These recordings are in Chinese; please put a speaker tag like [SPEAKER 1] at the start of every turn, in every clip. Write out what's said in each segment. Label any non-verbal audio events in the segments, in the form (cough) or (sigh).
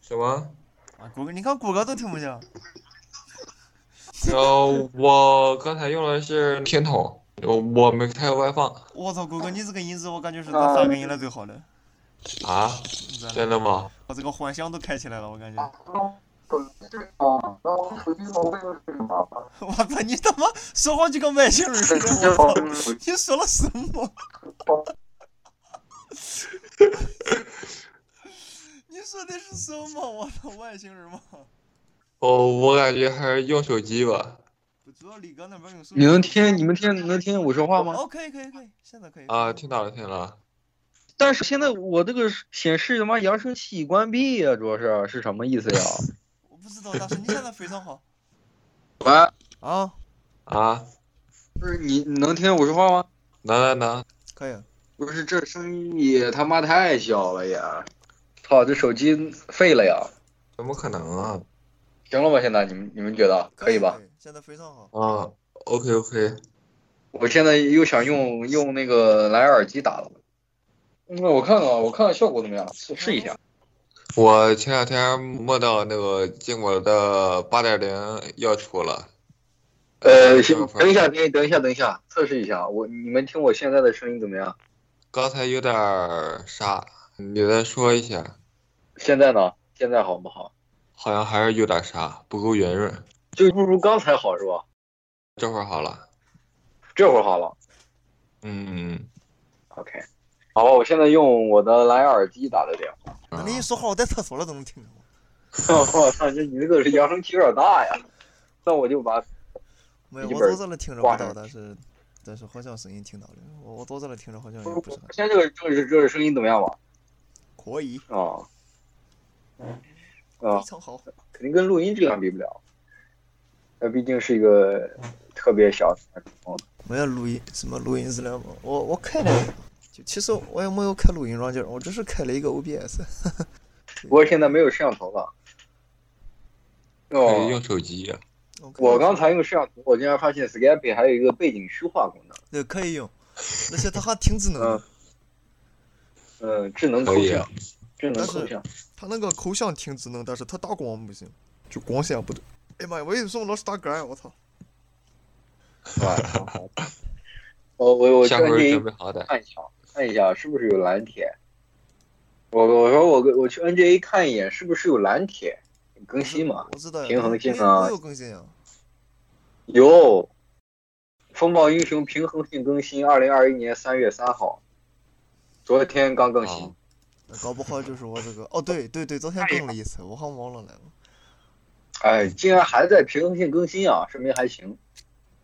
[SPEAKER 1] 什么？
[SPEAKER 2] 啊，谷歌，你看谷歌都听不见。
[SPEAKER 1] 呃，我刚才用的是听筒，我我没开外放
[SPEAKER 2] 我操，谷歌，你这个音质我感觉是咱三个人来最好的。
[SPEAKER 1] 啊，
[SPEAKER 2] 咱
[SPEAKER 1] 真的吗？
[SPEAKER 2] 我这个幻想都开起来了，我感觉。
[SPEAKER 3] 哦，那我手机毛病是什么？
[SPEAKER 2] (laughs) 我操，你他妈说话就跟外星人似的！我操，你说了什么？ (laughs) 你说的是什么？我操，外星人吗？
[SPEAKER 1] 哦，我感觉还是用手机吧。
[SPEAKER 2] 不主要李哥那边有数
[SPEAKER 4] 你能听？你们听？能听见我说话吗？
[SPEAKER 2] 哦，可以可以可以，现在可以。
[SPEAKER 1] 啊，听到了，听到了。
[SPEAKER 4] 但是现在我这个显示他妈扬声器已关闭呀、主要是是什么意思呀？
[SPEAKER 2] 我不知道，但是你现在非常好
[SPEAKER 4] (laughs) 喂，
[SPEAKER 2] 啊，
[SPEAKER 1] 啊，
[SPEAKER 4] (laughs) 不是你你能听见我说话吗？
[SPEAKER 1] 能能能，
[SPEAKER 2] 可以。
[SPEAKER 4] 不是这声音也他妈太小了也，操，这手机废了呀！
[SPEAKER 1] 怎么可能啊？
[SPEAKER 4] 行了吧？现在你们你们觉得可以吧？？
[SPEAKER 2] 现在非常好。
[SPEAKER 1] 啊，OK OK，
[SPEAKER 4] 我现在又想用用那个蓝牙耳机打了。那我看看啊，我看看效果怎么样，试试一下。
[SPEAKER 1] 我前两天摸到那个坚果的八点零要出了。
[SPEAKER 4] 呃，
[SPEAKER 1] 这
[SPEAKER 4] 行
[SPEAKER 1] 个
[SPEAKER 4] 等一下，等一等一下，等一下，测试一下。我你们听我现在的声音怎么样？
[SPEAKER 1] 刚才有点儿沙，你再说一下，
[SPEAKER 4] 现在呢？现在好不好？
[SPEAKER 1] 好像还是有点沙，不够圆润。
[SPEAKER 4] 就不如刚才好是吧？
[SPEAKER 1] 这会儿好了，
[SPEAKER 4] 这会儿好了。
[SPEAKER 1] 嗯，嗯
[SPEAKER 4] OK，好吧，我现在用我的蓝牙耳机打的电话。
[SPEAKER 1] 啊
[SPEAKER 2] 那
[SPEAKER 4] 哦
[SPEAKER 2] 你一说话，我在厕所了都能听着。
[SPEAKER 4] (laughs) 我操，这你这个扬声器有点大呀。那我就把
[SPEAKER 2] 没有，
[SPEAKER 4] 一
[SPEAKER 2] 我
[SPEAKER 4] 本
[SPEAKER 2] 都在那听着不
[SPEAKER 4] 挂
[SPEAKER 2] 到，
[SPEAKER 4] 上
[SPEAKER 2] 但是但是好像声音听到了。我我都在那听着，好像也
[SPEAKER 4] 我
[SPEAKER 2] 不是很
[SPEAKER 4] 现在这个这个这个声音怎么样吧？
[SPEAKER 2] 可以，
[SPEAKER 4] 啊、啊
[SPEAKER 2] 非、常好。
[SPEAKER 4] 肯定跟录音质量比不了，那毕竟是一个特别小的麦克风。
[SPEAKER 2] 没有录音，什么录音资料吗？我我开了一个，就其实我也没有开录音软件，我只是开了一个 OBS。
[SPEAKER 4] 不过现在没有摄像头了。
[SPEAKER 1] 可以
[SPEAKER 4] 哦，
[SPEAKER 1] 用手机。
[SPEAKER 4] 我刚才用摄像头，我竟然发现 Skype 还有一个背景虚化功能。
[SPEAKER 2] 对可以用，而且它还挺智能的
[SPEAKER 4] 嗯，嗯，智能
[SPEAKER 1] 可
[SPEAKER 4] 头
[SPEAKER 1] 以啊
[SPEAKER 4] 像，智能头
[SPEAKER 2] 但是
[SPEAKER 4] 像。
[SPEAKER 2] 它那个口像挺智能，但是它打光不行，就光线不对。哎妈呀，为什么老是打嗝呀？我操！
[SPEAKER 4] 啊，我我我
[SPEAKER 1] 下
[SPEAKER 4] 专
[SPEAKER 1] 回
[SPEAKER 4] 辑
[SPEAKER 1] 准备好点。
[SPEAKER 4] 看一下，看一下是不是有蓝铁。我我说我我去 NGA 看一眼，是不是有蓝铁更新嘛？
[SPEAKER 2] 我知道呀，
[SPEAKER 4] 平衡性
[SPEAKER 2] 没
[SPEAKER 4] 啊
[SPEAKER 2] 没有更新啊。嗯
[SPEAKER 4] 有，《风暴英雄》平衡性更新，二零二一年三月三号，昨天刚更新
[SPEAKER 1] 哦。
[SPEAKER 2] 那搞不好就是我这个哦，对对对，昨天更了一次，我还忘了来了。
[SPEAKER 4] 哎，竟然还在平衡性更新啊，说明还行。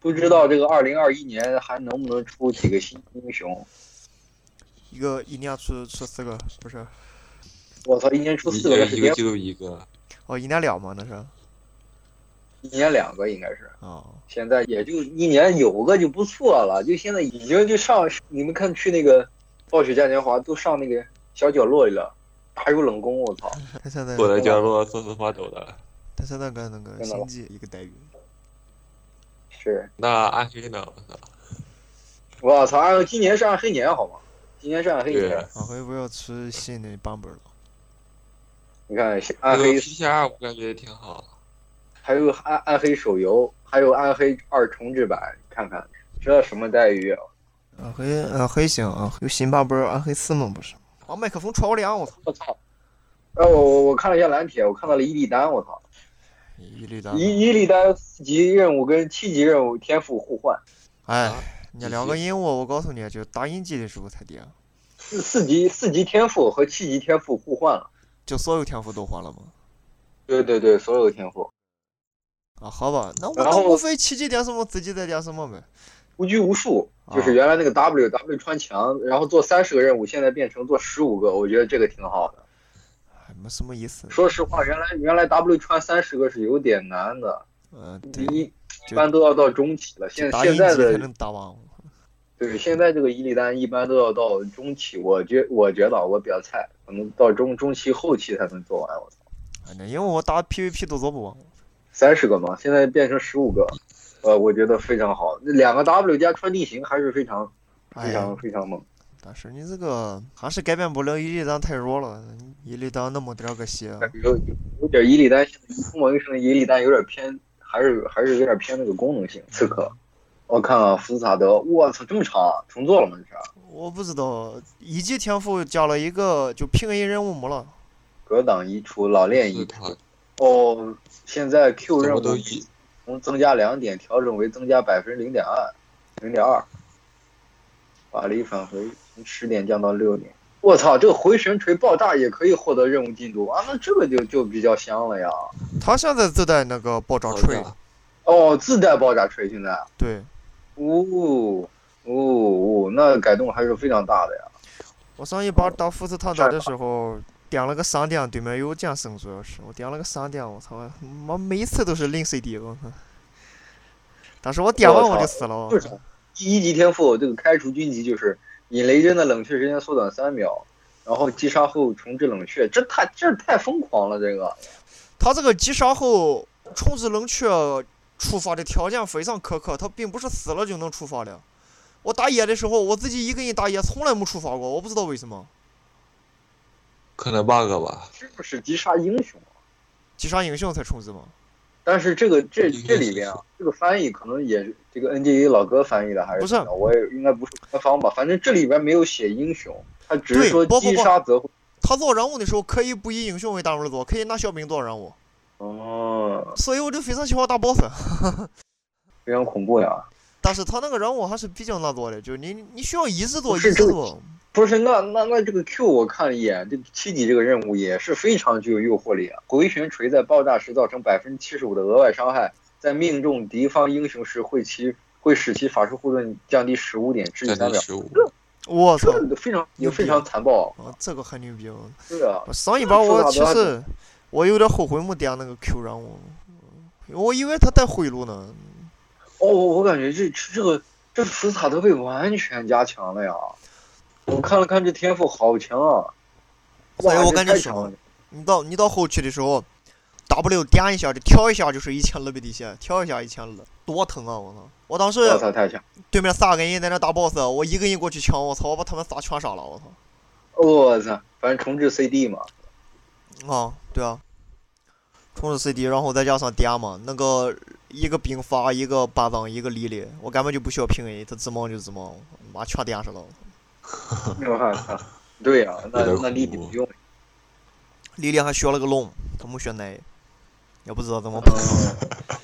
[SPEAKER 4] 不知道这个二零二一年还能不能出几个新英雄？
[SPEAKER 2] 一个一年出出四个，不是？
[SPEAKER 4] 我操，一年出
[SPEAKER 1] 一呃
[SPEAKER 4] 四个，那是
[SPEAKER 1] 一个
[SPEAKER 4] 连
[SPEAKER 1] 季度一个，
[SPEAKER 2] 哦，一年俩嘛，那是哦啊、
[SPEAKER 4] 一年两个应该是。现在也就一年有个就不错了，就现在已经就上你们看去那个暴雪嘉年华都上那个小角落里了，打入冷宫，我操！
[SPEAKER 2] 他现在
[SPEAKER 1] 躲在角落瑟瑟发抖的。
[SPEAKER 2] 他现在跟那个
[SPEAKER 4] 真的
[SPEAKER 2] 星
[SPEAKER 4] 吗
[SPEAKER 2] 际一个待遇。
[SPEAKER 4] 是，
[SPEAKER 1] 那暗黑呢？我操！
[SPEAKER 4] 我操！暗今年是暗黑年好吗？今年是暗黑
[SPEAKER 1] 对
[SPEAKER 4] 年，，
[SPEAKER 2] 往回不要吃新的版本了。
[SPEAKER 4] 你看
[SPEAKER 1] 那
[SPEAKER 4] 暗
[SPEAKER 1] 个
[SPEAKER 4] 黑
[SPEAKER 1] PCR 我感觉也挺好。
[SPEAKER 4] 还有暗暗黑手游，还有暗黑二重置版，看看这什么待遇啊！
[SPEAKER 2] 暗黑暗黑行啊，有新版本暗黑四吗？不是？啊，麦克风传我脸，我操！
[SPEAKER 4] 我操！哎，我我我看了一下蓝铁，我看到了伊利丹，我操！
[SPEAKER 2] 一绿单。
[SPEAKER 4] 伊伊利丹四级任务跟七级任务天赋互换，
[SPEAKER 1] 啊
[SPEAKER 2] 哎，你两个人我，我告诉你，就打印机的时候才点，
[SPEAKER 4] 四四级四级天赋和七级天赋互换了。
[SPEAKER 2] 就所有天赋都换了吗？
[SPEAKER 4] 对对对，所有天赋，
[SPEAKER 2] 啊，好吧，那我
[SPEAKER 4] 然
[SPEAKER 2] 那
[SPEAKER 4] 后
[SPEAKER 2] 无非奇迹点什么，自己再点什么呗。
[SPEAKER 4] 无拘无束，就
[SPEAKER 2] 啊
[SPEAKER 4] 是原来那个 W W 穿墙，然后做三十个任务，现在变成做十五个，我觉得这个挺好的。
[SPEAKER 2] 哎，没什么意思。
[SPEAKER 4] 说实话，原来原来 W 穿三十个是有点难的，
[SPEAKER 2] 嗯，对，
[SPEAKER 4] 一一
[SPEAKER 2] 就
[SPEAKER 4] 般都要到中期了。现
[SPEAKER 2] 打印
[SPEAKER 4] 现
[SPEAKER 2] 机
[SPEAKER 4] 在
[SPEAKER 2] 才
[SPEAKER 4] 的
[SPEAKER 2] 能打完。
[SPEAKER 4] 对现在这个伊利丹一般都要到中期，我觉我觉得啊我比较菜，可能到中中期后期才能做完。我操，
[SPEAKER 2] 哎，那因为我打 PVP 都做不完。
[SPEAKER 4] 三十个嘛，现在变成十五个，呃，我觉得非常好。两个 W 加穿地形还是非常非
[SPEAKER 2] 哎呀
[SPEAKER 4] 常非常猛。
[SPEAKER 2] 但是你这个还是改变不了伊利丹太弱了，伊利丹那么点儿个血，
[SPEAKER 4] 有有点伊利丹，不谋医生的伊利丹有点偏，还是还是有点偏那个功能性刺客。我看啊，福斯塔德，我操，这么长啊，重做了吗？这是
[SPEAKER 2] 我不知道一级天赋加了一个就平 A 任务没了，
[SPEAKER 4] 格挡移除，老练移
[SPEAKER 1] 是
[SPEAKER 4] 除。
[SPEAKER 1] 他
[SPEAKER 4] 哦，现在 Q
[SPEAKER 1] 怎
[SPEAKER 4] 任
[SPEAKER 1] 么
[SPEAKER 4] 务
[SPEAKER 1] 都一
[SPEAKER 4] 从增加两点调整为增加百分之零点二，零点二，法力返回从十点降到六点。我操，这个回神锤爆炸也可以获得任务进度啊！那这个就就比较香了呀。
[SPEAKER 2] 他现在自带那个爆炸
[SPEAKER 1] 爆
[SPEAKER 2] 锤，
[SPEAKER 1] 炸
[SPEAKER 4] 哦，自带爆炸锤现在，
[SPEAKER 2] 对
[SPEAKER 4] 呜、呜、呜，那改动还是非常大的呀。
[SPEAKER 2] 我上一把打福斯塔德的时候。点了个三点，对面有剑圣，主要是我点了个三点，我操，妈每一次都是零 CD，我操！ (laughs) 但是我点完我就死了，
[SPEAKER 4] 就是第一级天赋这个开除军籍就是引雷针的冷却时间缩短三秒，然后击杀后重置冷却，这太这太疯狂了，这个。
[SPEAKER 2] 他这个击杀后重置冷却触发的条件非常苛刻，他并不是死了就能触发的。我打野的时候，我自己一个人打野从来没触发过，我不知道为什么。
[SPEAKER 1] 可能 bug 吧，
[SPEAKER 4] 是不是击杀英雄啊？
[SPEAKER 2] 击杀英雄才重置嘛？
[SPEAKER 4] 但是这个这
[SPEAKER 1] 应该
[SPEAKER 4] 这
[SPEAKER 1] 是
[SPEAKER 4] 里边啊，这个翻译可能也是这个 NGA 老哥翻译的还是
[SPEAKER 2] 不是
[SPEAKER 4] 怎么样我也应该不是官方吧？反正这里边没有写英雄，他只是
[SPEAKER 2] 对
[SPEAKER 4] 说
[SPEAKER 2] 不不
[SPEAKER 4] 击
[SPEAKER 2] 不
[SPEAKER 4] 杀则会。
[SPEAKER 2] 他做任务的时候可以不以英雄为单位做，可以拿小兵做任务，
[SPEAKER 4] 哦，
[SPEAKER 2] 所以我就非常喜欢打 BOSS。
[SPEAKER 4] 非常恐怖呀！
[SPEAKER 2] 但是他那个任务还是比较难做的，就是你你需要一直做
[SPEAKER 4] 不
[SPEAKER 2] 一
[SPEAKER 4] 是
[SPEAKER 2] 直
[SPEAKER 4] 这个
[SPEAKER 2] 做。
[SPEAKER 4] 不是，那那那这个 Q 我看了一眼，这个七级这个任务也是非常具有诱惑力啊！回旋锤在爆炸时造成百分之七十五的额外伤害，在命中敌方英雄时会其会使其法术护盾降低十五点，持续
[SPEAKER 1] 将近
[SPEAKER 4] 三秒，
[SPEAKER 1] 十五，
[SPEAKER 2] 我操！
[SPEAKER 4] 这个非常也非常残暴。
[SPEAKER 2] 啊，这个很牛逼！我
[SPEAKER 4] 是啊，
[SPEAKER 2] 我上一把我其
[SPEAKER 4] 说到
[SPEAKER 2] 实我有点后悔没点那个 Q 任务，我以为他带回路呢。
[SPEAKER 4] 哦，我我感觉这这这个这福斯塔特被完全加强了呀！我看了看这天赋好强啊！
[SPEAKER 2] 所以
[SPEAKER 4] 哇
[SPEAKER 2] 哎我
[SPEAKER 4] 这
[SPEAKER 2] 跟你
[SPEAKER 4] 太
[SPEAKER 2] 说
[SPEAKER 4] 强了
[SPEAKER 2] 你到你到后期的时候，W 点一下就跳一下就是一千二百滴血，跳一下一千二，多疼啊！我操！我当时
[SPEAKER 4] 我操，太强！
[SPEAKER 2] 对面三个人在那打 boss，我一个人过去抢，我操，我把他们仨全杀了，我操！
[SPEAKER 4] 我操，反正重置 CD 嘛，
[SPEAKER 2] 啊，对啊，充了 CD，然后再加上点嘛，那个一个兵法，一个巴掌，一个力量，我根本就不需要平 A，他自盲就自盲，妈全点上了。
[SPEAKER 4] 我操，对呀、那
[SPEAKER 1] 有点
[SPEAKER 4] 那力
[SPEAKER 1] 恐
[SPEAKER 4] 挺
[SPEAKER 1] 怖
[SPEAKER 4] 用。
[SPEAKER 2] 力量还学了个龙，他没学奶，也不知道怎么
[SPEAKER 4] 嗯
[SPEAKER 2] 跑。，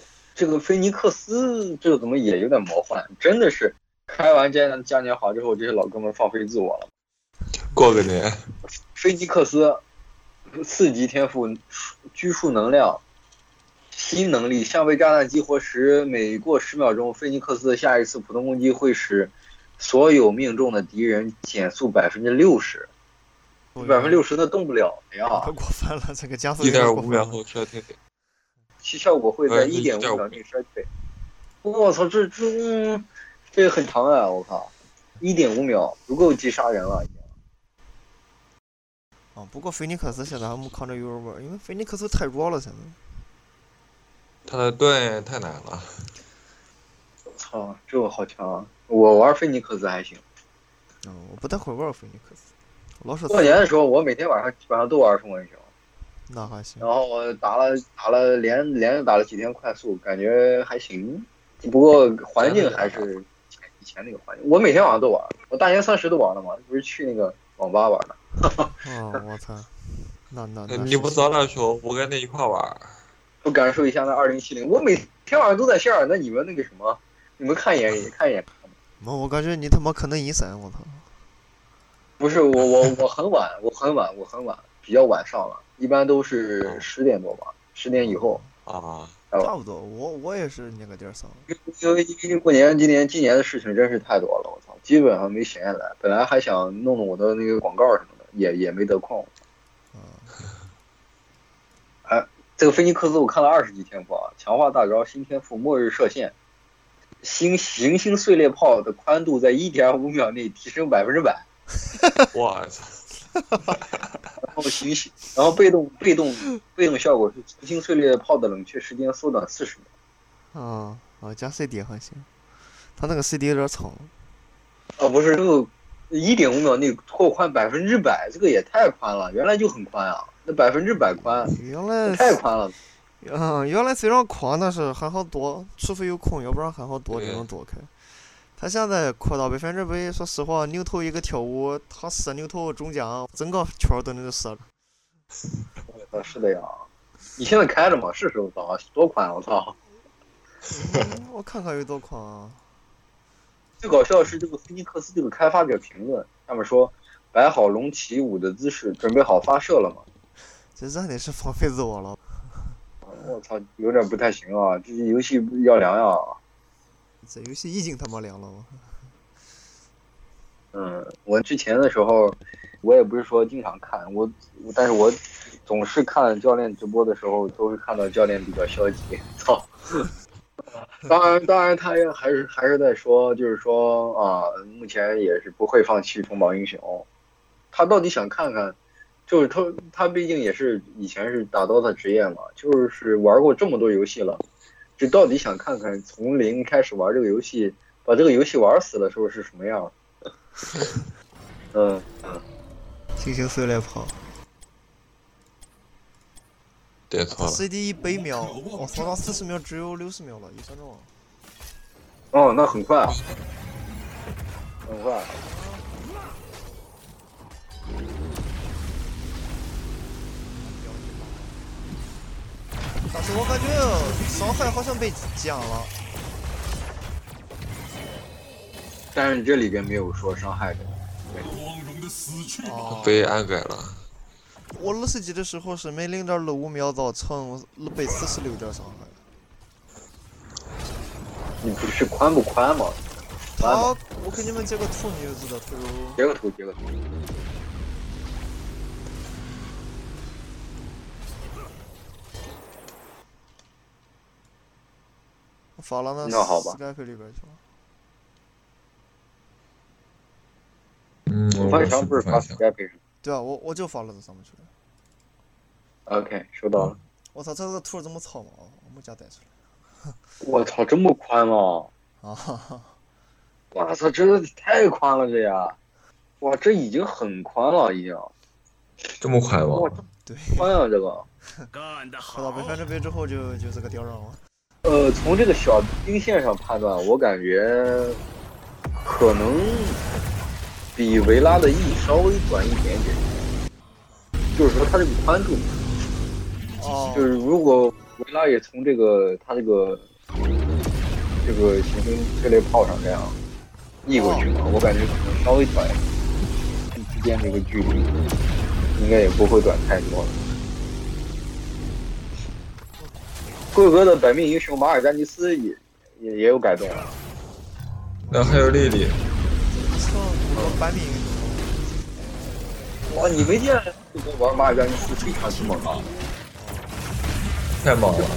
[SPEAKER 4] (laughs) 这个菲尼克斯这个怎么也有点魔幻？真的是开完嘉嘉年华之后，这些老哥们放飞自我了。
[SPEAKER 1] 过个年
[SPEAKER 4] 菲尼克斯四级天赋，拘束能量，新能力，像被炸弹激活时，每过十秒钟，菲尼克斯的下一次普通攻击会使所有命中的敌人减速百分之六十，百分之六十那哦动不了的呀
[SPEAKER 2] 太。过分了，这个加速
[SPEAKER 1] 一
[SPEAKER 2] 有点
[SPEAKER 1] 点
[SPEAKER 2] 过
[SPEAKER 1] 五
[SPEAKER 2] 分
[SPEAKER 1] 秒
[SPEAKER 2] 了
[SPEAKER 1] 后消停。
[SPEAKER 4] 其效果会在
[SPEAKER 1] 1.5
[SPEAKER 4] 一点五秒内衰退。我操，这这、嗯、这个很长啊！我靠，一点五秒足够击杀人了。已经
[SPEAKER 2] 啊，不过菲尼克斯现在还没看着有人玩，因为菲尼克斯太弱了，现在。
[SPEAKER 1] 他的盾太难了，
[SPEAKER 4] 我操，这个好强啊！我玩菲尼克斯还行。
[SPEAKER 2] 嗯，我不太会玩菲尼克斯，老是
[SPEAKER 4] 过年的时候，我每天晚上基本上都玩生文雄，
[SPEAKER 2] 那还行
[SPEAKER 4] 然。后我打了打了连连着打了几天快速，感觉还行。不过环境还是以前那个环境。我每天晚上都玩，我大年三十都玩了嘛，不是去那个网吧玩的。
[SPEAKER 2] 哦，我操，那那
[SPEAKER 1] 呃
[SPEAKER 2] 那
[SPEAKER 1] 你
[SPEAKER 2] 是
[SPEAKER 1] 不早点说，我跟你一块玩儿。
[SPEAKER 4] 不感受一下那二零七零。我每天晚上都在线儿，那你们那个什么，你们看一眼也看一眼。
[SPEAKER 2] 妈，我感觉你他妈可能阴森，我操！
[SPEAKER 4] 不是我我我很晚，我很晚，我很晚，比较晚上了，一般都是十点多吧，十点以后。
[SPEAKER 1] 啊，
[SPEAKER 4] 哦
[SPEAKER 2] 差不多，我我也是那个点儿上。
[SPEAKER 4] 因为因为过年今年今年的事情真是太多了，我操，基本上没闲下来。本来还想弄弄我的那个广告什么的，也也没得空。
[SPEAKER 2] 嗯，
[SPEAKER 4] 啊这个菲尼克斯我看了二十级天赋啊，强化大招新天赋末日射线，星行星碎裂炮的宽度在一点五秒内提升百分之百。
[SPEAKER 1] 我操！
[SPEAKER 4] 然后行星，然后被动被动被动效果是行星碎裂炮的冷却时间缩短四十秒。
[SPEAKER 2] 啊啊，加 CD 还行，他那个 CD 有点长。
[SPEAKER 4] 呃啊，不是这个，一点五秒内拓宽百分之百，这个也太宽了，原来就很宽啊，那百分之百宽，
[SPEAKER 2] 原来
[SPEAKER 4] 太宽了。
[SPEAKER 2] 嗯，原来虽然狂，但是还好躲，除非有空，要不然还好躲就能躲开。他现在扩大百分之百，说实话，牛头一个跳舞，他射牛头中奖，整个圈都能射了。
[SPEAKER 4] 我操，呃是的呀，你现在开着吗？是时候到，多宽，我操！
[SPEAKER 2] 嗯我看看有多宽啊！
[SPEAKER 4] 最搞笑的是这个菲尼克斯这个开发者评论，他们说摆好龙起舞的姿势，准备好发射了吗？
[SPEAKER 2] 这真的是放飞自我了。
[SPEAKER 4] 我操，有点不太行啊，这游戏要凉呀、
[SPEAKER 2] 这游戏意境他妈凉了吗？
[SPEAKER 4] 嗯，我之前的时候，我也不是说经常看，我我但是我总是看教练直播的时候，都是看到教练比较消极。操！当然，当然，他也还是还是在说，就是说啊，目前也是不会放弃城堡英雄。他到底想看看，就是他他毕竟也是以前是打 DOTA 职业嘛，就是玩过这么多游戏了，就到底想看看从零开始玩这个游戏，把这个游戏玩死了时候是什么样。嗯，
[SPEAKER 2] 星星碎裂跑
[SPEAKER 1] 点错了，
[SPEAKER 2] ，CD 一百秒，我操，他四十秒只有六十秒了，一分钟啊。
[SPEAKER 4] 哦，那很快啊，很快啊。
[SPEAKER 2] 但是我感觉伤害好像被减了，
[SPEAKER 4] 但是这里边没有说伤害的，
[SPEAKER 5] 光荣的死去吧！
[SPEAKER 2] 哦，
[SPEAKER 1] 被安改了。
[SPEAKER 2] 我二十级的时候是每零点六五秒造成被四十六点伤害。
[SPEAKER 4] 你不是宽不宽吗？宽吗？
[SPEAKER 2] 他，我给你们截个图，你就知道他有
[SPEAKER 4] 截个图，截个图。
[SPEAKER 2] 我发了那
[SPEAKER 4] 那好吧
[SPEAKER 2] Skype 里边去了。
[SPEAKER 1] 嗯，
[SPEAKER 4] 我
[SPEAKER 1] 我
[SPEAKER 4] 发条不是发
[SPEAKER 1] 发现
[SPEAKER 4] Skype 上
[SPEAKER 2] 对啊，我我就发了这上面去了。
[SPEAKER 4] ？OK，收到了。
[SPEAKER 2] 我操，这个图怎么操嘛？哦我没加带出
[SPEAKER 4] 我操，这么宽吗？
[SPEAKER 2] 来啊！ (laughs) 哈哈。
[SPEAKER 4] 我操，这太宽了，这呀！哇，这已经很宽了，已经
[SPEAKER 1] 这么快
[SPEAKER 4] 哇
[SPEAKER 1] 吗？
[SPEAKER 2] 对，
[SPEAKER 4] 宽啊，这个。
[SPEAKER 5] 干得好
[SPEAKER 2] 扩！到百分之百之后就就是个吊人了。
[SPEAKER 4] 呃，从这个小兵线上判断，我感觉可能比维拉的 E 稍微短一点点，就是说它这个宽度，
[SPEAKER 2] 哦，
[SPEAKER 4] 就是如果维拉也从这个它这个这个行星催泪炮上这样溢过去嘛，我感觉可能稍微短一点，之间这个距离应该也不会短太多了。贵哥的本命英雄马尔加尼斯也也也有改动了，
[SPEAKER 1] 那还有丽丽，
[SPEAKER 2] 操，我板饼。
[SPEAKER 4] 哇，你没见贵哥玩马尔加尼斯非常之猛啊，
[SPEAKER 1] 太猛了！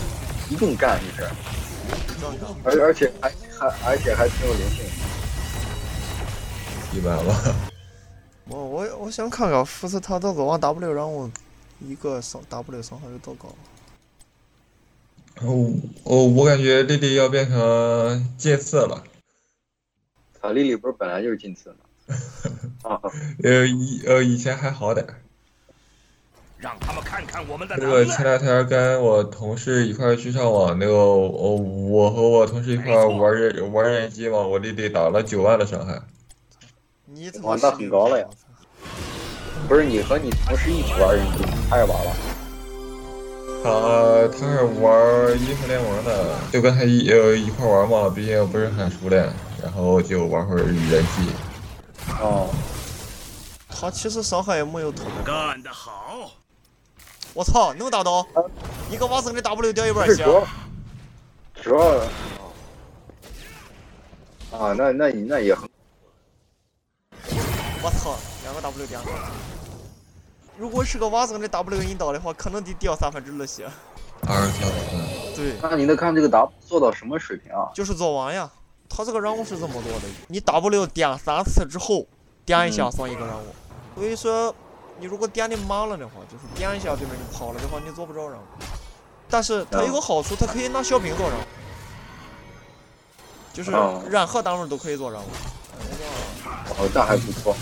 [SPEAKER 4] 一顿干就是，
[SPEAKER 2] 撞上
[SPEAKER 4] 而而且还还而且还挺有灵性的。
[SPEAKER 1] 一般吧。
[SPEAKER 2] 我我我想看看福斯他到底往 W 让我一个伤 W 伤害有多高。
[SPEAKER 1] 我哦我我感觉丽丽要变成近似了，
[SPEAKER 4] 啊，丽丽不是本来就是近刺吗？啊，
[SPEAKER 1] 呃以呃以前还好点儿。
[SPEAKER 5] 让他们看看我们的
[SPEAKER 1] 那
[SPEAKER 5] 能
[SPEAKER 1] 个
[SPEAKER 5] 耐！
[SPEAKER 1] 前两天跟我同事一块儿去上网，那个我我和我同事一块儿玩人玩人机嘛，我弟弟打了九万的伤害，
[SPEAKER 2] 你他妈
[SPEAKER 4] 哇那
[SPEAKER 2] 是
[SPEAKER 4] 很
[SPEAKER 2] 牛
[SPEAKER 4] 高
[SPEAKER 2] 逼
[SPEAKER 4] 了呀
[SPEAKER 2] 我操
[SPEAKER 4] 不是你和你同事一起玩儿，你他也玩了。
[SPEAKER 1] 他他是玩英雄联盟的，就跟他一呃一块儿玩嘛，毕竟不是很熟练，然后就玩会儿人机。
[SPEAKER 4] 哦，
[SPEAKER 2] 他其实伤害也没有特别高。
[SPEAKER 5] 干得好！
[SPEAKER 2] 我操，能打到？一个瓦森的 W 掉一半
[SPEAKER 4] 啊不是主
[SPEAKER 2] 血。
[SPEAKER 4] 要主要哦啊，那那你那也很
[SPEAKER 2] 我操，两个 W 点。如果是个瓦森的 W 引导的话，可能得掉三分之二血。
[SPEAKER 1] 二十三分，
[SPEAKER 2] 对，
[SPEAKER 4] 那你得看这个 W 做到什么水平啊？
[SPEAKER 2] 就是做完呀。他这个任务是这么做的，你 W 点三次之后，点一下算一个任务。所以说，你如果点的满了的话，就是点一下对面就跑了的话，你做不着任务。但是它有个好处，它可以拿小兵做任务，就是
[SPEAKER 4] 哦
[SPEAKER 2] 哦任何单位都可以做任务。哎呀
[SPEAKER 4] 哦，那还不错。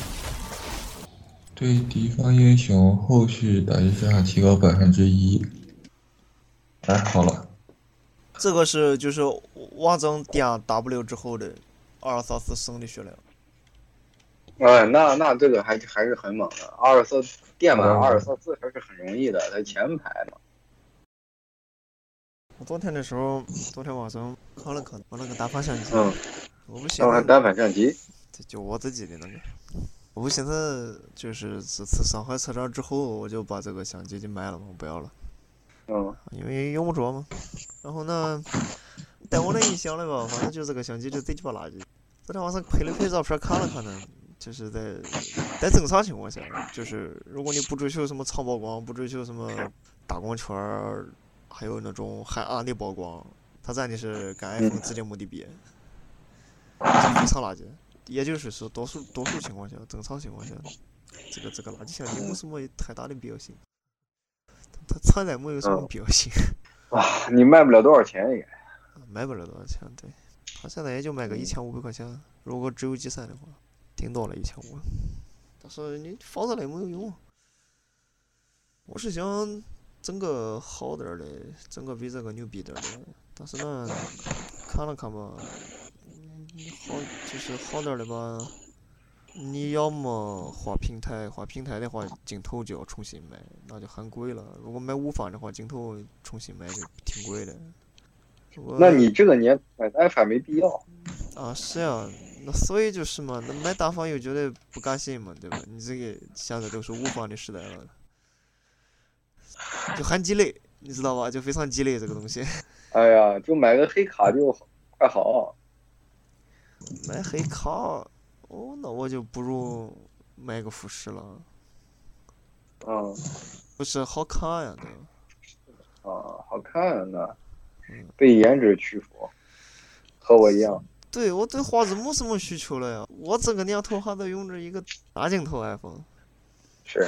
[SPEAKER 1] 对敌方英雄后续打击伤害提高百分之一。哎，好了，
[SPEAKER 2] 这个是就是王总点 W 之后的二三四升的血量。
[SPEAKER 4] 哎，那那这个还还是很猛的，二四电满二四四还是很容易的，它前排嘛。
[SPEAKER 2] 我昨天的时候， (clears throat) 昨天晚上看了看，玩了个单反相机，
[SPEAKER 4] 嗯，
[SPEAKER 2] 我不寻思
[SPEAKER 4] 那玩单反相机，
[SPEAKER 2] 这就我自己的那个，我不寻思就是这次上海车展之后，我就把这个相机就卖了嘛，我不要了。
[SPEAKER 4] 嗯，
[SPEAKER 2] 因为用不着嘛。然后呢，带我那一箱了吧，反正就这个相机就贼鸡巴垃圾。昨天晚上拍了拍照片看了看呢，就是在在正常情况下，就是如果你不追求什么长曝光，不追求什么打光圈儿，还有那种海岸的曝光，它真的是跟 iPhone 指定没得比，这非常垃圾。也就是说，多数多数情况下，正常情况下，这个这个垃圾相机没什么太大的必要性，它它存在没有什么必要性。
[SPEAKER 4] 哇，你卖不了多少钱也。
[SPEAKER 2] 买不了多少钱，对，他现在也就卖个一千五百块钱，如果只有机三的话，顶到了一千五。但是你放这里没有用啊，我是想整个好点儿的，整个比这个牛逼点儿的。但是呢，看了看吧，嗯你好就是好点儿的吧，你要么花平台，花平台的话，镜头就要重新买，那就很贵了。如果买无反的话，镜头重新买就挺贵的。我
[SPEAKER 4] 那你这个年买单反没必要。
[SPEAKER 2] 啊，是呀，那所以就是嘛，那买单反又觉得不甘心嘛，对吧？你这个现在都是无反的时代了，就很鸡肋，你知道吧？就非常鸡肋这个东西。
[SPEAKER 4] 哎呀，就买个黑卡就好快好。啊
[SPEAKER 2] 买黑卡，哦，那我就不如买个富士了，
[SPEAKER 4] 嗯
[SPEAKER 2] 富士好看呀，对吧？
[SPEAKER 4] 啊，好看呢
[SPEAKER 2] 嗯，
[SPEAKER 4] 被颜值屈服，和我一样。
[SPEAKER 2] 对我对画质没什么需求了呀，我这个年头还在用着一个大镜头 iPhone。
[SPEAKER 4] 是，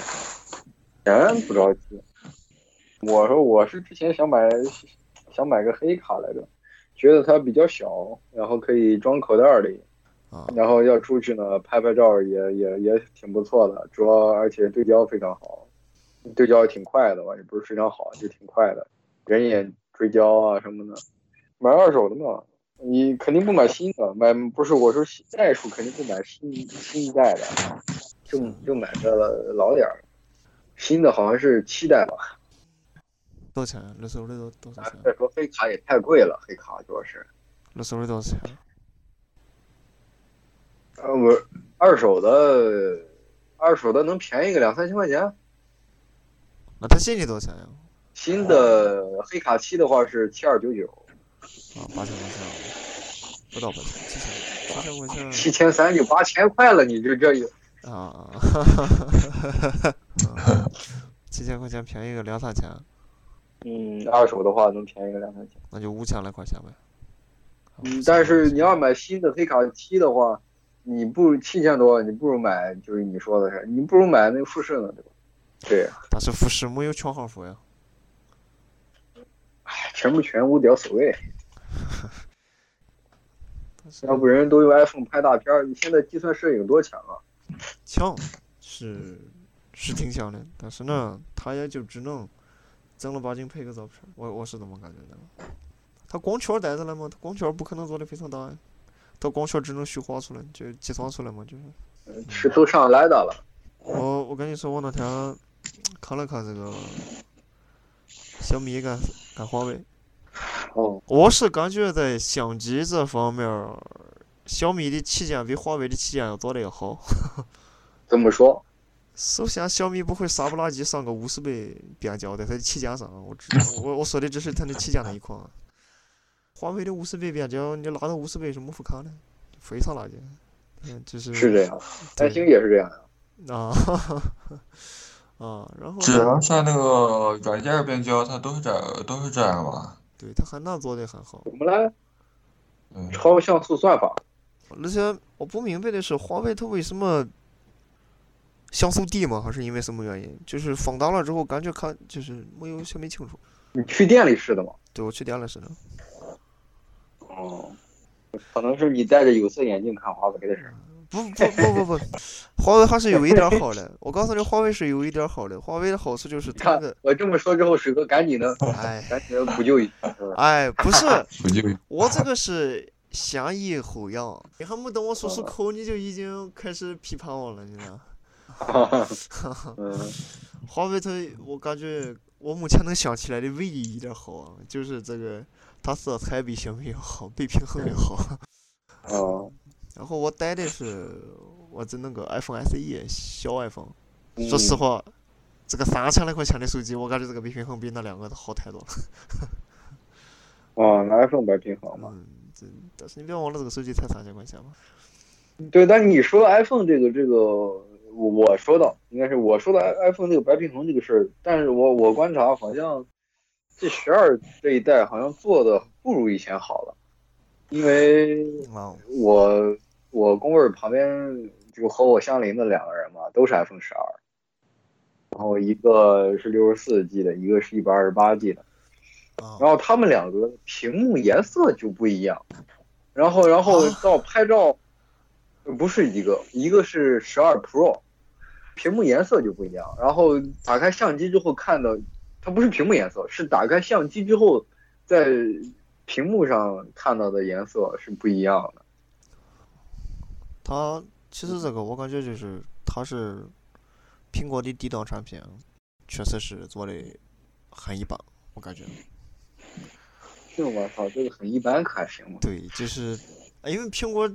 [SPEAKER 4] 钱不着急。我说我是之前想买想买个黑卡来着，觉得它比较小，然后可以装口袋里，
[SPEAKER 2] 啊，
[SPEAKER 4] 然后要出去呢拍拍照也也也挺不错的，主要而且对焦非常好，对焦也挺快的吧，也不是非常好，就挺快的，人也追焦啊什么的。买二手的嘛，你肯定不买新的，买不是我说新代数肯定不买新新一代的，就就买个老点儿的，新的好像是七代吧。
[SPEAKER 2] 多少钱？六十五的多多少钱？
[SPEAKER 4] 再说黑卡也太贵了，黑卡主要是。
[SPEAKER 2] 六十五的多少钱？
[SPEAKER 4] 呃，我二手的，二手的能便宜个两三千块钱。
[SPEAKER 2] 那它新的多少钱呀？
[SPEAKER 4] 新的黑卡七的话是七二九九，
[SPEAKER 2] 啊，八千块钱，不到八千，七千，八千块
[SPEAKER 4] 七千三就八千块了，你这这有
[SPEAKER 2] 钱啊，哈哈哈哈哈，七千块钱便宜个两三千，
[SPEAKER 4] 嗯，二手的话能便宜个两三千。
[SPEAKER 2] 那就五千来块钱呗。
[SPEAKER 4] 嗯，但是你要买新的黑卡七的话，你不如七千多，你不如买就是你说的是，你不如买那个富士呢，对吧？对，
[SPEAKER 2] 但是富士没有全画幅呀，
[SPEAKER 4] 哎，全不全无屌所谓，
[SPEAKER 2] 但是
[SPEAKER 4] 要不人都用 iPhone 拍大片儿，你现在计算摄影多强啊！
[SPEAKER 2] 强是是挺强的，但是呢，它也就只能正儿八经拍个照片儿，我我是这么感觉的。它光圈带着来嘛，它光圈不可能做的非常大呀，它光圈只能虚化出来，就计算出来嘛，就是。
[SPEAKER 4] 是都上莱达了，
[SPEAKER 2] 我我跟你说，我那天看了看这个小米跟跟华为，
[SPEAKER 4] 哦，
[SPEAKER 2] 我是感觉在相机这方面儿，小米的旗舰比华为的旗舰要做的要好。
[SPEAKER 4] 怎么说？
[SPEAKER 2] 首先，小米不会傻不拉几上个五十倍变焦在它的旗舰上，我只我我说的只是它的旗舰那一款。啊华为的五十倍变焦，你拉到五十倍是没法看的，非常垃圾。嗯，就是
[SPEAKER 4] 是这样，三
[SPEAKER 2] 对
[SPEAKER 4] 星也是这样呀。
[SPEAKER 2] 啊 (laughs) 啊，然后
[SPEAKER 1] 只
[SPEAKER 2] 呢
[SPEAKER 1] 要上那个软件变焦，它都是这都是这样吧？
[SPEAKER 2] 对它还那做的很好。
[SPEAKER 4] 我们来
[SPEAKER 1] 嗯，
[SPEAKER 4] 超像素算法，
[SPEAKER 2] 而且我不明白的是，华为它为什么像素低嘛，还是因为什么原因？就是放大了之后，感觉看就是没有小米清楚。
[SPEAKER 4] 你去店里试的吗？
[SPEAKER 2] 对我去点了是的，
[SPEAKER 4] 哦，可能是你戴着有色眼镜看华为的事儿。
[SPEAKER 2] 不不不不不，华为还是有一点好的。我告诉你，华为是有一点好的。华为的好处就是它
[SPEAKER 4] 看 (laughs)
[SPEAKER 2] 的，
[SPEAKER 4] 我这么说之后，水哥赶紧的，
[SPEAKER 2] 哎
[SPEAKER 4] 赶紧的补
[SPEAKER 2] (laughs)
[SPEAKER 4] 救一下。是吧
[SPEAKER 2] 哎，不是，
[SPEAKER 1] 不就
[SPEAKER 2] 我这个是详意吼样，你还没等我说出口，你就已经开始批判我了，你知道？
[SPEAKER 4] 嗯，
[SPEAKER 2] 华为它，我感觉我目前能想起来的唯一一点好啊，就是这个它色彩比小米要好，比平衡要好。 (laughs)
[SPEAKER 4] 哦，
[SPEAKER 2] 然后我带的是我的那个 iPhone SE 小 iPhone，
[SPEAKER 4] 嗯
[SPEAKER 2] 说实话，这个三千来块钱的手机，我感觉这个比平衡比那两个都好太多了。
[SPEAKER 4] 哦，拿 iPhone 白平衡嘛。
[SPEAKER 2] 嗯，这但是你不要忘了这个手机才三千块钱嘛。
[SPEAKER 4] 对，但你说 iPhone 这个这个，我我说到应该是我说的 i- iPhone 这个白平衡这个事儿，但是我我观察好像这十二这一代好像做的不如以前好了，因为
[SPEAKER 2] 啊，
[SPEAKER 4] 我我工位儿旁边就和我相邻的两个人嘛，都是 iPhone 十二，然后一个是六十四 G 的，一个是一百二十八 G 的，
[SPEAKER 2] 啊
[SPEAKER 4] 然后他们两个屏幕颜色就不一样，然后然后
[SPEAKER 2] 啊
[SPEAKER 4] 到拍照，不是一个，一个是十二 Pro，屏幕颜色就不一样，然后打开相机之后看到，它不是屏幕颜色，是打开相机之后在屏幕上看到的颜色是不一样的。
[SPEAKER 2] 它其实这个我感觉就是它是苹果的低档产品，确实是做的很一般，我感觉。
[SPEAKER 4] 这我操，这个很一般，可还行吗？
[SPEAKER 2] 对，就是呃因为苹果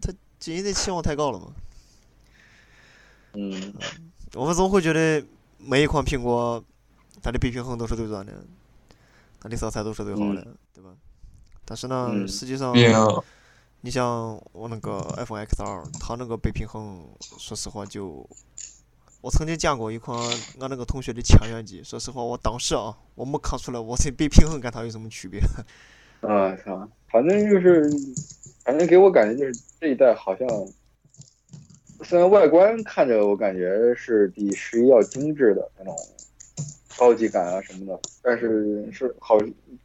[SPEAKER 2] 它经营的期望太高了嘛，
[SPEAKER 4] 嗯，
[SPEAKER 2] 我们总会觉得每一款苹果，它的比平衡都是最短的，它的色彩都是最好的，对吧？但是呢，
[SPEAKER 4] 嗯
[SPEAKER 2] 实际上，
[SPEAKER 1] 并
[SPEAKER 2] 你像我那个 iPhone XR，它那个被平衡，说实话就，我曾经见过一款俺那个同学的千元机，说实话，我当时啊，我没看出来我这被平衡跟它有什么区别。
[SPEAKER 4] 啊操，反正就是，反正给我感觉就是这一代好像，虽然外观看着我感觉是比十一要精致的那种高级感啊什么的，但是是好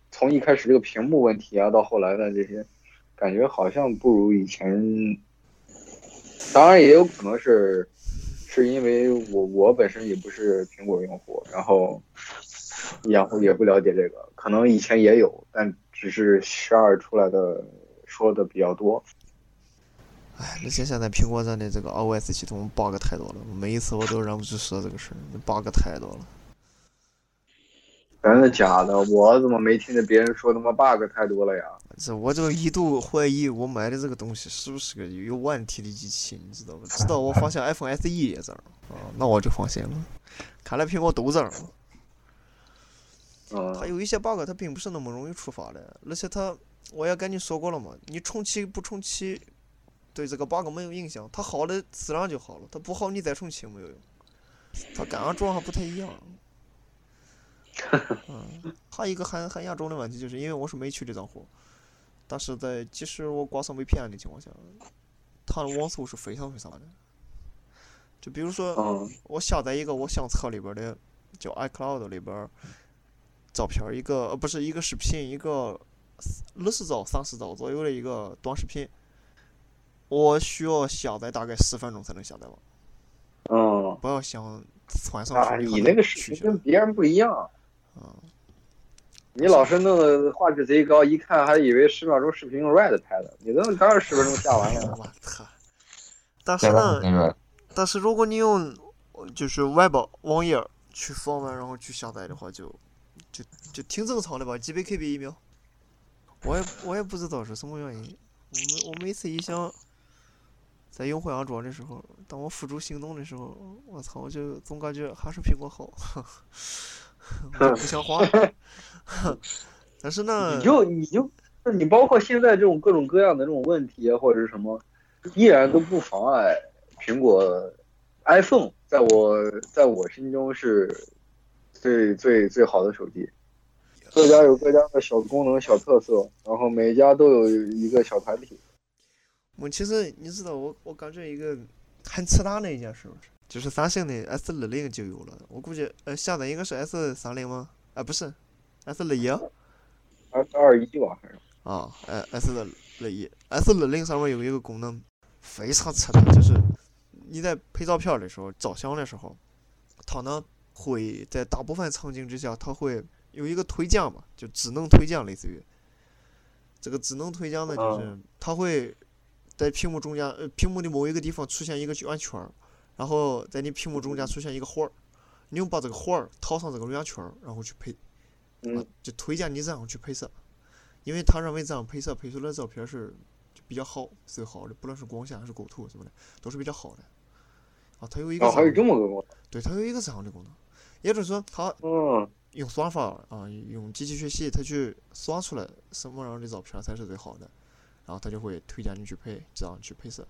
[SPEAKER 4] 从一开始这个屏幕问题啊，到后来的这些，感觉好像不如以前。当然也有可能是，是因为我我本身也不是苹果用户，然后然后也不了解这个，可能以前也有，但只是十二出来的说的比较多。
[SPEAKER 2] 哎， (laughs) 那些现在苹果站的这个 iOS 系统 bug 太多了，每一次我都忍不住说这个事儿，bug 太多了。
[SPEAKER 4] 真的假的？我怎么没听见别人说他妈 bug 太多了呀？
[SPEAKER 2] 这我就一度怀疑我买的这个东西是不是个有有问题的机器，你知道吗？直到我发现 iPhone SE 也这样啊，那我就放心了。看来苹果都这样，它
[SPEAKER 4] 嗯，
[SPEAKER 2] 有一些 bug 它并不是那么容易触发的，而且它我也跟你说过了嘛，你重启不重启，对这个 bug 没有影响，它好的自然就好了，它不好你再重启没有用，它跟安卓还不太一样。嗯，还有一个很很严重的问题，就是因为我是没去这账户，但是在即使我挂上 VPN 的情况下，它的网速是非常非常的。就比如说，
[SPEAKER 4] 嗯
[SPEAKER 2] 我下载一个我相册里边儿的，叫 iCloud 里边儿照片儿一个，呃，不是一个视频，一个二十兆、三十兆左右的一个短视频，我需要下载大概十分钟才能下载完，
[SPEAKER 4] 嗯，
[SPEAKER 2] 不要想传上去
[SPEAKER 4] 啊，
[SPEAKER 2] 很
[SPEAKER 4] 你
[SPEAKER 2] 难
[SPEAKER 4] 那个视
[SPEAKER 2] 取
[SPEAKER 4] 频
[SPEAKER 2] 消
[SPEAKER 4] 跟别人不一样。
[SPEAKER 2] 啊，
[SPEAKER 4] 你老是弄的画质贼高，一看还以为十秒钟视频用 Red 拍的，你弄当然十分钟
[SPEAKER 2] (laughs)
[SPEAKER 4] 下完了。
[SPEAKER 2] 我操！但是
[SPEAKER 1] 加班，
[SPEAKER 2] 呢
[SPEAKER 1] 那个
[SPEAKER 2] 但是如果你用呃就是 Web 网页去访问，然后去下载的话就，就就挺正常的吧，几百 KB 一秒。我也我也不知道是什么原因，我每我每次一想在用回安卓的时候，当我付诸行动的时候，我操，我就总感觉还是苹果好， (laughs) 我就不想换了。 (laughs) 但是呢，
[SPEAKER 4] (laughs) 你就你就，你包括现在这种各种各样的这种问题啊，或者是什么，依然都不妨碍苹果 iPhone 在我在我心中是最最最好的手机。各家有各家的小功能、小特色，然后每家都有一个小团体。
[SPEAKER 2] 我其实你知道我，我感觉一个很扯淡的一件事儿，就是三星的 S 二零就有了，我估计呃下载应该是 S 三零吗？啊、不是，S 二一
[SPEAKER 4] 二二一吧，还是
[SPEAKER 2] 啊，呃 S 二一，S 二零上面有一个功能非常扯淡，就是你在拍照片的时候、照相的时候，它呢会在大部分场景之下，它会有一个推荐嘛，就智能推荐，类似于这个智能推荐呢，就是它会在屏幕中间，呃，屏幕的某一个地方出现一个圆圈儿，然后在你屏幕中间出现一个环儿，你用把这个环儿套上这个圆圈儿，然后去配，啊
[SPEAKER 4] 嗯，
[SPEAKER 2] 就推荐你这样去配色，因为他认为这样配色配出来的照片是就比较好，最好的，不论是光线还是构图什么的，都是比较好的。啊，它有一个
[SPEAKER 4] 哦，
[SPEAKER 2] 这
[SPEAKER 4] 还有
[SPEAKER 2] 样的
[SPEAKER 4] 这么个功
[SPEAKER 2] 对，它有一个这样的功能，也就是说，它
[SPEAKER 4] 能，嗯，
[SPEAKER 2] 用算法啊，用机器学习，它去算出来什么样的照片才是最好的，然后它就会推荐你去配，这样去配色。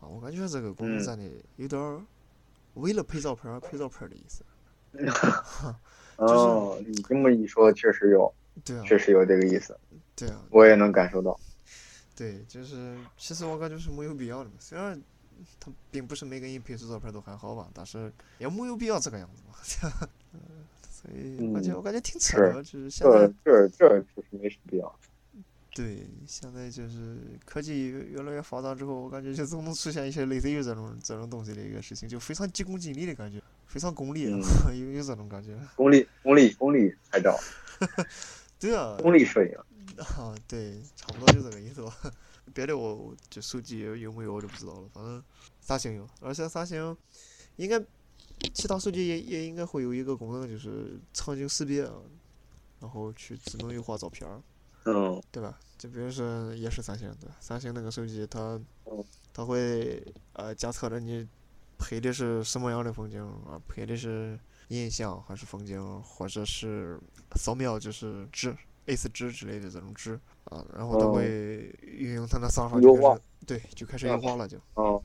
[SPEAKER 2] 啊，我感觉这个功能
[SPEAKER 4] 嗯
[SPEAKER 2] 真的有点儿为了配照片儿配照片儿的意思。是
[SPEAKER 4] 哦，你这么一说，确实有，
[SPEAKER 2] 对啊，
[SPEAKER 4] 确实有这个意思，
[SPEAKER 2] 对啊，
[SPEAKER 4] 我也能感受到。
[SPEAKER 2] 对，就是其实我感觉是没有必要的嘛。虽然他并不是每个人配出照片都很好吧，但是也没有必要这个样子嘛。 (laughs) 所以我感觉我感觉挺扯
[SPEAKER 4] 嗯是
[SPEAKER 2] 的，就是现
[SPEAKER 4] 这
[SPEAKER 2] 在
[SPEAKER 4] 这这确实没什么必要。
[SPEAKER 2] 对现在就是科技越越来越发达之后，我感觉就总能出现一些类似于这种这种东西的一个事情，就非常急功近利的感觉，非常功利啊，(laughs)
[SPEAKER 4] 嗯
[SPEAKER 2] 有有这种感觉。
[SPEAKER 4] 功利功利功利拍照，
[SPEAKER 2] 对啊，
[SPEAKER 4] 功利摄影，
[SPEAKER 2] 啊，对，差不多就这个意思吧。别的我我就手机有没有我就不知道了，反正三星有，而且三星应该其他手机也也应该会有一个功能，就是场景识别啊，然后去智能优化照片儿，
[SPEAKER 4] 嗯，
[SPEAKER 2] 对吧？就比如说也是三星的，三星那个手机它
[SPEAKER 4] 嗯
[SPEAKER 2] 它会呃检测着你拍的是什么样的风景啊，拍的是印象还是风景，或者是扫描就是值 A 四值之类的这种值啊，然后它
[SPEAKER 4] 哦
[SPEAKER 2] 会运用它的算法
[SPEAKER 4] 优
[SPEAKER 2] 就开
[SPEAKER 4] 化
[SPEAKER 2] 始对就开始优
[SPEAKER 4] 嗯
[SPEAKER 2] 化了就
[SPEAKER 4] 哦，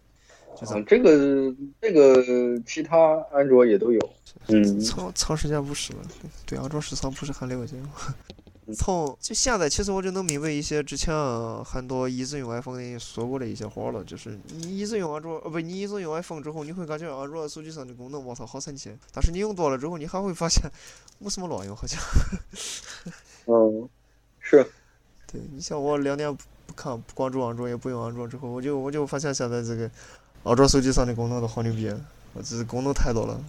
[SPEAKER 2] 就这
[SPEAKER 4] 嗯
[SPEAKER 2] 么
[SPEAKER 4] 这个这个其他安卓也都有，嗯，
[SPEAKER 2] 长长时间不使了，对安卓市场不是很了解。从就现在，其实我就能明白一些之前很多一直用 iPhone 的人说过的一些话了，就是你一直用安卓，呃，不，你一直用 iPhone 之后，你会感觉安卓手机上的功能，我操，好神奇。但是你用多了之后，你还会发现没什么卵用，好像。 (laughs)
[SPEAKER 4] 嗯，是，
[SPEAKER 2] 对你像我两年不不看不关注安卓，也不用安卓之后，我就我就发现现在这个安卓手机上的功能都好牛逼，我这功能太多
[SPEAKER 4] (laughs)
[SPEAKER 2] 了。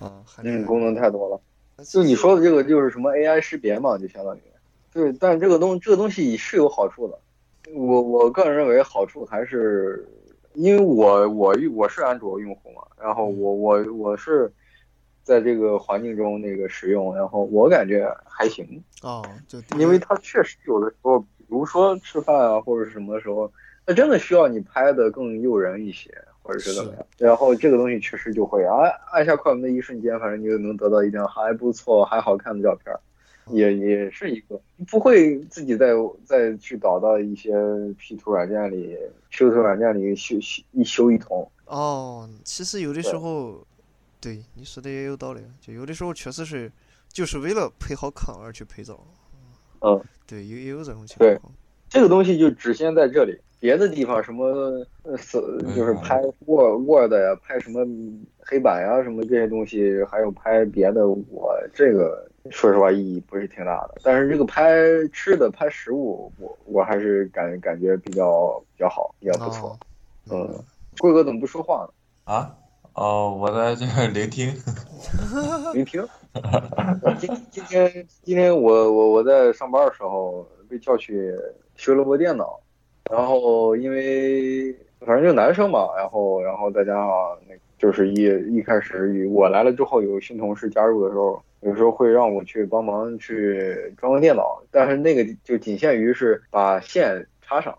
[SPEAKER 2] 啊，还
[SPEAKER 4] 嗯，
[SPEAKER 2] 能
[SPEAKER 4] 功能太多了。就你说的这个就是什么 AI 识别嘛，就相当于，对，但这个东这个东西是有好处的，我我个人认为好处还是，因为我我我是安卓用户嘛，然后我我我是在这个环境中那个使用，然后我感觉还行，
[SPEAKER 2] 啊，就第一
[SPEAKER 4] 因为它确实有的时候，比如说吃饭啊或者什么时候，它真的需要你拍的更诱人一些，或者是怎么样。然后这个东西确实就会按按下快门的一瞬间，反正你就能得到一张还不错、还好看的照片儿，也也是一个不会自己再再去导到一些 P 图软件里、修图软件里修修一修一通。
[SPEAKER 2] 哦，其实有的时
[SPEAKER 4] 对
[SPEAKER 2] 候，对你说的也有道理，啊就有的时候确实是就是为了配好看而去配照，
[SPEAKER 4] 嗯，
[SPEAKER 2] 对，也也有这种情
[SPEAKER 4] 对
[SPEAKER 2] 况。
[SPEAKER 4] 这个东西就只限在这里，别的地方什么呃，死就是拍 Word Word 呀，拍什么黑板呀，什么这些东西，还有拍别的，我这个说实话意义不是挺大的。但是这个拍吃的、拍食物，我我还是感感觉比较比较好，比较不错
[SPEAKER 2] 哦。，明白
[SPEAKER 4] 嗯贵哥怎么不说话
[SPEAKER 1] 啊，哦，我在这儿聆听。
[SPEAKER 4] 呢？没听。我 (laughs) 今今天今天我我我在上班的时候被叫去修了部电脑，然后因为反正就男生嘛，然后然后再加上那个就是一一开始我来了之后有新同事加入的时候，有时候会让我去帮忙去装个电脑，但是那个就仅限于是把线插上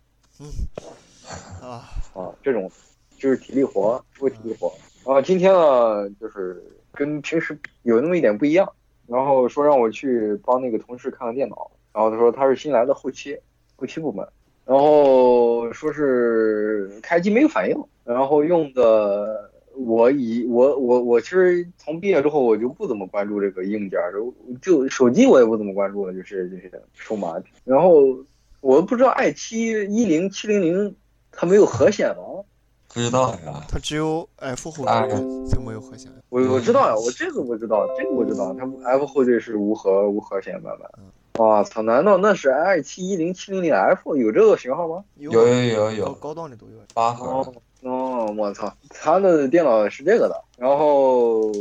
[SPEAKER 2] 啊，
[SPEAKER 4] 啊这种，就是体力活，做体力活。然后今天呢，就是跟平时有那么一点不一样，然后说让我去帮那个同事看看电脑，然后他说他是新来的后期，后期部门，然后说是开机没有反应，然后用的我以我我我其实从毕业之后我就不怎么关注这个硬件儿，就就手机我也不怎么关注了，就是这些数码，然后我不知道 i 七一零七零零它没有核显吗？
[SPEAKER 1] 不知道呀，
[SPEAKER 2] 它只有 F 后
[SPEAKER 1] 哎
[SPEAKER 2] 缀才没有核显。
[SPEAKER 4] 我我知道呀，我这个我知道，这个我知道，它 F 后缀是无核无核显版本。哇操！难道那是 i 七一零七零零 F 有这个型号吗？
[SPEAKER 2] 有啊
[SPEAKER 1] 有有有
[SPEAKER 2] 高
[SPEAKER 1] 有啊
[SPEAKER 2] 高端的都有。啊
[SPEAKER 1] 八核
[SPEAKER 4] 哦，哦，我操！他的电脑是这个的，然后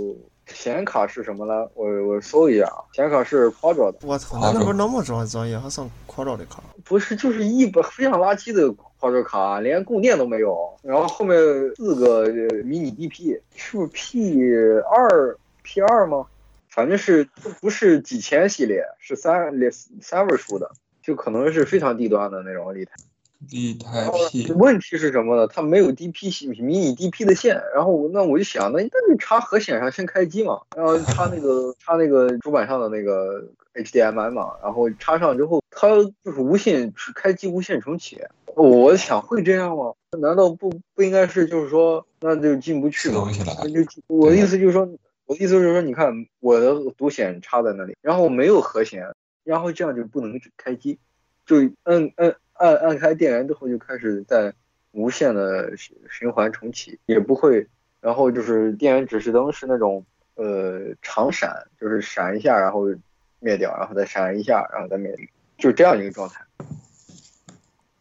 [SPEAKER 4] 显卡是什么呢？我我搜一下啊，显卡是 Quadro 的，
[SPEAKER 2] 我操，
[SPEAKER 1] 啊
[SPEAKER 2] 那
[SPEAKER 1] 这
[SPEAKER 2] 不是那么专专业，还上夸张的卡。
[SPEAKER 4] 不是就是一本非常垃圾的 Quadro 卡，连供电都没有。然后后面四个呃迷你 DP 是不是 P 二 P 二吗？反正是不是几千系列，是三连三位数的，就可能是非常低端的那种立台。
[SPEAKER 1] 一台
[SPEAKER 4] 然后
[SPEAKER 1] P，
[SPEAKER 4] 问题哦是什么呢？它没有 DP 系迷你 DP 的线，然后我那我就想，那那就插核显上先开机嘛，然后插那个插那个主板上的那个 HDMI 嘛，然后插上之后，它就是无线开机无线重启。我想会这样吗？难道不不应该是就是说那就进不去
[SPEAKER 1] 自
[SPEAKER 4] 吗？
[SPEAKER 1] 动起来，
[SPEAKER 4] 那就我的意思就是说，我的意思就是说，你看我的独显插在那里，然后没有和弦，然后这样就不能开机，就按按按按开电源之后就开始在无限的循循环重启，也不会，然后就是电源指示灯是那种呃长闪，就是闪一下然后灭掉，然后再闪一下然后再灭掉，就是这样一个状态。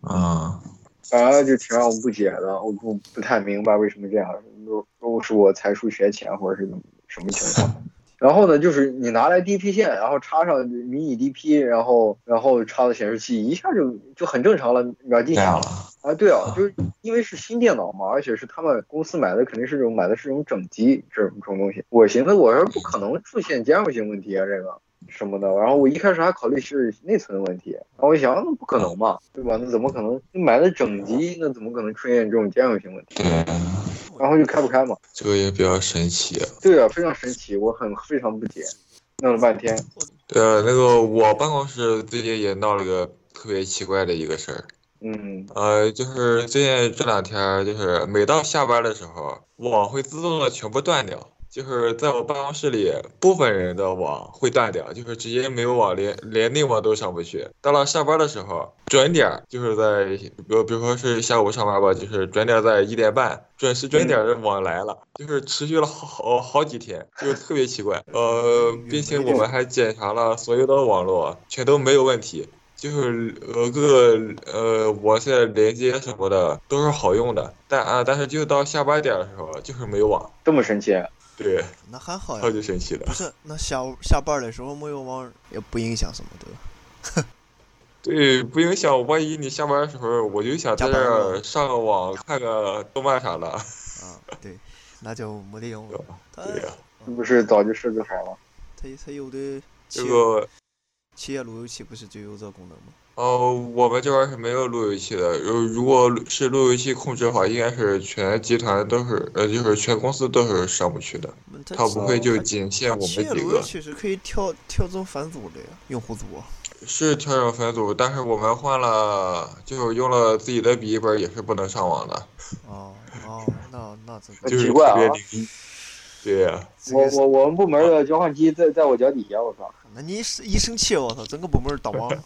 [SPEAKER 1] 啊，
[SPEAKER 4] 反正就挺让我不解的，我不不太明白为什么这样，如果是我才疏学浅或者是什么情况。 (laughs) 然后呢，就是你拿来 DP 线，然后插上迷你 DP，然后然后插到显示器，一下就就很正常了，秒
[SPEAKER 1] 这
[SPEAKER 4] 进去
[SPEAKER 1] 样
[SPEAKER 4] 了。
[SPEAKER 1] 了，
[SPEAKER 4] 啊，对啊，就是因为是新电脑嘛，而且是他们公司买的，肯定是这种买的是这种整机这种这种东西。我寻思我说不可能出现兼容性问题啊，这个什么的。然后我一开始还考虑是内存问题，然后我一想，啊那不可能嘛，对吧？那怎么可能？你买的整机，那怎么可能出现这种兼容性问题？
[SPEAKER 1] 对，
[SPEAKER 4] 然后就开不开嘛。
[SPEAKER 1] 这个也比较神奇。
[SPEAKER 4] 对啊，非常神奇，我很非常不解，弄了半天。
[SPEAKER 1] 对，啊那个我办公室最近也闹了个特别奇怪的一个事儿。
[SPEAKER 4] 嗯，
[SPEAKER 1] 呃，就是最近这两天儿，就是每到下班儿的时候，网会自动的全部断掉。就是在我办公室里，部分人的网会断掉，就是直接没有网连，连内网都上不去。到了上班的时候，准点儿就是在，比如比如说是下午上班吧，就是准点儿在一点半，准时准点儿的网来了，就是持续了好好好几天，就是特别奇怪。呃，并且我们还检查了所有的网络，全都没有问题。就是呃各个呃我现在连接什么的都是好用的，但啊但是就到下班点儿的时候就是没有网，
[SPEAKER 4] 这么神奇，啊
[SPEAKER 1] 对，
[SPEAKER 2] 那还好
[SPEAKER 1] 超
[SPEAKER 2] 呀，
[SPEAKER 1] 级神奇的
[SPEAKER 2] 不。是那下午下班的时候没有网也不影响什么，对吧？
[SPEAKER 1] 对，不影响。万一你下班的时候，我就想在这
[SPEAKER 2] 加班
[SPEAKER 1] 儿
[SPEAKER 2] 了
[SPEAKER 1] 上个网看个动漫啥的。
[SPEAKER 2] 啊，对，那就没得用了。他
[SPEAKER 1] (laughs) 对呀、
[SPEAKER 4] 是不是早就设置好了？
[SPEAKER 2] 他他有的企
[SPEAKER 1] 这
[SPEAKER 2] 业
[SPEAKER 1] 个
[SPEAKER 2] 企业路由器不是就有这功能吗？
[SPEAKER 1] 呃，我们这边是没有路由器的。如如果是路由器控制的话，应该是全集团都是呃，就是全公司都是上不去的。
[SPEAKER 2] 嗯它
[SPEAKER 1] 它不会就
[SPEAKER 2] 它
[SPEAKER 1] 仅限我们
[SPEAKER 2] 企
[SPEAKER 1] 几
[SPEAKER 2] 业路
[SPEAKER 1] 个
[SPEAKER 2] 由。器是可以调调整返组的呀，用户组。
[SPEAKER 1] 是调整分组，但是我们换了，就是用了自己的笔记本，也是不能上网的，
[SPEAKER 2] 哦哦，那那这
[SPEAKER 4] 很
[SPEAKER 2] 个
[SPEAKER 1] 就是
[SPEAKER 4] 奇怪
[SPEAKER 1] 特
[SPEAKER 4] 啊
[SPEAKER 1] 别灵异。对啊呀、
[SPEAKER 2] 这
[SPEAKER 4] 我
[SPEAKER 2] 个是，
[SPEAKER 4] 我我们部门的交换机在在我脚底下，我操！
[SPEAKER 2] 那你是一生气，我操，整个部门倒亡了。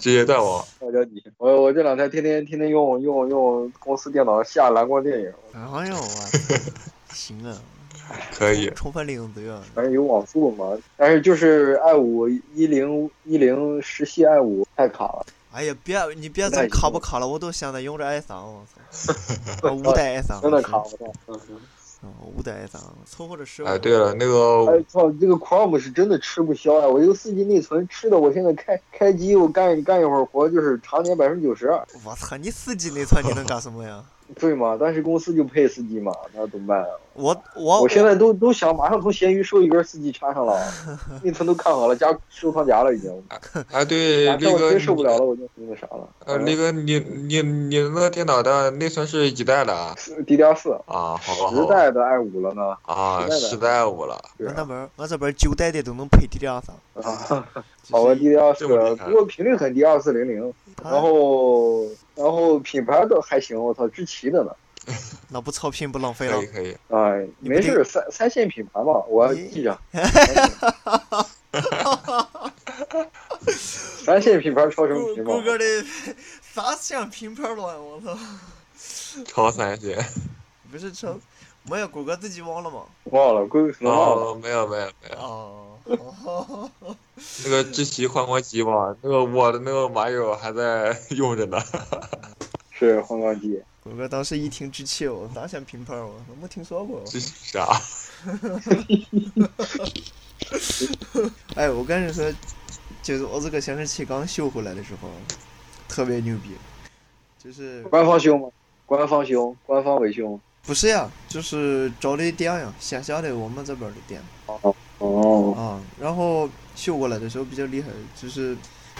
[SPEAKER 1] 直接断网。
[SPEAKER 4] 我叫你，我我这两天天天天天用用用公司电脑下蓝光电影，
[SPEAKER 2] 哎呦我操，行啊，
[SPEAKER 1] 可以，
[SPEAKER 2] 充分利用资源。
[SPEAKER 4] 反正有网速嘛。但是就是 i 五一零一零十系 i 五太卡了，
[SPEAKER 2] 哎呀，别你别
[SPEAKER 4] 那
[SPEAKER 2] 总
[SPEAKER 4] 已
[SPEAKER 2] 卡
[SPEAKER 4] 经
[SPEAKER 2] 不卡了，我都现在用着 i 三，我
[SPEAKER 4] (laughs)
[SPEAKER 2] 操，啊五代 i 三，
[SPEAKER 4] 真的卡，我操！
[SPEAKER 2] 嗯，五代 i 三，凑合着使。
[SPEAKER 1] 哎，
[SPEAKER 4] 啊
[SPEAKER 1] 对了，那个
[SPEAKER 4] 哎操，这个 Chrome 是真的吃不消啊！我一个四 G 内存吃的，我现在开开机我干干一会儿活就是常年百分之九十，
[SPEAKER 2] 我操，你四 G 内存你能干什么呀？
[SPEAKER 4] 对吗？但是公司就配四 G 嘛，那怎么办啊？
[SPEAKER 1] 哦
[SPEAKER 2] 我我
[SPEAKER 4] 我现在都都想马上从闲鱼收一根四 G
[SPEAKER 1] (laughs)
[SPEAKER 4] 插上了，内存都看好了，加收藏夹了已经。
[SPEAKER 1] 哎，对，
[SPEAKER 4] 反正
[SPEAKER 1] 那
[SPEAKER 4] 我
[SPEAKER 1] 个
[SPEAKER 4] 真受不了了，我就那个啥了。嗯
[SPEAKER 1] 呃，那个你你你那电脑的内存是几代的啊？
[SPEAKER 4] DDR 四
[SPEAKER 1] 啊，好吧，好
[SPEAKER 4] 十
[SPEAKER 1] 吧，
[SPEAKER 4] 代的 i 五了呢，
[SPEAKER 1] 啊，
[SPEAKER 4] 十代的
[SPEAKER 1] 十代五了，
[SPEAKER 4] 对
[SPEAKER 2] 我那
[SPEAKER 4] 啊，
[SPEAKER 2] 边我这边九代的都能配 DDR 三，
[SPEAKER 4] 啊
[SPEAKER 2] 就是
[SPEAKER 4] (laughs) 好吧，DDR 四
[SPEAKER 1] 这么厉，害
[SPEAKER 4] 不过频率很低，二四零零，
[SPEAKER 2] 它
[SPEAKER 4] 然后然后品牌都还行，我操，知奇的呢，
[SPEAKER 2] 那不超频不浪费了
[SPEAKER 1] 可以。可以，
[SPEAKER 4] 哎，
[SPEAKER 2] 你不
[SPEAKER 4] 没事
[SPEAKER 2] 得
[SPEAKER 4] 儿，三三线品牌嘛，我要
[SPEAKER 2] 你
[SPEAKER 4] 记
[SPEAKER 2] (laughs)
[SPEAKER 4] 着。三线品牌超什么
[SPEAKER 2] 谷
[SPEAKER 4] 品
[SPEAKER 2] 谷
[SPEAKER 4] 牌？
[SPEAKER 2] 歌的 (laughs) 啥像品牌乱，我操！
[SPEAKER 1] 超三线。
[SPEAKER 2] 不是超，没有谷歌自己忘了吗？
[SPEAKER 1] 哦
[SPEAKER 4] 忘了，估计可能忘了。
[SPEAKER 1] 哦，没有没有没有，
[SPEAKER 2] 哦，哦 (laughs)
[SPEAKER 1] 那个志奇换光机吧，那个我的那个马友还在 (laughs) 用着呢。
[SPEAKER 4] 是换光机，
[SPEAKER 2] 狗哥当时一听之气，我哪想评判我？我哦没听说过。
[SPEAKER 1] 这是啥？
[SPEAKER 2] 哎，我跟你说，就是我这个显示器刚修回来的时候，啊特别牛逼，就是
[SPEAKER 4] 官方修吗？官方修，官方维修。
[SPEAKER 2] 不是呀，就是找的店呀，线下的我们这边的店
[SPEAKER 4] 哦，
[SPEAKER 2] 啊。然后修过来的时候比较厉害，就是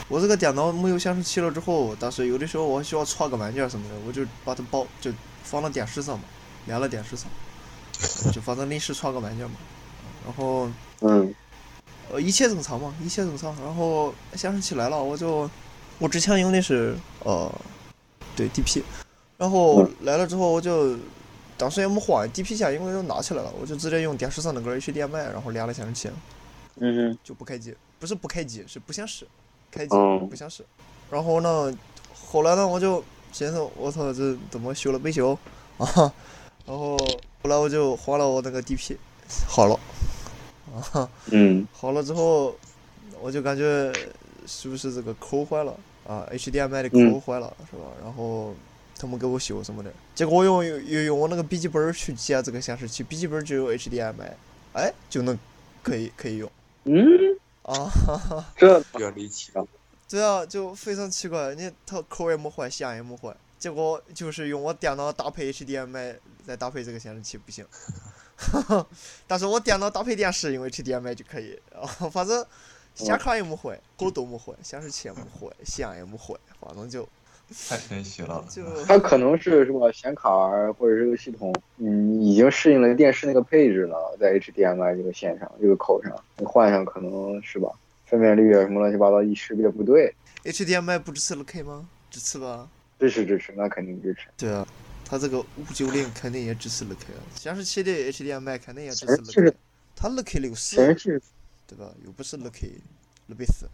[SPEAKER 2] 我这个电脑没有显示器了之后，但是有的时候我需要插个软件什么的，我就把它包就放到电视上嘛，连了电视上，就反正临时插个软件嘛。然后
[SPEAKER 4] 嗯，
[SPEAKER 2] 呃，一切正常嘛，一切正常。然后显示器来了，我就我之前用的是呃，对 DP，然后
[SPEAKER 4] 嗯
[SPEAKER 2] 来了之后我就当时也没慌，DP 线因为都拿起来了，我就直接用电视上那个 HDMI，然后连了显示器，
[SPEAKER 4] 嗯
[SPEAKER 2] 就不开机，不是不开机，是不显示，开机、
[SPEAKER 4] 嗯
[SPEAKER 2] 不显示。然后呢，后来呢，我就寻思，我操，这怎么修了没修啊？然后后来我就换了我那个 DP，好了，啊。
[SPEAKER 4] 嗯
[SPEAKER 2] 好了之后，我就感觉是不是这个口坏了啊？HDMI 的口
[SPEAKER 4] 嗯
[SPEAKER 2] 坏了、是吧？然后他们给我修什么的，结果我用用用我那个笔记本儿去接这个显示器，笔记本儿只有 HDMI，哎，就能可以可以用
[SPEAKER 4] 嗯，
[SPEAKER 2] 啊！哈哈，
[SPEAKER 4] 这
[SPEAKER 1] 比较离奇。
[SPEAKER 2] 对啊，就非常奇怪，你它口也没坏，线也没坏，结果就是用我电脑搭配 HDMI 再搭配这个显示器不行。 (laughs) 但是我电脑搭配电视用 HDMI 就可以，啊，反
[SPEAKER 4] 哦
[SPEAKER 2] 正显卡也没坏，狗都没坏，显示器也没坏，线也没坏，反正
[SPEAKER 4] 嗯
[SPEAKER 2] 就
[SPEAKER 1] 太神奇了。
[SPEAKER 2] 就
[SPEAKER 4] 它可能是什么显卡儿或者是个系统，嗯，已经适应了电视那个配置了，在 HDMI 这个线上这个口上，你换上可能是吧，分辨率啊什么乱七八糟一识别不对，
[SPEAKER 2] HDMI 不支持了 K 吗？支持吧。
[SPEAKER 4] 支持支持，那肯定支持。
[SPEAKER 2] 对啊，它这个五九零肯定也支持了 K，显啊示器的 HDMI 肯定也支持
[SPEAKER 4] 显示器
[SPEAKER 2] 了
[SPEAKER 4] 是
[SPEAKER 2] K，它了 K 六
[SPEAKER 4] 显示
[SPEAKER 2] 四
[SPEAKER 4] 器
[SPEAKER 2] 对吧？又不是了 K 了贝斯。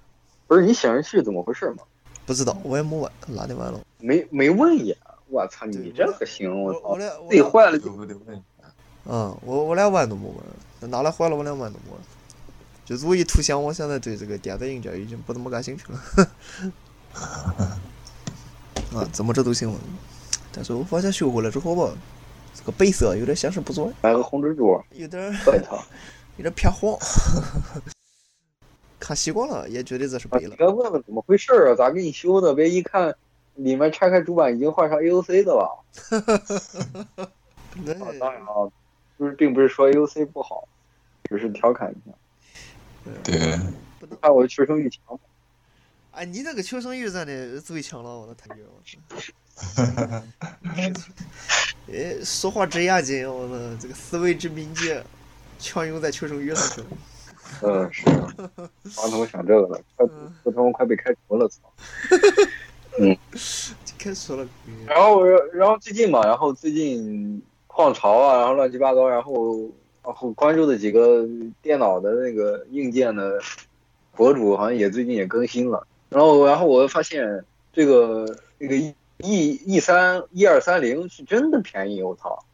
[SPEAKER 4] 不是你显示器怎么回事嘛？
[SPEAKER 2] 不知道，
[SPEAKER 4] 嗯
[SPEAKER 2] 我也没问，哪里问了？
[SPEAKER 4] 没没问也，我操，
[SPEAKER 2] 对
[SPEAKER 4] 你这个行，
[SPEAKER 2] 我
[SPEAKER 4] 我
[SPEAKER 2] 我
[SPEAKER 4] 操，
[SPEAKER 2] 连
[SPEAKER 4] 自己
[SPEAKER 2] 我
[SPEAKER 4] 坏了就
[SPEAKER 1] 有不得问？
[SPEAKER 2] 嗯，我我连问都没问，哪来坏了我连问都没问，就足以凸显我现在对这个电子硬件已经不怎么感兴趣了。
[SPEAKER 4] (laughs)
[SPEAKER 2] 啊，怎么这都行了？但是我发现修回来之后吧，这个背色有点显示不准，
[SPEAKER 4] 买个红蜘蛛，
[SPEAKER 2] 有点儿
[SPEAKER 4] 我
[SPEAKER 2] (laughs)
[SPEAKER 4] 操，
[SPEAKER 2] 有点偏
[SPEAKER 4] (laughs)
[SPEAKER 2] 黄，看习惯了也觉得这是
[SPEAKER 4] 啊
[SPEAKER 2] 背
[SPEAKER 4] 你
[SPEAKER 2] 了。
[SPEAKER 4] 该问问怎么回事儿啊？咋给你修的？别一看里面拆开主板已经换成 AOC 的了。
[SPEAKER 2] 对
[SPEAKER 4] 啊，
[SPEAKER 2] 嗯
[SPEAKER 4] 当然啊，就是并不是说 AOC 不好，只是调侃一下。
[SPEAKER 1] 对，
[SPEAKER 4] 看我求生欲强吗，
[SPEAKER 2] 哎，你这个求生欲真的最强了，我的太牛了！我操哎，说话直押金，我操，这个思维之敏捷，全用在求生欲上去了。
[SPEAKER 4] 嗯，是啊，马桶想这个了，快
[SPEAKER 2] 嗯
[SPEAKER 4] 不通快被开除了，操！
[SPEAKER 2] 就开始了，嗯
[SPEAKER 4] 然后我，然后最近嘛，然后最近矿潮啊，然后乱七八糟，然后然后关注的几个电脑的那个硬件的博主，好像也最近也更新了。然后，然后我发现这个这个 E E 三一二三零是真的便宜，我操！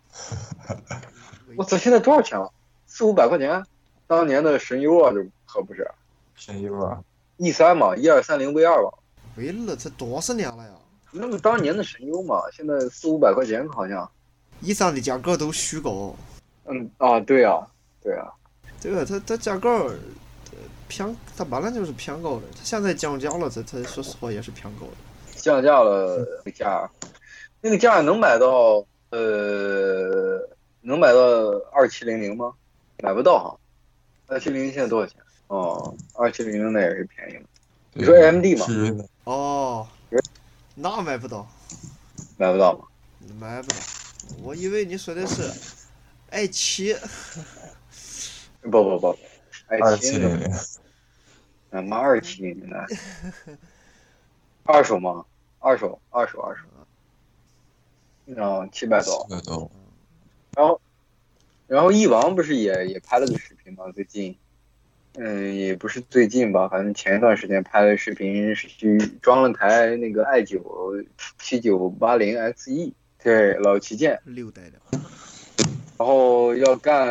[SPEAKER 4] 我操，现在多少钱了？四五百块钱？当年的神优啊，这可不是
[SPEAKER 1] 神医吧？
[SPEAKER 4] E 三嘛，一二三零 V 二嘛，
[SPEAKER 2] 为了这多少年了呀？
[SPEAKER 4] 那么当年的神优嘛，现在四五百块钱好像。
[SPEAKER 2] 以上的价格都虚高，
[SPEAKER 4] 嗯啊，对啊，对啊。
[SPEAKER 2] 对吧？它它价格呃偏，它本来就是偏高的，它现在降价了，它它说实话也是偏高的。
[SPEAKER 4] 降价了那个价，那个价能买到呃能买到二七零零吗？买不到哈。二七零零现在多少钱？哦，二七零零那也是便宜了，你说 AMD 嘛
[SPEAKER 1] 是的，
[SPEAKER 2] 哦，那买不到。
[SPEAKER 4] 买不到吗？
[SPEAKER 2] 买不到，我以为你说的是 i 七，
[SPEAKER 4] 不不不，
[SPEAKER 1] 二
[SPEAKER 4] 哎，
[SPEAKER 1] 七
[SPEAKER 4] 亲
[SPEAKER 1] 零零，
[SPEAKER 4] 他妈二七零零的，二手吗？二手，二手，二手。嗯，七百多。
[SPEAKER 1] 那都
[SPEAKER 4] 然后翼王不是也也拍了个视频吗？最近，嗯，也不是最近吧，反正前一段时间拍了视频，是去装了台那个 i 九七九八零 XE，对，老旗舰，
[SPEAKER 2] 六代的，
[SPEAKER 4] 然后要干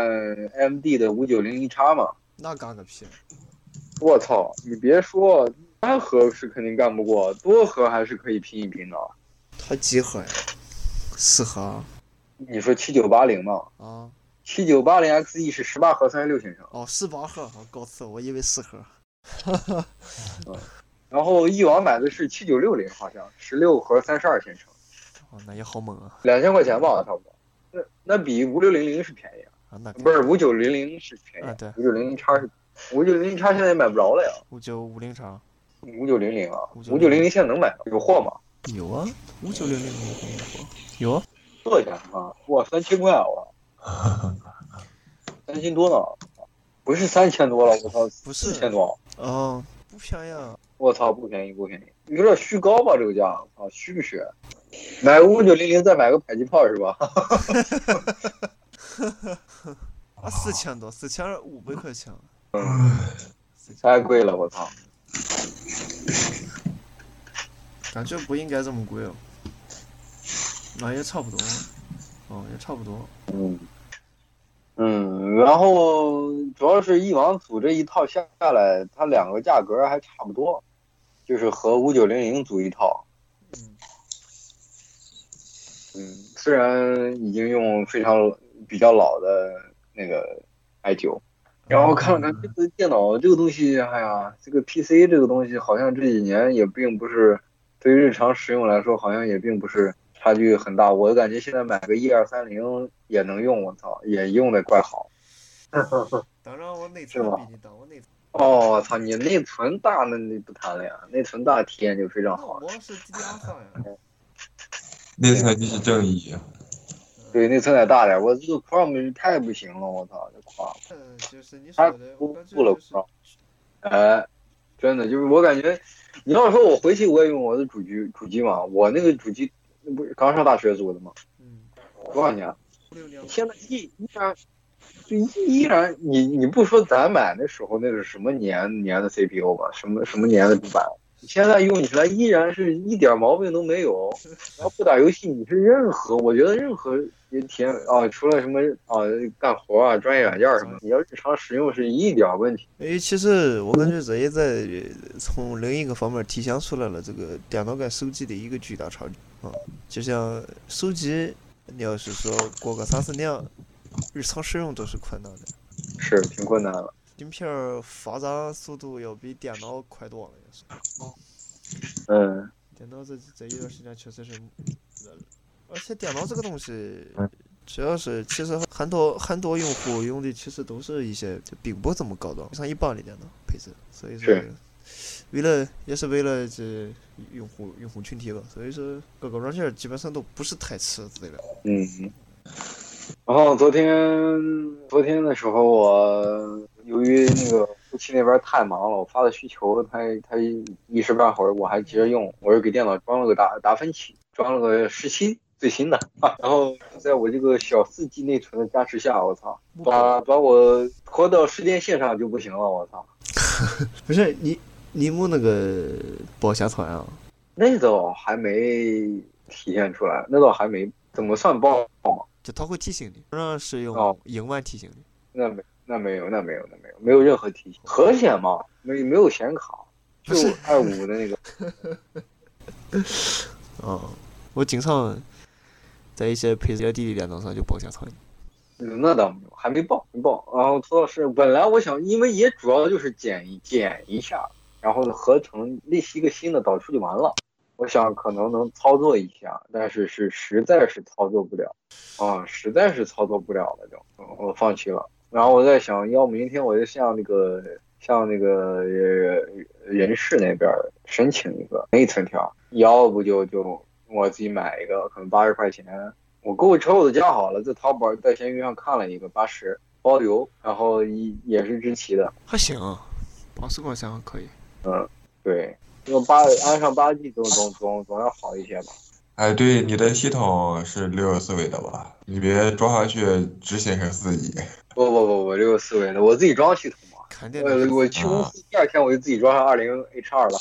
[SPEAKER 4] AMD 的五九零一叉嘛，
[SPEAKER 2] 那干个屁！
[SPEAKER 4] 我操，你别说，单核是肯定干不过，多核还是可以拼一拼的。
[SPEAKER 2] 他几核呀？四核啊
[SPEAKER 4] 你说七九八零嘛，
[SPEAKER 2] 啊？
[SPEAKER 4] 七九八零 XE 是十八核三十六线程，
[SPEAKER 2] 哦，是八核，我搞错，我以为四核。
[SPEAKER 4] 然后翼王买的是七九六零，好像十六核三十二线程，
[SPEAKER 2] 哦，那也好猛啊！
[SPEAKER 4] 两千块钱吧，差不多。那那比五六零零是便宜啊，
[SPEAKER 2] 啊，那肯
[SPEAKER 4] 不是五九零零是便宜
[SPEAKER 2] 啊对
[SPEAKER 4] 啊，五九零零叉是五九零零叉现在也买不着了呀，
[SPEAKER 2] 五九五零叉
[SPEAKER 4] 五九零零啊，
[SPEAKER 2] 5900
[SPEAKER 4] 五九零零现在能买到有货吗？
[SPEAKER 2] 有啊，五九零零有有啊，
[SPEAKER 4] 这家啊，哇，三千块啊，我三千多呢，不是三千多了，我操，
[SPEAKER 2] 不是
[SPEAKER 4] 四千多，
[SPEAKER 2] 哦，不便宜啊，
[SPEAKER 4] 我操，不便宜不便宜，有点虚高吧这个价啊，虚不虚？买个五九零零再买个迫击炮是吧？ (laughs)
[SPEAKER 2] 啊，四千多，四千五百块钱，四千
[SPEAKER 4] 太贵了，我操！
[SPEAKER 2] 感觉不应该这么贵哦。啊，也差不多，哦，也差不多。
[SPEAKER 4] 嗯，嗯，然后主要是翼王组这一套下下来，它两个价格还差不多，就是和五九零零组一套。嗯，虽然已经用非常比较老的那个 i 九，然后看了看这个电脑这个东西，哎呀，这个 PC 这个东西好像这几年也并不是对于日常使用来说，好像也并不是差距很大。我感觉现在买个一二三零也能用，我操，也用的怪好。
[SPEAKER 2] 当然，我内
[SPEAKER 4] 是
[SPEAKER 2] 存
[SPEAKER 4] 吗
[SPEAKER 2] 比你大，我内存。
[SPEAKER 4] 哦，我操，你内存大那你不谈了呀，内存大体验就非常
[SPEAKER 2] 那
[SPEAKER 4] 好。
[SPEAKER 2] 我是 DDR 三
[SPEAKER 4] 哎
[SPEAKER 2] 呀，呃
[SPEAKER 1] 内存就是正义。
[SPEAKER 4] 对，内存得大点，我这个 Chrome 太不行了，我操，这 Chrome
[SPEAKER 2] 嗯，就是你
[SPEAKER 4] 太
[SPEAKER 2] 说的，我
[SPEAKER 4] 突
[SPEAKER 2] 感觉
[SPEAKER 4] 兀了
[SPEAKER 2] 就是
[SPEAKER 4] ，Chrome。哎，真的就是我感觉，你要说我回去我也用我的主机主机嘛，我那个主机那不是刚上大学组的嘛，
[SPEAKER 2] 嗯，
[SPEAKER 4] 多少年？
[SPEAKER 2] 五六年
[SPEAKER 4] 现在依依然，就依依然，你你不说咱买那时候那是什么年年的 CPU 吧，什么什么年的主板，你现在用起来依然是一点毛病都没有。然后不打游戏，你是任何，我觉得任何也体验啊，除了什么啊干活啊、专业软件什么，你要日常使用是一点问题。
[SPEAKER 2] 哎，其实我感觉这也在呃从另一个方面体现出来了这个电脑跟手机的一个巨大差距啊、就像手机，你要是说过个三四年，日常使用都是困难的。
[SPEAKER 4] 是挺困难了。
[SPEAKER 2] 芯片儿发展速度要比电脑快多了，也是。
[SPEAKER 4] 嗯，
[SPEAKER 2] 电脑这这一段时间确实是，呃而且电脑这个东西，主要是其实很多很多用户用的其实都是一些就并不怎么高端，像一般的电脑配置，所以说
[SPEAKER 4] 是
[SPEAKER 2] 为了也是为了这用户用户群体吧，所以说各个软件儿基本上都不是太吃资料。
[SPEAKER 4] 嗯，然后昨天昨天的时候我，由于那个后期那边太忙了，我发的需求他他一时半会儿我还急着用，我又给电脑装了个达达芬奇，装了个十七最新的，然后在我这个小四 G 内存的加持下，我操，把把我拖到时间线上就不行了，我操，
[SPEAKER 2] 不是你你没那个保下传啊？
[SPEAKER 4] 那倒还没体现出来，那倒还没怎么算爆嘛。
[SPEAKER 2] 就它会提醒你，让是用
[SPEAKER 4] 哦
[SPEAKER 2] 英文提醒你。
[SPEAKER 4] 那没那没有那没有那没有没有任何提醒，核显嘛，没没有显卡，就二五的那个，
[SPEAKER 2] 啊，我经常在一些配置较低的电脑上就保下传。
[SPEAKER 4] 嗯那倒没有，还没报没报。然后涂老师，本来我想，因为也主要就是剪一剪一下，然后合成那是一个新的导出就完了。我想可能能操作一下，但是是实在是操作不了，啊，实在是操作不了了就，我放弃了。然后我在想，要么明天我就向那个向那个呃人事那边申请一个内存条，要不就就我自己买一个，可能八十块钱。我购物车我都加好了，在淘宝在闲鱼上看了一个八十包邮，然后一也是知奇的，
[SPEAKER 2] 还行，八十块钱还可以。
[SPEAKER 4] 对，用八安上八 G 总总总总要好一些吧。
[SPEAKER 1] 哎，对，你的系统是六十四位的吧？你别装上去只显示四亿。
[SPEAKER 4] 不不不不，六十四位的，我自己装系统嘛。
[SPEAKER 2] 肯定的
[SPEAKER 4] 我我去公司第二天我就自己装上二零 H 二了，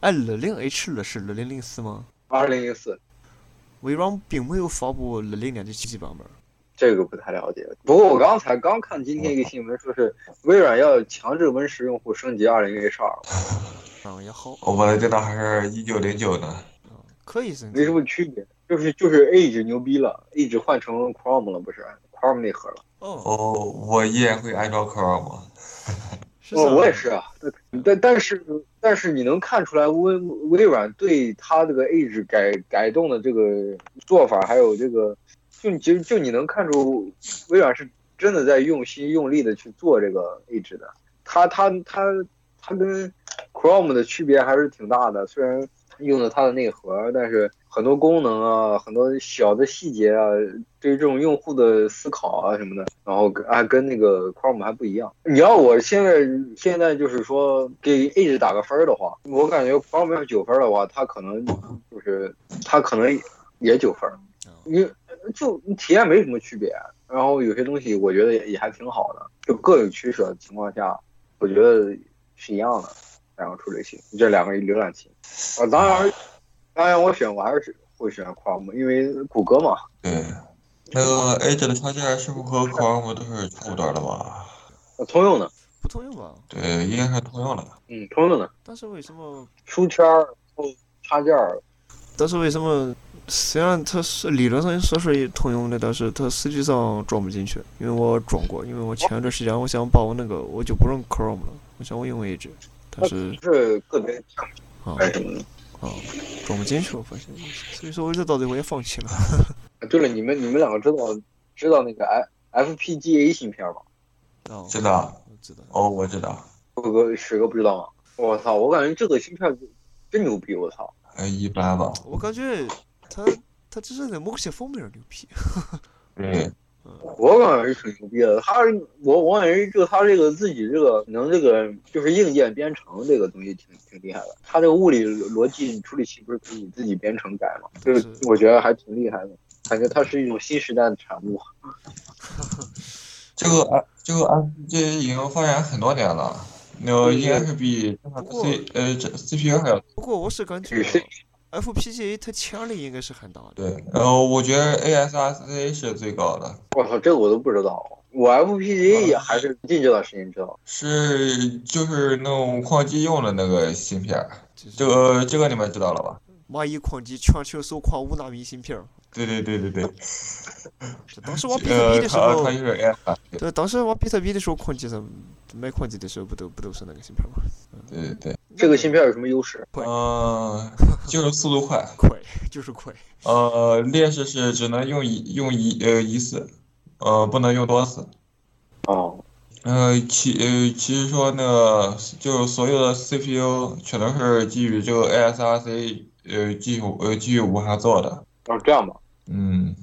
[SPEAKER 2] 哎，六零 H 六是六零零四吗？
[SPEAKER 4] 二零零四，
[SPEAKER 2] 微软并没有发布六零年的七 G 版本。
[SPEAKER 4] 这个不太了解。不过我刚才刚看今天一个新闻，说是微软要强制 Win 十用户升级 20H2，
[SPEAKER 2] 嗯，也好，
[SPEAKER 1] 我的电脑还是一九零九呢。
[SPEAKER 2] 嗯，可以升
[SPEAKER 4] 没
[SPEAKER 2] 级
[SPEAKER 4] 什。么区别，就是就是 Edge 牛逼了，Edge 换成 Chrome 了，不是 Chrome 内核了。
[SPEAKER 2] 哦，
[SPEAKER 1] 哦，我依然会安装 Chrome。
[SPEAKER 2] 是
[SPEAKER 4] 哦，
[SPEAKER 2] 啥
[SPEAKER 4] 我也是啊，但但但是但是你能看出来微微软对它这个 Edge 改改动的这个做法，还有这个，就你就就你能看出微软是真的在用心用力的去做这个 Edge 的。它它它它跟 Chrome 的区别还是挺大的，虽然用的它的内核，但是很多功能啊，很多小的细节啊，对于这种用户的思考啊什么的，然后跟啊跟那个 Chrome 还不一样。你要我现在现在就是说给 Edge 打个分儿的话，我感觉 Chrome 要是九分儿的话，它可能就是它可能也九分儿，你就你体验没什么区别。然后有些东西我觉得也也还挺好的，就各有取舍的情况下，我觉得是一样的。两个处理器，这两个浏览器。啊，当然，当然我选我还是会选 Chrome，因为谷歌嘛。
[SPEAKER 1] 对，那个 Edge 的插件是不是和 Chrome 都是差不多的吧？
[SPEAKER 4] 呃通用的，
[SPEAKER 2] 不通用吧？
[SPEAKER 1] 对，应该是通用的。
[SPEAKER 4] 嗯，通用的，
[SPEAKER 2] 但是为什么？
[SPEAKER 4] 书签儿，然后插件儿，
[SPEAKER 2] 但是为什么？虽然它是理论上说是通用的，但是它实际上装不进去，因为我装过，因为我前一段时间我想把我那个我就不用 Chrome 了，我想我用 Edge，但是
[SPEAKER 4] 不是个别项目
[SPEAKER 2] 啊
[SPEAKER 4] 还是什么的。
[SPEAKER 2] 啊装不进去，我发现，所以说我这到最后也放弃了。
[SPEAKER 4] 啊对了，你们你们两个知道知道那个 F FPGA 芯片吗？
[SPEAKER 2] 哦，
[SPEAKER 1] 知道。
[SPEAKER 2] 我知道。
[SPEAKER 1] 哦，我知道。
[SPEAKER 4] 谷歌史哥不知道吗？我操，我感觉这个芯片真牛逼！我操，
[SPEAKER 1] 呃，一般吧。
[SPEAKER 2] 我感觉他他只是在某些方面牛逼。
[SPEAKER 1] 对，
[SPEAKER 4] 我感觉是挺牛逼的。他我我感觉就他这个自己这个能这个就是硬件编程这个东西挺挺厉害的。他这个物理逻辑处理器不是可以自己编程改吗？就是
[SPEAKER 2] 是
[SPEAKER 4] 我觉得还挺厉害的，感觉它是一种新时代的产物。
[SPEAKER 1] 这个 F 这个 FPGA 已经发展很多年了，那个应该是比正常的
[SPEAKER 2] 不过
[SPEAKER 1] C 呃这 CPU 还要
[SPEAKER 2] 不过我是感觉
[SPEAKER 4] 与 C
[SPEAKER 2] FPGA 它潜力应该是很大的。
[SPEAKER 1] 对。然后我觉得 ASRC 是最高的，
[SPEAKER 4] 我操，这个我都不知道。我 FPGA 也还是近这段时间知道。
[SPEAKER 1] 是就是那种矿机用的那个芯片儿。
[SPEAKER 2] 就是
[SPEAKER 1] 这个这个你们知道了吧？
[SPEAKER 2] 蚂蚁矿机全球首款五纳米芯片儿。
[SPEAKER 1] 对对对对对。
[SPEAKER 2] 当时玩比特
[SPEAKER 1] 呃，
[SPEAKER 2] 币的时
[SPEAKER 1] 它
[SPEAKER 2] 候
[SPEAKER 1] 它，就是 ASRC。
[SPEAKER 2] 对，当时玩比特币的时候，矿机上买矿机的时候，不都不都是那个芯片吗？
[SPEAKER 1] 对对对。
[SPEAKER 4] 这个芯片有什么优势？
[SPEAKER 2] 快
[SPEAKER 1] 嗯，就是速度快。
[SPEAKER 2] 快 (laughs) 就是快。
[SPEAKER 1] 呃，劣势是只能用一用一呃一次，呃不能用多次。
[SPEAKER 4] 哦，
[SPEAKER 1] 呃，其呃其实说那个就是所有的 CPU 全都是基于这个 ASRC 呃基础呃基于无函做的。
[SPEAKER 4] 哦，这样吧，
[SPEAKER 1] 嗯，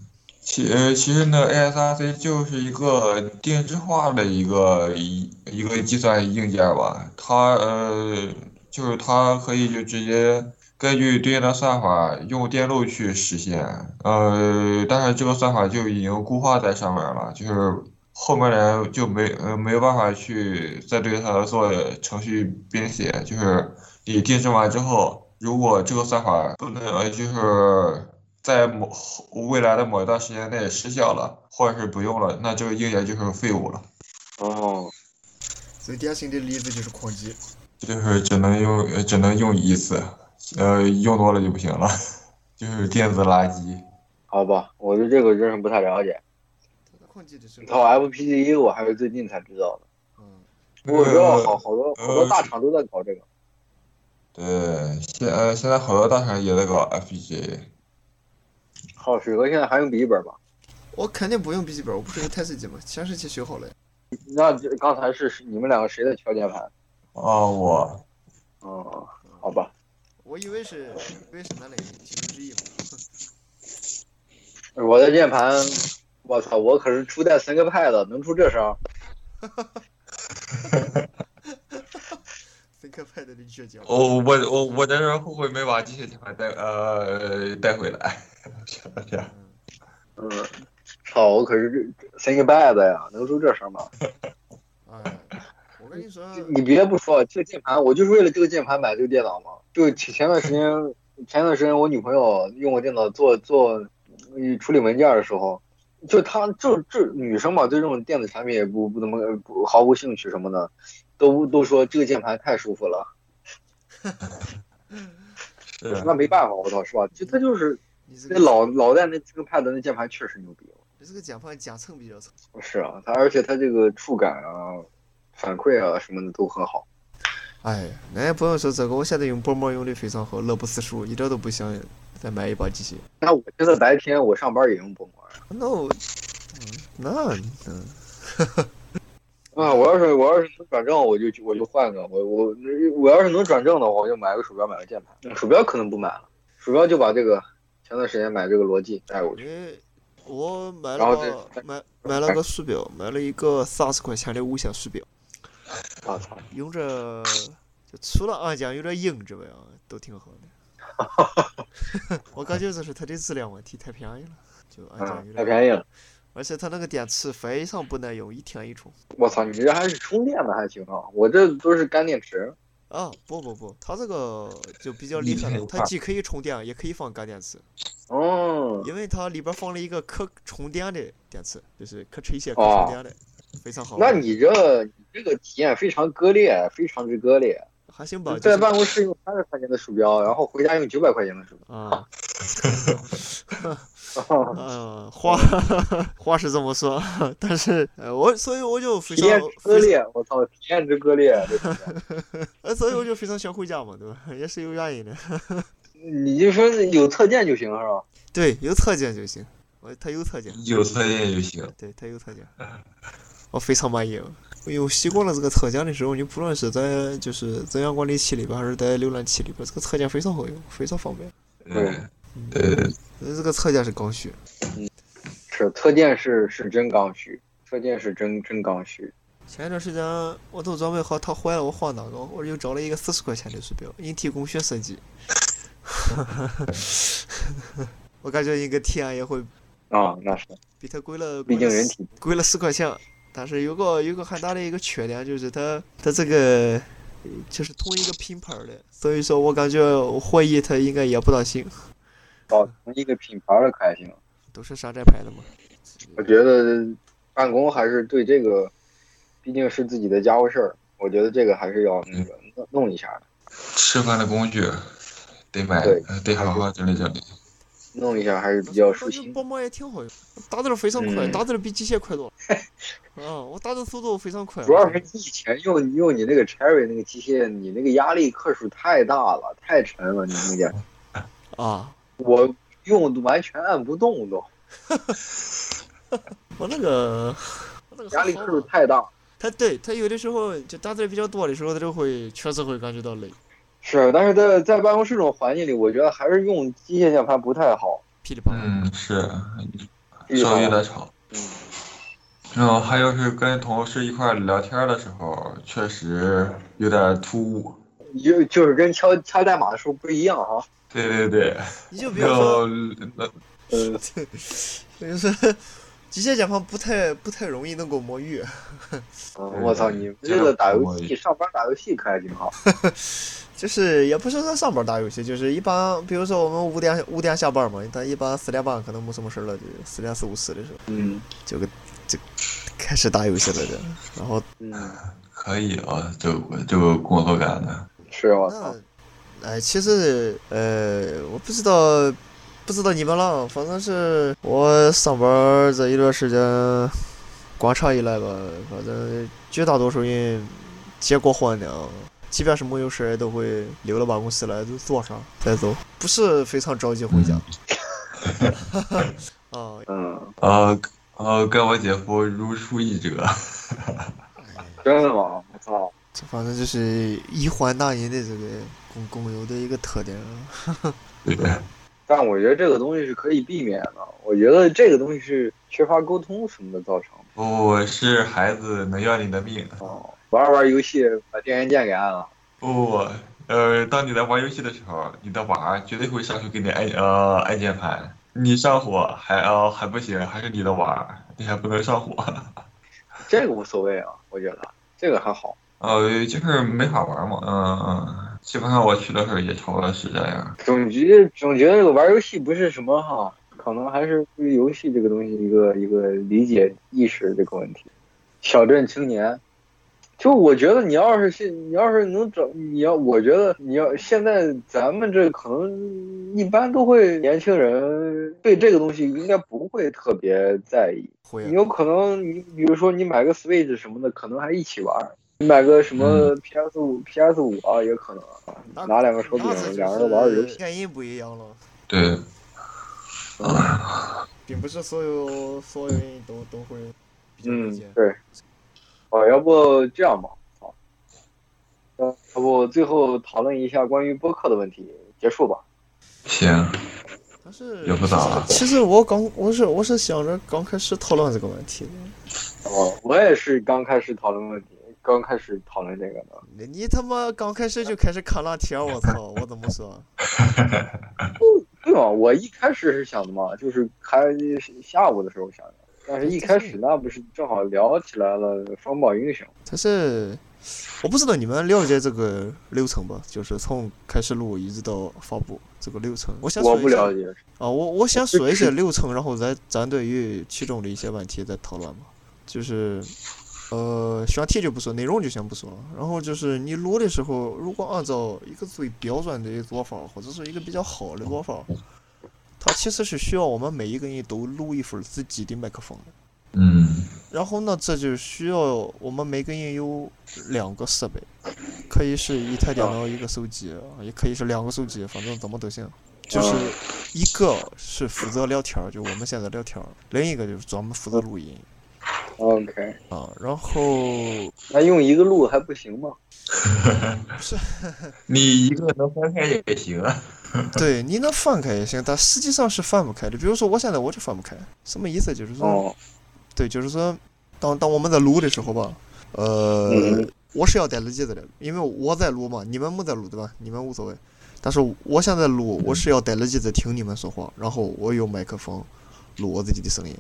[SPEAKER 1] 其呃其实呢 ASRC 就是一个定制化的一个一一个计算硬件吧，它呃就是它可以就直接根据对应的算法用电路去实现，呃，但是这个算法就已经固化在上面了，就是后面的人就没呃没有办法去再对它做程序编写，就是你定制完之后，如果这个算法不能呃就是在某未来的某一段时间内失效了，或者是不用了，那这个硬件就是废物了，
[SPEAKER 4] 哦，
[SPEAKER 2] 最典型的例子就是矿机。
[SPEAKER 1] 就是只能用呃只能用一次，呃，用多了就不行了，就是电子垃圾。
[SPEAKER 4] 好吧，我对这个真是不太了解。
[SPEAKER 2] 矿机的时
[SPEAKER 4] 这套 FPGA 我还是最近才知道
[SPEAKER 2] 嗯，
[SPEAKER 4] 的。我知道好好多好多
[SPEAKER 1] 呃
[SPEAKER 4] 大厂都在搞这个。
[SPEAKER 1] 对，现呃现在好多大厂也在搞 FPGA，
[SPEAKER 4] 好，水哥现在还用笔记本吧？
[SPEAKER 2] 我肯定不用笔记本，我不是个太岁机嘛，前世期学好了。
[SPEAKER 4] 那这刚才是你们两个谁在敲键盘？
[SPEAKER 1] 啊，我
[SPEAKER 4] 哦，好吧，
[SPEAKER 2] 我以为是，以为是哪里其中之一嘛。
[SPEAKER 4] 我的键盘，我操，我可是初代 ThinkPad，能出这声？
[SPEAKER 2] ThinkPad 的倔强。
[SPEAKER 1] 哦我我我我真是后悔没把机械键盘带呃带回来，这样
[SPEAKER 4] 嗯，操，我可是 ThinkPad 呀，能出这声吗？
[SPEAKER 2] 哎，我跟你说，
[SPEAKER 4] 你别不说，这个键盘，我就是为了这个键盘买这个电脑嘛。就前前段时间，前段时间我女朋友用我电脑做做嗯处理文件的时候，就她就这女生嘛，对这种电子产品也不不怎么不毫无兴趣什么的，都都说这个键盘太舒服了。
[SPEAKER 1] 是啊
[SPEAKER 4] 那没办法，我操，是吧？就他就是
[SPEAKER 2] 你这
[SPEAKER 4] 那
[SPEAKER 2] 个
[SPEAKER 4] 老老戴那 ThinkPad 那键盘确实牛逼。
[SPEAKER 2] 你这个讲话讲蹭比较蹭。
[SPEAKER 4] 是啊，它而且它这个触感啊、反馈啊什么的都很好。
[SPEAKER 2] 哎，咱也不用说这个，我现在用波膜用的非常好，乐不思蜀，一点都不想再买一把机器。
[SPEAKER 4] 那我现在白天我上班也用薄膜啊。
[SPEAKER 2] 那我，那嗯，
[SPEAKER 4] 啊，我要是我要是能转正，我就我就换个我我我要是能转正的话，我就买个鼠标，买个键
[SPEAKER 2] 嗯
[SPEAKER 4] 盘。鼠标可能不买了，鼠标就把这个前段时间买这个罗技带过去。
[SPEAKER 2] 因为我买
[SPEAKER 4] 然后
[SPEAKER 2] 了
[SPEAKER 4] 这
[SPEAKER 2] 买买了个手表，买了一个三十块钱的无线手表，
[SPEAKER 4] 啊操！
[SPEAKER 2] 用着就除了按键有点硬之外啊，都挺好的。
[SPEAKER 4] (laughs)
[SPEAKER 2] 我感觉这是它的质量问题，太便宜了，就按键
[SPEAKER 4] 嗯，
[SPEAKER 2] 哎有
[SPEAKER 4] 太
[SPEAKER 2] 点，
[SPEAKER 4] 便宜了。
[SPEAKER 2] 而且它那个电池非常不耐用，一天一充。
[SPEAKER 4] 我操，你这还是充电的还行啊，我这都是干电池。
[SPEAKER 2] 啊，不不不，它这个就比较
[SPEAKER 1] 一
[SPEAKER 2] 厉害
[SPEAKER 1] 天
[SPEAKER 2] 了，
[SPEAKER 1] 一
[SPEAKER 2] 它
[SPEAKER 1] 块
[SPEAKER 2] 既可以充电，也可以放干电池。
[SPEAKER 4] 哦，
[SPEAKER 2] 因为它里边放了一个可充电的电池，就是可吹卸、可
[SPEAKER 4] 哦
[SPEAKER 2] 充电的，非常好
[SPEAKER 4] 那
[SPEAKER 2] 玩。
[SPEAKER 4] 你这你这个体验非常割裂，非常之割裂。
[SPEAKER 2] 还行吧？就
[SPEAKER 4] 在
[SPEAKER 2] 是
[SPEAKER 4] 办公室用三十块钱的鼠标，然后回家用九百块钱的鼠 (laughs)
[SPEAKER 2] 啊，
[SPEAKER 4] 标，
[SPEAKER 2] 嗯，话话是这么说，但是呃，我所以我就非
[SPEAKER 4] 体
[SPEAKER 2] 常
[SPEAKER 4] 验之割
[SPEAKER 2] 非常
[SPEAKER 4] 裂，我操，体验之割裂！这个
[SPEAKER 2] (laughs) 呃，所以我就非常想回家嘛，对吧？ (laughs) 也是有原因的。
[SPEAKER 4] 你就说有特件就行是吧？
[SPEAKER 2] 对，有特件就行，我它有特件，
[SPEAKER 1] 有特点就行。
[SPEAKER 2] 对，它有特件，我非常满意。因为我习惯了这个特件的时候，你不论是在就是增强管理器里边，还是在浏览器里边，这个特件非常好用，非常方便。
[SPEAKER 1] 嗯，对，
[SPEAKER 2] 呃这个特件是刚需。
[SPEAKER 4] 是特件是是真刚需，特件是真真刚需。
[SPEAKER 2] 前一段时间我都准备好它坏了，我换哪个？我又找了一个四十块钱的手表，引体工学升级。 (laughs) 我感觉应该体验也会
[SPEAKER 4] 啊，那是，
[SPEAKER 2] 比它贵了，
[SPEAKER 4] 毕
[SPEAKER 2] 贵
[SPEAKER 4] 竟
[SPEAKER 2] 了
[SPEAKER 4] 人
[SPEAKER 2] 四
[SPEAKER 4] 体
[SPEAKER 2] 贵了十块钱。但是有个有个很大的一个缺点就是它它这个呃就是同一个品牌的，所以说我感觉我怀疑它应该也不大行，
[SPEAKER 4] 哦，同一个品牌的可还行。
[SPEAKER 2] 都是山寨牌的嘛。
[SPEAKER 4] 我觉得办公还是对这个，毕竟是自己的家伙事儿，我觉得这个还是要那个弄弄一下的，
[SPEAKER 1] 吃饭的工具得买呃
[SPEAKER 4] 对，
[SPEAKER 1] 得好好整理整理。
[SPEAKER 4] 弄一下还是比较舒
[SPEAKER 2] 我觉得
[SPEAKER 4] 心。
[SPEAKER 2] 帮忙也挺好用，打字儿非常快，
[SPEAKER 4] 嗯
[SPEAKER 2] 打字儿比机械快多
[SPEAKER 4] (laughs)
[SPEAKER 2] 了。啊，我打字速度非常快。
[SPEAKER 4] 主要是你以前用用你那个 Cherry 那个机械，你那个压力克数太大了，太沉了，你那 (laughs) 个
[SPEAKER 2] 啊，
[SPEAKER 4] 我用完全按不动都，
[SPEAKER 2] 我那个，我那个
[SPEAKER 4] 压力
[SPEAKER 2] 还
[SPEAKER 4] 克
[SPEAKER 2] 好
[SPEAKER 4] 数
[SPEAKER 2] 吧
[SPEAKER 4] 太大。
[SPEAKER 2] 他对他有的时候就打字比较多的时候，他就会确实会感觉到累，
[SPEAKER 4] 是，但是在在办公室这种环境里，我觉得还是用机械键盘不太好。
[SPEAKER 2] 噼里啪啦。
[SPEAKER 1] 嗯，是，
[SPEAKER 4] 是吧
[SPEAKER 1] 稍微有点吵。
[SPEAKER 4] 嗯，
[SPEAKER 1] 然后还有是跟同事一块儿聊天的时候，确实有点突兀。
[SPEAKER 4] 就就是跟敲敲代码的时候不一样啊。
[SPEAKER 1] 对对对，
[SPEAKER 2] 你就比如
[SPEAKER 1] 然后
[SPEAKER 2] 说，
[SPEAKER 1] 呃
[SPEAKER 4] 呃，
[SPEAKER 2] 就是机械键盘不太不太容易能够摸鱼，
[SPEAKER 4] 嗯我操，你为了打游戏上班打游戏可还挺好。
[SPEAKER 2] 就是也不是说上班打游戏，就是一般比如说我们五点五点下班嘛，但一般四点半可能没什么事儿了，就四点四五十的时候
[SPEAKER 4] 嗯
[SPEAKER 2] 就个就开始打游戏了就，然后
[SPEAKER 4] 嗯，
[SPEAKER 1] 可以啊，这个这个工作感呢，
[SPEAKER 4] 是我操
[SPEAKER 2] 那，，哎，其实呃，我不知道，不知道你们了，反正是我上班儿这一段时间，观察以来吧，反正绝大多数人结过婚的啊，即便是没有事儿都会留到办公室来，就坐上再走，不是非常着急回家。 (laughs) 啊，
[SPEAKER 4] 嗯，
[SPEAKER 1] 呃呃，跟我姐夫如出一辙。
[SPEAKER 4] 真的吗？我操，
[SPEAKER 2] 这反正就是一环纳人的这个公公有的一个特点啊。
[SPEAKER 1] (laughs) 对，
[SPEAKER 4] 但我觉得这个东西是可以避免的。我觉得这个东西是缺乏沟通什么的造成的。
[SPEAKER 1] 不是孩子能要你的命。
[SPEAKER 4] 哦，玩玩游戏把电源键给按了。
[SPEAKER 1] 不，呃，当你在玩游戏的时候，你的娃儿绝对会上去给你按呃按键盘。你上火还呃还不行，还是你的娃儿，你还不能上火。 (laughs)
[SPEAKER 4] 这个无所谓啊，我觉得这个还好。
[SPEAKER 1] 呃，就是没法玩嘛。嗯嗯，基本上我去的时候也差不多是这样。
[SPEAKER 4] 总觉总觉得这个玩游戏不是什么哈，可能还是对于游戏这个东西一个一个理解意识这个问题。小镇青年，就我觉得你要是现你要是能找你要，我觉得你要现在咱们这可能一般都会年轻人对这个东西应该不会特别在意。
[SPEAKER 2] 会
[SPEAKER 4] 你
[SPEAKER 2] 啊
[SPEAKER 4] 有可能你比如说你买个 Switch 什么的，可能还一起玩儿。你买个什么 PS 五、PS 五啊，也可能啊
[SPEAKER 2] 嗯那
[SPEAKER 4] 拿两个手柄
[SPEAKER 2] 那这就，
[SPEAKER 4] 两个人玩儿游
[SPEAKER 2] 是
[SPEAKER 4] 戏。
[SPEAKER 2] 原因不一样了，
[SPEAKER 1] 对，
[SPEAKER 2] 并不是所有所有人都都会比较
[SPEAKER 4] 嗯
[SPEAKER 2] 理解，。
[SPEAKER 4] 对。哦，要不这样吧，好，呃要不最后讨论一下关于播客的问题，结束吧。
[SPEAKER 1] 行，
[SPEAKER 2] 但是
[SPEAKER 1] 也不啊咋了
[SPEAKER 2] 其实其实我刚我是我是想着刚开始讨论这个问题的，
[SPEAKER 4] 哦，我也是刚开始讨论问题，刚开始讨论这个的。
[SPEAKER 2] 你你他妈刚开始就开始看烂天儿，我操！我怎么说？
[SPEAKER 4] 对嘛，我一开始是想的嘛，就是开下午的时候想的，但是一开始那不是正好聊起来了双保英雄。
[SPEAKER 2] 但是我不知道你们了解这个流程吧？就是从开始录一直到发布这个流程，我想
[SPEAKER 4] 我
[SPEAKER 2] 说
[SPEAKER 4] 不
[SPEAKER 2] 一下
[SPEAKER 4] 了解，
[SPEAKER 2] 啊，我我想说一些流程，然后咱咱对于其中的一些问题再讨论嘛。就是，呃，选题就不说，内容就先不说了。然后就是你录的时候，如果按照一个最标准的做法，或者是一个比较好的做法，它其实是需要我们每一个人都录一份自己的麦克风的。
[SPEAKER 1] 嗯，
[SPEAKER 2] 然后呢，这就需要我们每个人有两个设备，可以是一台电脑一个手机，啊也可以是两个手机，反正怎么都行。就是一个是负责聊天儿，就我们现在聊天儿；另一个就是专门负责录音
[SPEAKER 4] OK，
[SPEAKER 2] 啊。然后
[SPEAKER 4] 那用一个录还不行吗？
[SPEAKER 1] 你一个能分开也行啊。
[SPEAKER 2] 对你能翻开也行，但实际上是翻不开的。比如说我现在我就翻不开，什么意思？就是说，
[SPEAKER 4] 哦，
[SPEAKER 2] 对，就是说，当当我们在录的时候吧，呃，
[SPEAKER 4] 嗯
[SPEAKER 2] 我是要戴耳机的，因为我在录嘛，你们没在录对吧？你们无所谓，但是我现在录，我是要戴耳机在听你们说话，然后我用麦克风录我自己的声音，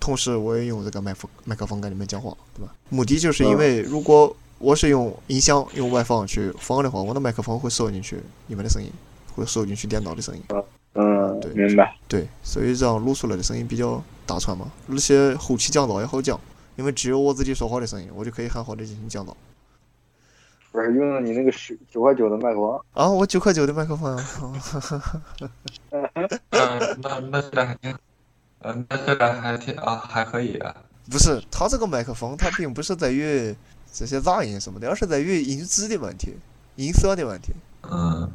[SPEAKER 2] 同时我也用这个麦克麦克风跟你们讲话，对吧？目的就是因为如果我是用音箱用外放去放的话，我的麦克风会收进去你们的声音，会收进去电脑的声音。
[SPEAKER 4] 嗯
[SPEAKER 2] 对，
[SPEAKER 4] 明白。
[SPEAKER 2] 对，所以这样录出来的声音比较大串嘛，而且后期降噪也好降，因为只有我自己说话的声音，我就可以很好的进行降噪。
[SPEAKER 4] 不是用了你那个十九块九的麦克风。
[SPEAKER 2] 啊，我九块九的麦克风啊， (laughs)
[SPEAKER 1] 嗯，那那质量还挺，嗯，那质量还挺啊，还可以啊。
[SPEAKER 2] 不是，它这个麦克风它并不是在于这些杂音什么的，而是在于音质的问题、音色的问题，
[SPEAKER 1] 嗯，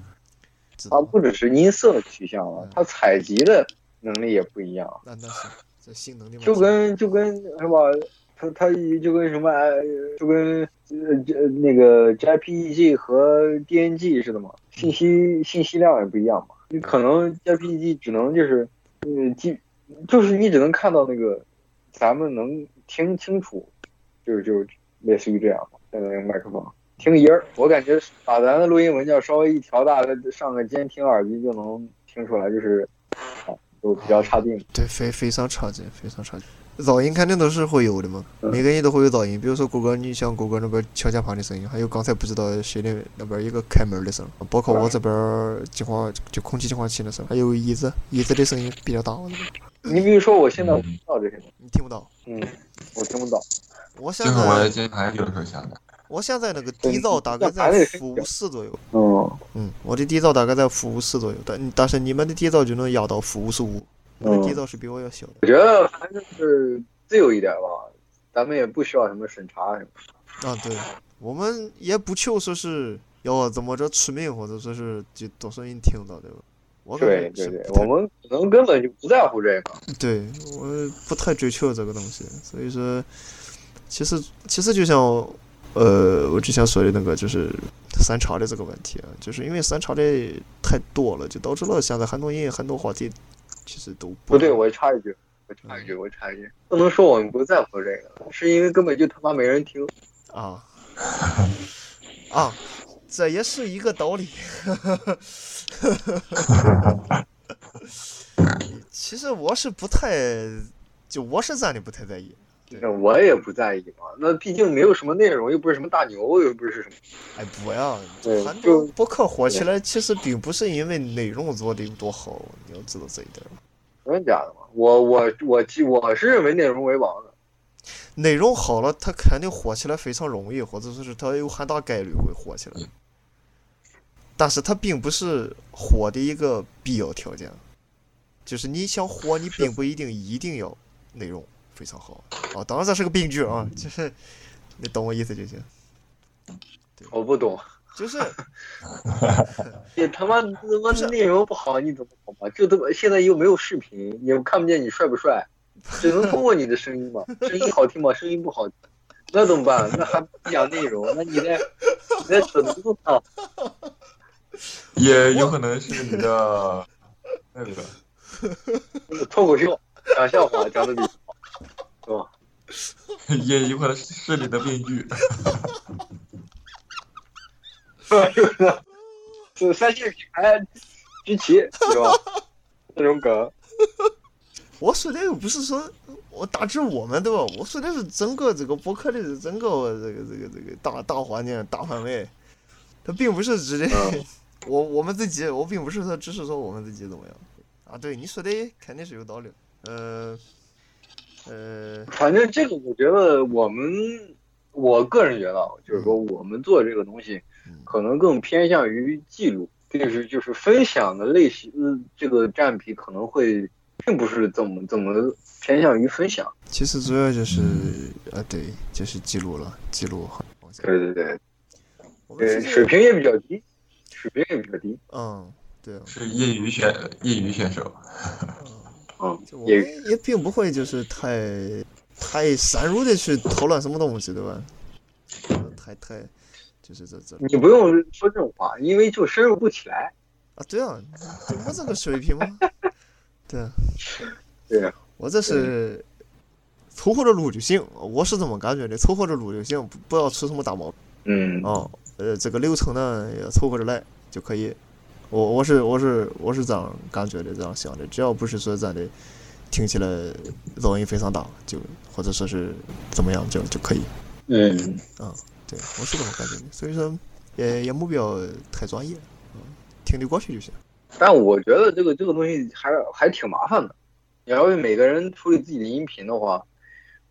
[SPEAKER 2] 知道
[SPEAKER 4] 它
[SPEAKER 2] 吗？
[SPEAKER 4] 不只是音色取向了，它采集的能力也不一样，啊
[SPEAKER 2] 那那是这性能的问题。
[SPEAKER 4] 就跟就跟是吧？它它就跟什么呃就跟呃这那个 JPEG E 和 DNG 似的嘛，信息信息量也不一样嘛。你可能 JPEG E 只能就是呃记，就是你只能看到那个咱们能听清楚，就是就是类似于这样嘛，现在用麦克风。听音儿，我感觉把咱的录音文件稍微一调大，上个监听耳机就能听出来，就是啊，都比较差劲。
[SPEAKER 2] 对，非非常差劲，非常差劲。噪音肯定都是会有的嘛，每个人都会有噪音。比如说谷歌，你像谷歌那边敲键盘的声音，还有刚才不知道谁的那边一个开门的声音，包括我这边儿净化就空气净化器的声音，还有椅子椅子的声音比较大，我这边
[SPEAKER 4] 你比如说，我现
[SPEAKER 2] 嗯
[SPEAKER 4] 在不知道这些东西，
[SPEAKER 2] 你听不到。
[SPEAKER 4] 嗯，我听不懂。
[SPEAKER 2] 我现
[SPEAKER 1] 这个我也
[SPEAKER 2] 在
[SPEAKER 1] 键盘有时候想的。
[SPEAKER 2] 我现在那个底噪大概在负五十左右，
[SPEAKER 4] 嗯
[SPEAKER 2] 嗯，我的底噪大概在负五十左右，但但是你们的底噪就能压到负五十五，我的底
[SPEAKER 4] 嗯，
[SPEAKER 2] 噪是比我要小的。
[SPEAKER 4] 我觉得反正就是自由一点吧，咱们也不需要什么审查什么。
[SPEAKER 2] 啊，对，我们也不求说是要怎么着出名，或者说是就多少人听到，对吧？我感
[SPEAKER 4] 对
[SPEAKER 2] 觉
[SPEAKER 4] 对
[SPEAKER 2] 是
[SPEAKER 4] 对，
[SPEAKER 2] 不
[SPEAKER 4] 我
[SPEAKER 2] 太
[SPEAKER 4] 们可能根本就不在乎这个。
[SPEAKER 2] 对我不太追求这个东西，所以说，其实其实就像我呃我之前说的那个，就是三茶的这个问题啊，就是因为三茶的太多了，就导致了现在很多人很多话题其实都
[SPEAKER 4] 不对，我插一句，我插一句，我插一句，不能说我们不在乎这个，是因为根本就他妈没人听。
[SPEAKER 2] 啊 (laughs) 啊，这也是一个道理。 (laughs) 其实我是不太，就我是真的不太在意。
[SPEAKER 4] 那我也不在意嘛，那毕竟没有什么内容，又不是什么大牛，又不是什么。
[SPEAKER 2] 哎，不呀，
[SPEAKER 4] 对
[SPEAKER 2] 很
[SPEAKER 4] 就
[SPEAKER 2] 多博客火起来，其实并不是因为内容做的有多好，你要知道这一点儿。
[SPEAKER 4] 真的假的吗？我我我记我是认为内容为王的，
[SPEAKER 2] 内容好了，它肯定火起来非常容易，或者说是它有很大概率会火起来。但是它并不是火的一个必要条件，就是你想火，你并不一定一定要内容非常好啊。当然这是个病句啊，就是你懂我意思就行。
[SPEAKER 4] 我不懂。
[SPEAKER 2] 就是
[SPEAKER 4] 你他妈他妈
[SPEAKER 2] 是
[SPEAKER 4] 内容不好，你怎么好嘛？就他妈现在又没有视频，也看不见你帅不帅，只能通过你的声音嘛。声音好听吗？声音不好听，那怎么办？那还不讲内容？那你在你在扯犊子呢？
[SPEAKER 1] 也有可能是你 (laughs) 的那个。
[SPEAKER 4] 脱口秀讲笑话讲的比较好，是吧？
[SPEAKER 1] (laughs) 也有可能是是你的病句。
[SPEAKER 4] 是三线品牌居奇，是吧？那种梗，
[SPEAKER 2] 我说的又不是说我打指我们对吧？我说的是整个这个博客的整个这个这个这个大大环境大范围，它并不是指的、
[SPEAKER 4] 嗯
[SPEAKER 2] (laughs) 我我们自己，我并不是说只是说我们自己怎么样啊？对你说的肯定是有道理。呃呃，
[SPEAKER 4] 反正这个我觉得我们，我个人觉得，啊，就是说我们做这个东西
[SPEAKER 2] 嗯，
[SPEAKER 4] 可能更偏向于记录，就是就是分享的类型，嗯，这个占比可能会并不是怎么怎么偏向于分享。
[SPEAKER 2] 其实主要就是啊，对，就是记录了，记录。
[SPEAKER 4] 对对对，
[SPEAKER 2] 我们
[SPEAKER 4] 对，
[SPEAKER 2] 其实
[SPEAKER 4] 水平也比较低，水平也比较低，
[SPEAKER 2] 嗯，对啊，
[SPEAKER 1] 是业余选业余选手，
[SPEAKER 4] 嗯
[SPEAKER 2] 就，我
[SPEAKER 4] 也
[SPEAKER 2] 们也并不会就是太太深入的去讨论什么东西，对吧？呃太太就是这这
[SPEAKER 4] 你不用说这种话，因为就深入不起来。
[SPEAKER 2] 啊，对啊，就我这个水平嘛，对啊，
[SPEAKER 4] 对啊，
[SPEAKER 2] 我这是凑合着录就行，我是这么感觉的，凑合着录就行，不不要出什么大毛病
[SPEAKER 4] 嗯，
[SPEAKER 2] 啊、呃，这个流程呢也凑合着来就可以。我我是我是我是这样感觉的，这样想的，只要不是说咱的听起来噪音非常大，就或者说是怎么样就就可以。
[SPEAKER 4] 嗯。
[SPEAKER 2] 啊，对，我是这么感觉的，所以说也也目标太专业，嗯，听得过去就行。
[SPEAKER 4] 但我觉得这个这个东西还还挺麻烦的。你要是每个人处理自己的音频的话，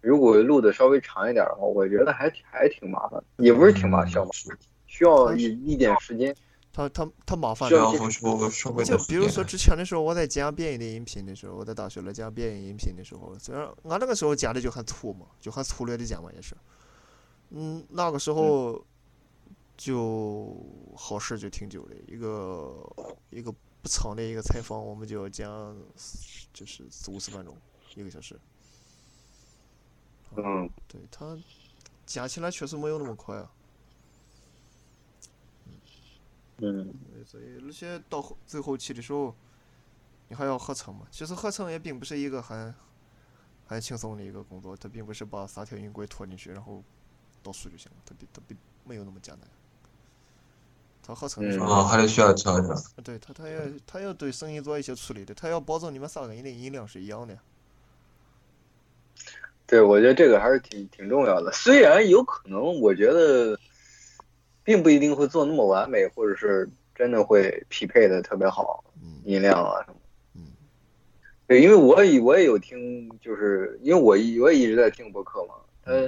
[SPEAKER 4] 如果录的稍微长一点的话，我觉得还挺还挺麻烦的，也不是挺麻
[SPEAKER 1] 嗯
[SPEAKER 4] 小麻烦，需要一一点时间。
[SPEAKER 2] 他他他麻烦
[SPEAKER 4] 需
[SPEAKER 1] 然
[SPEAKER 4] 要
[SPEAKER 2] 了，
[SPEAKER 1] 后说社会
[SPEAKER 2] 就
[SPEAKER 1] 的
[SPEAKER 2] 比如说之前的时候，我在讲变异的音频的时候，我在大学来讲变异音频的时候，虽然俺那个时候讲的就很粗嘛，就很粗略的讲嘛，也是，嗯，那个时候就好事就挺久的，一个一个不长的一个采访，我们就要讲就是四五十分钟，一个小时，
[SPEAKER 4] 嗯，
[SPEAKER 2] 对他讲起来确实没有那么快啊。
[SPEAKER 4] 嗯，
[SPEAKER 2] 对所以而且到后最后期的时候，你还要合成嘛。其实合成也并不是一个很很轻松的一个工作，它并不是把三条音轨拖进去然后导数就行了，它比它比没有那么简单。它合成的时
[SPEAKER 4] 嗯
[SPEAKER 1] 啊，
[SPEAKER 2] 候，
[SPEAKER 1] 还得需要调整。
[SPEAKER 2] 对它它要它要对声音做一些处理的，它要保证你们三个人的音量是一样的。
[SPEAKER 4] 对，我觉得这个还是挺挺重要的。虽然有可能，我觉得并不一定会做那么完美，或者是真的会匹配的特别好，
[SPEAKER 2] 嗯
[SPEAKER 4] 音量啊什么。
[SPEAKER 2] 嗯
[SPEAKER 4] 对，因为我也我也有听，就是因为我一我也一直在听播客嘛，
[SPEAKER 2] 嗯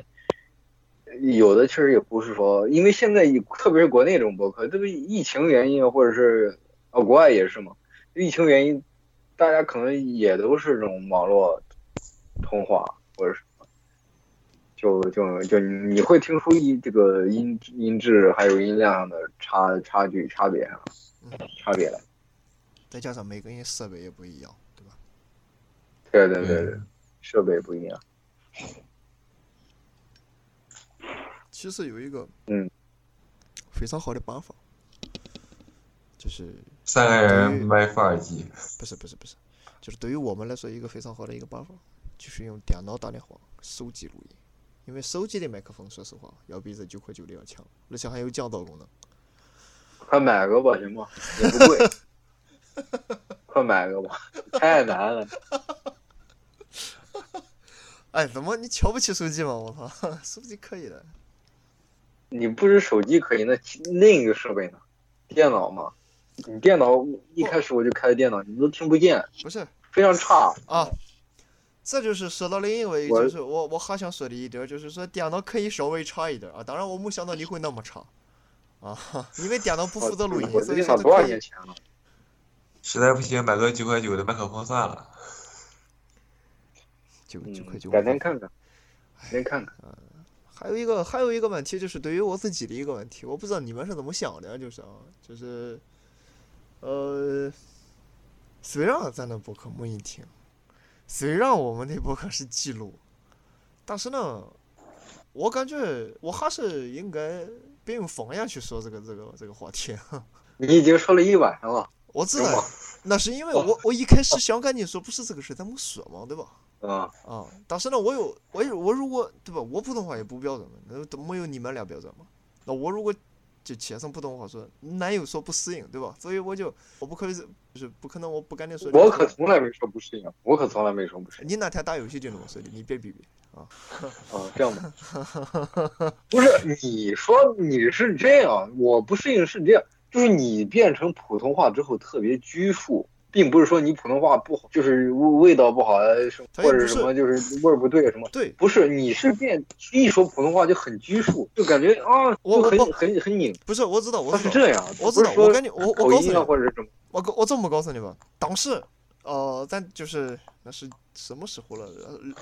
[SPEAKER 4] 呃，有的确实也不是说，因为现在也特别是国内这种播客，这不疫情原因啊或者是啊、国外也是嘛，疫情原因，大家可能也都是这种网络通话或者是什么，就就就你会听出一这个音音质还有音量上的差差距差别啊
[SPEAKER 2] 嗯，
[SPEAKER 4] 差别来，
[SPEAKER 2] 再加上每个人设备也不一样，对吧？
[SPEAKER 4] 对对对对，设备不一样。
[SPEAKER 2] 其实有一个
[SPEAKER 4] 嗯
[SPEAKER 2] 非常好的办法，就是
[SPEAKER 1] 三个人买副耳机，
[SPEAKER 2] 不是不是不是，就是对于我们来说一个非常好的一个办法，就是用电脑打电话，手机录音，因为手机的麦克风说实话要比这九块九的要强，而且还有降噪功能。
[SPEAKER 4] 快买个吧，行吗？也不
[SPEAKER 2] (laughs)
[SPEAKER 4] 贵，快买个吧，太难了。
[SPEAKER 2] 哎，怎么你瞧不起手机吗？我操， (laughs) 手机可以的。
[SPEAKER 4] 你不是手机可以，那其另一个设备呢？电脑嘛，你电脑一开始我就开的电脑，你都听不见。
[SPEAKER 2] 不是，
[SPEAKER 4] 非常差。
[SPEAKER 2] 啊，这就是说到另一位，
[SPEAKER 4] 嗯我
[SPEAKER 2] 就是我我还想说的一点，就是说电脑可以稍微差一点啊，当然我没想到你会那么差啊，因为电脑不负责录音，
[SPEAKER 4] 我
[SPEAKER 2] 所
[SPEAKER 4] 这
[SPEAKER 2] 以
[SPEAKER 4] 电
[SPEAKER 2] 说
[SPEAKER 4] 脑
[SPEAKER 2] 它
[SPEAKER 4] 多少
[SPEAKER 2] 可
[SPEAKER 4] 年
[SPEAKER 2] 以
[SPEAKER 4] 前了？
[SPEAKER 1] 实在不行买个九块九的麦克风算了。
[SPEAKER 2] 九九块
[SPEAKER 4] 嗯，
[SPEAKER 2] 九，
[SPEAKER 4] 改天看看，改天看看。
[SPEAKER 2] 还有一个还有一个问题就是对于我自己的一个问题，我不知道你们是怎么想的，就是啊，就是，呃，虽然咱的博客没人听，虽然我们的博客是记录，但是呢，我感觉我还是应该别用方言去说这个这个这个话题。 (laughs)
[SPEAKER 4] 你已经说了一晚上了，
[SPEAKER 2] 我知
[SPEAKER 4] 有
[SPEAKER 2] 道
[SPEAKER 4] 吗，
[SPEAKER 2] 那是因为我我一开始想跟你说不是这个事，咱没说嘛，对吧？
[SPEAKER 4] 嗯，
[SPEAKER 2] 啊，但是呢，我有我有我如果对吧，我普通话也不标准嘛，那都没有你们俩标准嘛。那我如果就切成普通话说，男友说不适应，对吧？所以我就我不可以就是不可能，我不敢定说。
[SPEAKER 4] 我可从来没说不适应，我可从来没说不适应。
[SPEAKER 2] 你那天打游戏就那么说的，你别逼逼。
[SPEAKER 4] 啊，这样吧，不是你说你是这样，我不适应是这样，就是你变成普通话之后特别拘束，并不是说你普通话不好，就是味味道不好啊什么，
[SPEAKER 2] 它也
[SPEAKER 4] 或
[SPEAKER 2] 不
[SPEAKER 4] 者
[SPEAKER 2] 是
[SPEAKER 4] 什么就是味儿不对什么，
[SPEAKER 2] 对
[SPEAKER 4] 不是你是变一说普通话就很拘束，就感觉啊
[SPEAKER 2] 我
[SPEAKER 4] 就
[SPEAKER 2] 我
[SPEAKER 4] 很
[SPEAKER 2] 不
[SPEAKER 4] 很很拧，
[SPEAKER 2] 不是，我知道，我
[SPEAKER 4] 他
[SPEAKER 2] 知
[SPEAKER 4] 是
[SPEAKER 2] 道。
[SPEAKER 4] 这样，
[SPEAKER 2] 我
[SPEAKER 4] 啊不
[SPEAKER 2] 知
[SPEAKER 4] 是
[SPEAKER 2] 道，
[SPEAKER 4] 说
[SPEAKER 2] 我跟你，我我
[SPEAKER 4] 口
[SPEAKER 2] 告诉
[SPEAKER 4] 音
[SPEAKER 2] 你
[SPEAKER 4] 啊，或者是什么，
[SPEAKER 2] 我告我这么告诉你吧，当时，呃，咱就是那是什么时候了？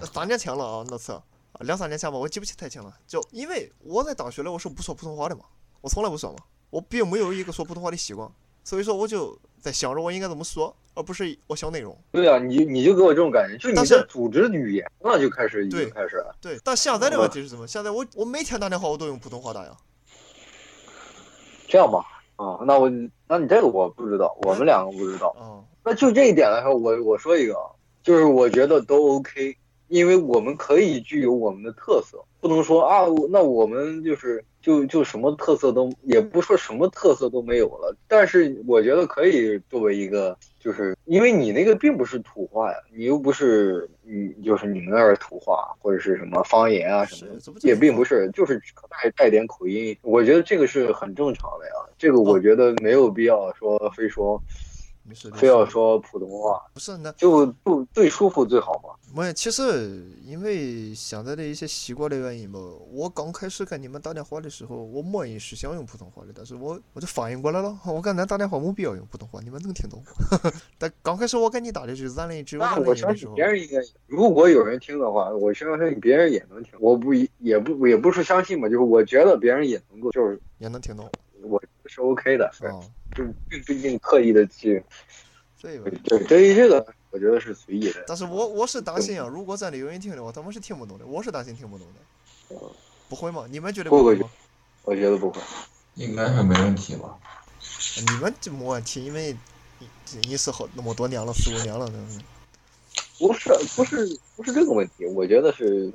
[SPEAKER 2] 呃三年前了啊，那次啊两三年前吧，我记不起太清了。就因为我在大学里我是不说普通话的嘛，我从来不说嘛，我并没有一个说普通话的习惯，所以说我就在想着我应该怎么说，而不是我想内容。
[SPEAKER 4] 对啊，你你就给我这种感觉，就你
[SPEAKER 2] 但
[SPEAKER 4] 这
[SPEAKER 2] 是
[SPEAKER 4] 组织语言了就开始已
[SPEAKER 2] 对
[SPEAKER 4] 经开始了，
[SPEAKER 2] 对，但现在的问题是什么？现在我我每天打电话我都用普通话打呀。
[SPEAKER 4] 这样吧。啊，那我那你这个我不知道，我们两个不知道。
[SPEAKER 2] 啊、
[SPEAKER 4] 那就这一点来说，我我说一个，啊，就是我觉得都 OK，因为我们可以具有我们的特色，不能说啊，我那我们就是就就什么特色都也不说什么特色都没有了。但是我觉得可以作为一个，就是因为你那个并不是土话呀，你又不是你就是你们那儿的土话或者是什么方言啊什么
[SPEAKER 2] 是
[SPEAKER 4] 的
[SPEAKER 2] 这不，就是
[SPEAKER 4] 也并不是，就是带带点口音，我觉得这个是很正常的呀。这
[SPEAKER 2] 哦
[SPEAKER 4] 个我觉得没有必要说非说
[SPEAKER 2] 没事。
[SPEAKER 4] 非要说普通话。
[SPEAKER 2] 不是那
[SPEAKER 4] 就就最舒服最好嘛。
[SPEAKER 2] 没有，其实因为现在的一些习惯的原因吧，我刚开始跟你们打电话的时候，我没意识想用普通话的，但是我我就反应过来了， (laughs) 我跟咱打电话没必要用普通话，你们能听懂。 (laughs) 但刚开始我跟你打的就是咱那句我
[SPEAKER 4] 那
[SPEAKER 2] 咱
[SPEAKER 4] 我
[SPEAKER 2] 那句
[SPEAKER 4] 相
[SPEAKER 2] 的
[SPEAKER 4] 信
[SPEAKER 2] 时候
[SPEAKER 4] 别，人应该，如果有人听的话，我相信别人也能听。我不也不也不是相信吧，就是我觉得别人也能够，就是
[SPEAKER 2] 也能听懂
[SPEAKER 4] 我是 OK 的，
[SPEAKER 2] 啊。
[SPEAKER 4] 就并不一定刻意的去，
[SPEAKER 2] 所以吧，
[SPEAKER 4] 对这一这个我觉得是随意的。
[SPEAKER 2] 但是我我是担心啊，
[SPEAKER 4] 嗯
[SPEAKER 2] 如果咱的有人听的话，他们是听不懂的，我是担心听不懂的。 (laughs) 不会吗？你们觉得
[SPEAKER 4] 嗯不
[SPEAKER 2] 不会
[SPEAKER 4] 会
[SPEAKER 2] 吗？
[SPEAKER 4] 我觉得不会，
[SPEAKER 1] 应该是没问题吧？
[SPEAKER 2] 你们就没问题，因为你你是好那么多年了，四五年了，对不对？
[SPEAKER 4] 不是不是不是这个问题，我觉得是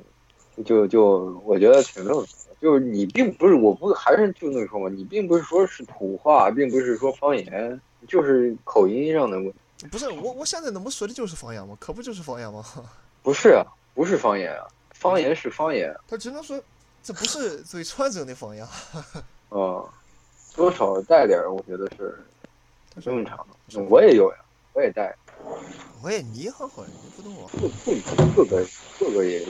[SPEAKER 4] 就就我觉得挺正常的。就是你并不是，我不还是就那么说嘛，你并不是说是土话，并不是说方言，就是口音上的问题。
[SPEAKER 2] 不是我，我现在那么说的就是方言嘛，可不就是方言吗？
[SPEAKER 4] 不是啊，不是方言啊，方言是方言
[SPEAKER 2] 他只能说这不是最纯正的方言。
[SPEAKER 4] 啊、嗯多少带点儿，我觉得是
[SPEAKER 2] 他说
[SPEAKER 4] 正常的。我也有呀，我也带，
[SPEAKER 2] 我也你好好，你不懂我。
[SPEAKER 4] 各各各个各个也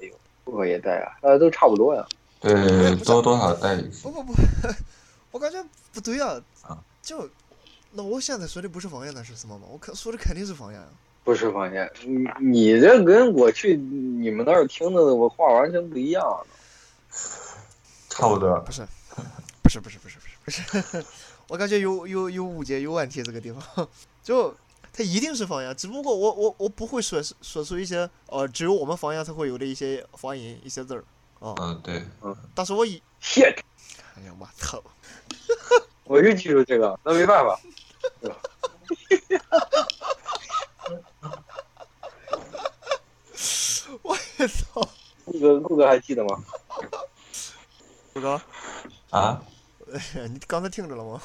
[SPEAKER 4] 也有，各个也带啊，大家都差不多呀。
[SPEAKER 2] 哎
[SPEAKER 1] 对，多多少带一些
[SPEAKER 2] 不。不 (laughs) 不，我感觉不对啊。就那我现在说的不是方言，那是什么嘛？我可说的肯定是方言啊。
[SPEAKER 4] 不是方言，你你这跟我去你们那儿听的我话完全不一样啊。
[SPEAKER 1] 差不多
[SPEAKER 2] 不。是，不是，不是，不是，不是，不是。 (laughs) 我感觉有有有误解，有问题这个地方， (laughs) 就它一定是方言，只不过我我我不会说说出一些呃只有我们方言才会有的一些发音一些字儿，
[SPEAKER 1] 嗯，对。
[SPEAKER 2] 但是我一
[SPEAKER 4] shit，
[SPEAKER 2] 哎呀我操， (laughs)
[SPEAKER 4] 我就记住这个，那没办法。
[SPEAKER 2] 我也操，
[SPEAKER 4] 顾哥，顾哥还记得吗？
[SPEAKER 2] 虎哥，
[SPEAKER 1] 啊，
[SPEAKER 2] (laughs) 你刚才听着了吗？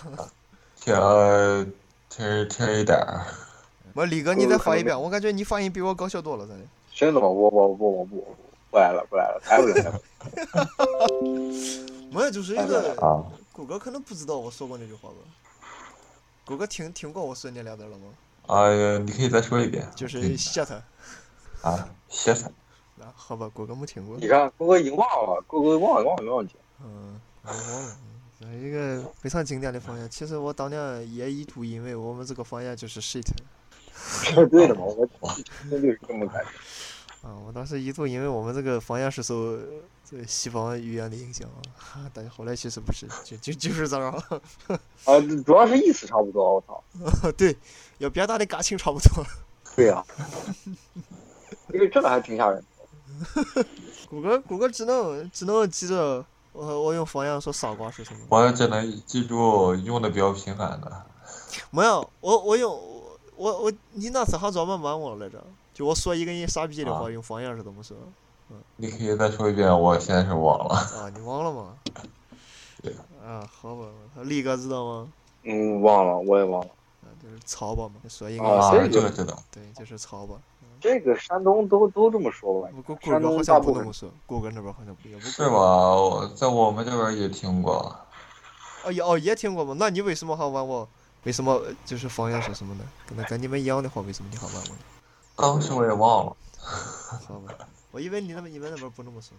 [SPEAKER 1] 挺呃听听一点儿。
[SPEAKER 2] 没，李哥，你再发一遍，我感觉你发音比我搞笑多了，真的。
[SPEAKER 4] 真的吗？我我我我不不来了，不来了，来不了来不了。
[SPEAKER 2] 没，就是一个
[SPEAKER 1] 啊，
[SPEAKER 2] 谷歌可能不知道我说过那句话吧。谷歌听听过我说你俩字了吗？
[SPEAKER 1] 啊、你可以再说一遍。
[SPEAKER 2] 就是
[SPEAKER 1] 嗯
[SPEAKER 2] shut。
[SPEAKER 1] 啊，歇菜。
[SPEAKER 2] 那好吧，果哥没听过
[SPEAKER 4] 你。看，郭哥已经忘了，郭哥忘了忘了忘记了。
[SPEAKER 2] 嗯，我忘了。嗯一个非常经典的方言，其实我当年也一度因为我们这个方言就是 shit
[SPEAKER 4] 这是 (laughs) 对的嘛？我真就是这么感觉。
[SPEAKER 2] 啊，我当时一度因为我们这个方言是受呃这西方语言的影响啊，但是后来其实不是，就就就是这样。
[SPEAKER 4] 啊，主要是意思差不多。我操，
[SPEAKER 2] (laughs) 对，要表达的感情差不多。
[SPEAKER 4] 对呀、因为这个还挺吓人的。
[SPEAKER 2] 谷歌谷歌只能只能记着我我用方言说傻瓜是什么。
[SPEAKER 1] 我只能记住用的比较频繁的。
[SPEAKER 2] 没有，我我用我我我你那次还专门问我来着，就我说一个人傻逼的话，
[SPEAKER 1] 啊
[SPEAKER 2] 用方言是怎么说
[SPEAKER 1] 你可以再说一遍，我现在是忘了。
[SPEAKER 2] 啊？你忘了吗？
[SPEAKER 1] (laughs) 对
[SPEAKER 2] 啊，好吧，力哥知道吗？
[SPEAKER 4] 嗯，忘了，我也忘了。
[SPEAKER 2] 啊，就是操吧嘛，说应该
[SPEAKER 4] 啊
[SPEAKER 1] 啊
[SPEAKER 4] 这，
[SPEAKER 1] 这
[SPEAKER 4] 个
[SPEAKER 1] 个知道。
[SPEAKER 2] 对，就是操吧。
[SPEAKER 4] 这个山东都都这么说吧？
[SPEAKER 2] 不过谷
[SPEAKER 4] 山
[SPEAKER 2] 歌好
[SPEAKER 4] 东大
[SPEAKER 2] 像
[SPEAKER 4] 部
[SPEAKER 2] 不那
[SPEAKER 4] 分
[SPEAKER 2] 么说，谷歌那边好像不也不
[SPEAKER 1] 是吗？我在我们这边也听过。
[SPEAKER 2] 哦也哦也听过吗？那你为什么还问我？为什么就是方言说什么呢？可能跟你们一样的话，为什么你还问我呢？
[SPEAKER 1] 当时我也忘了。
[SPEAKER 2] 好吧，我以为你那边你们那边不那么说。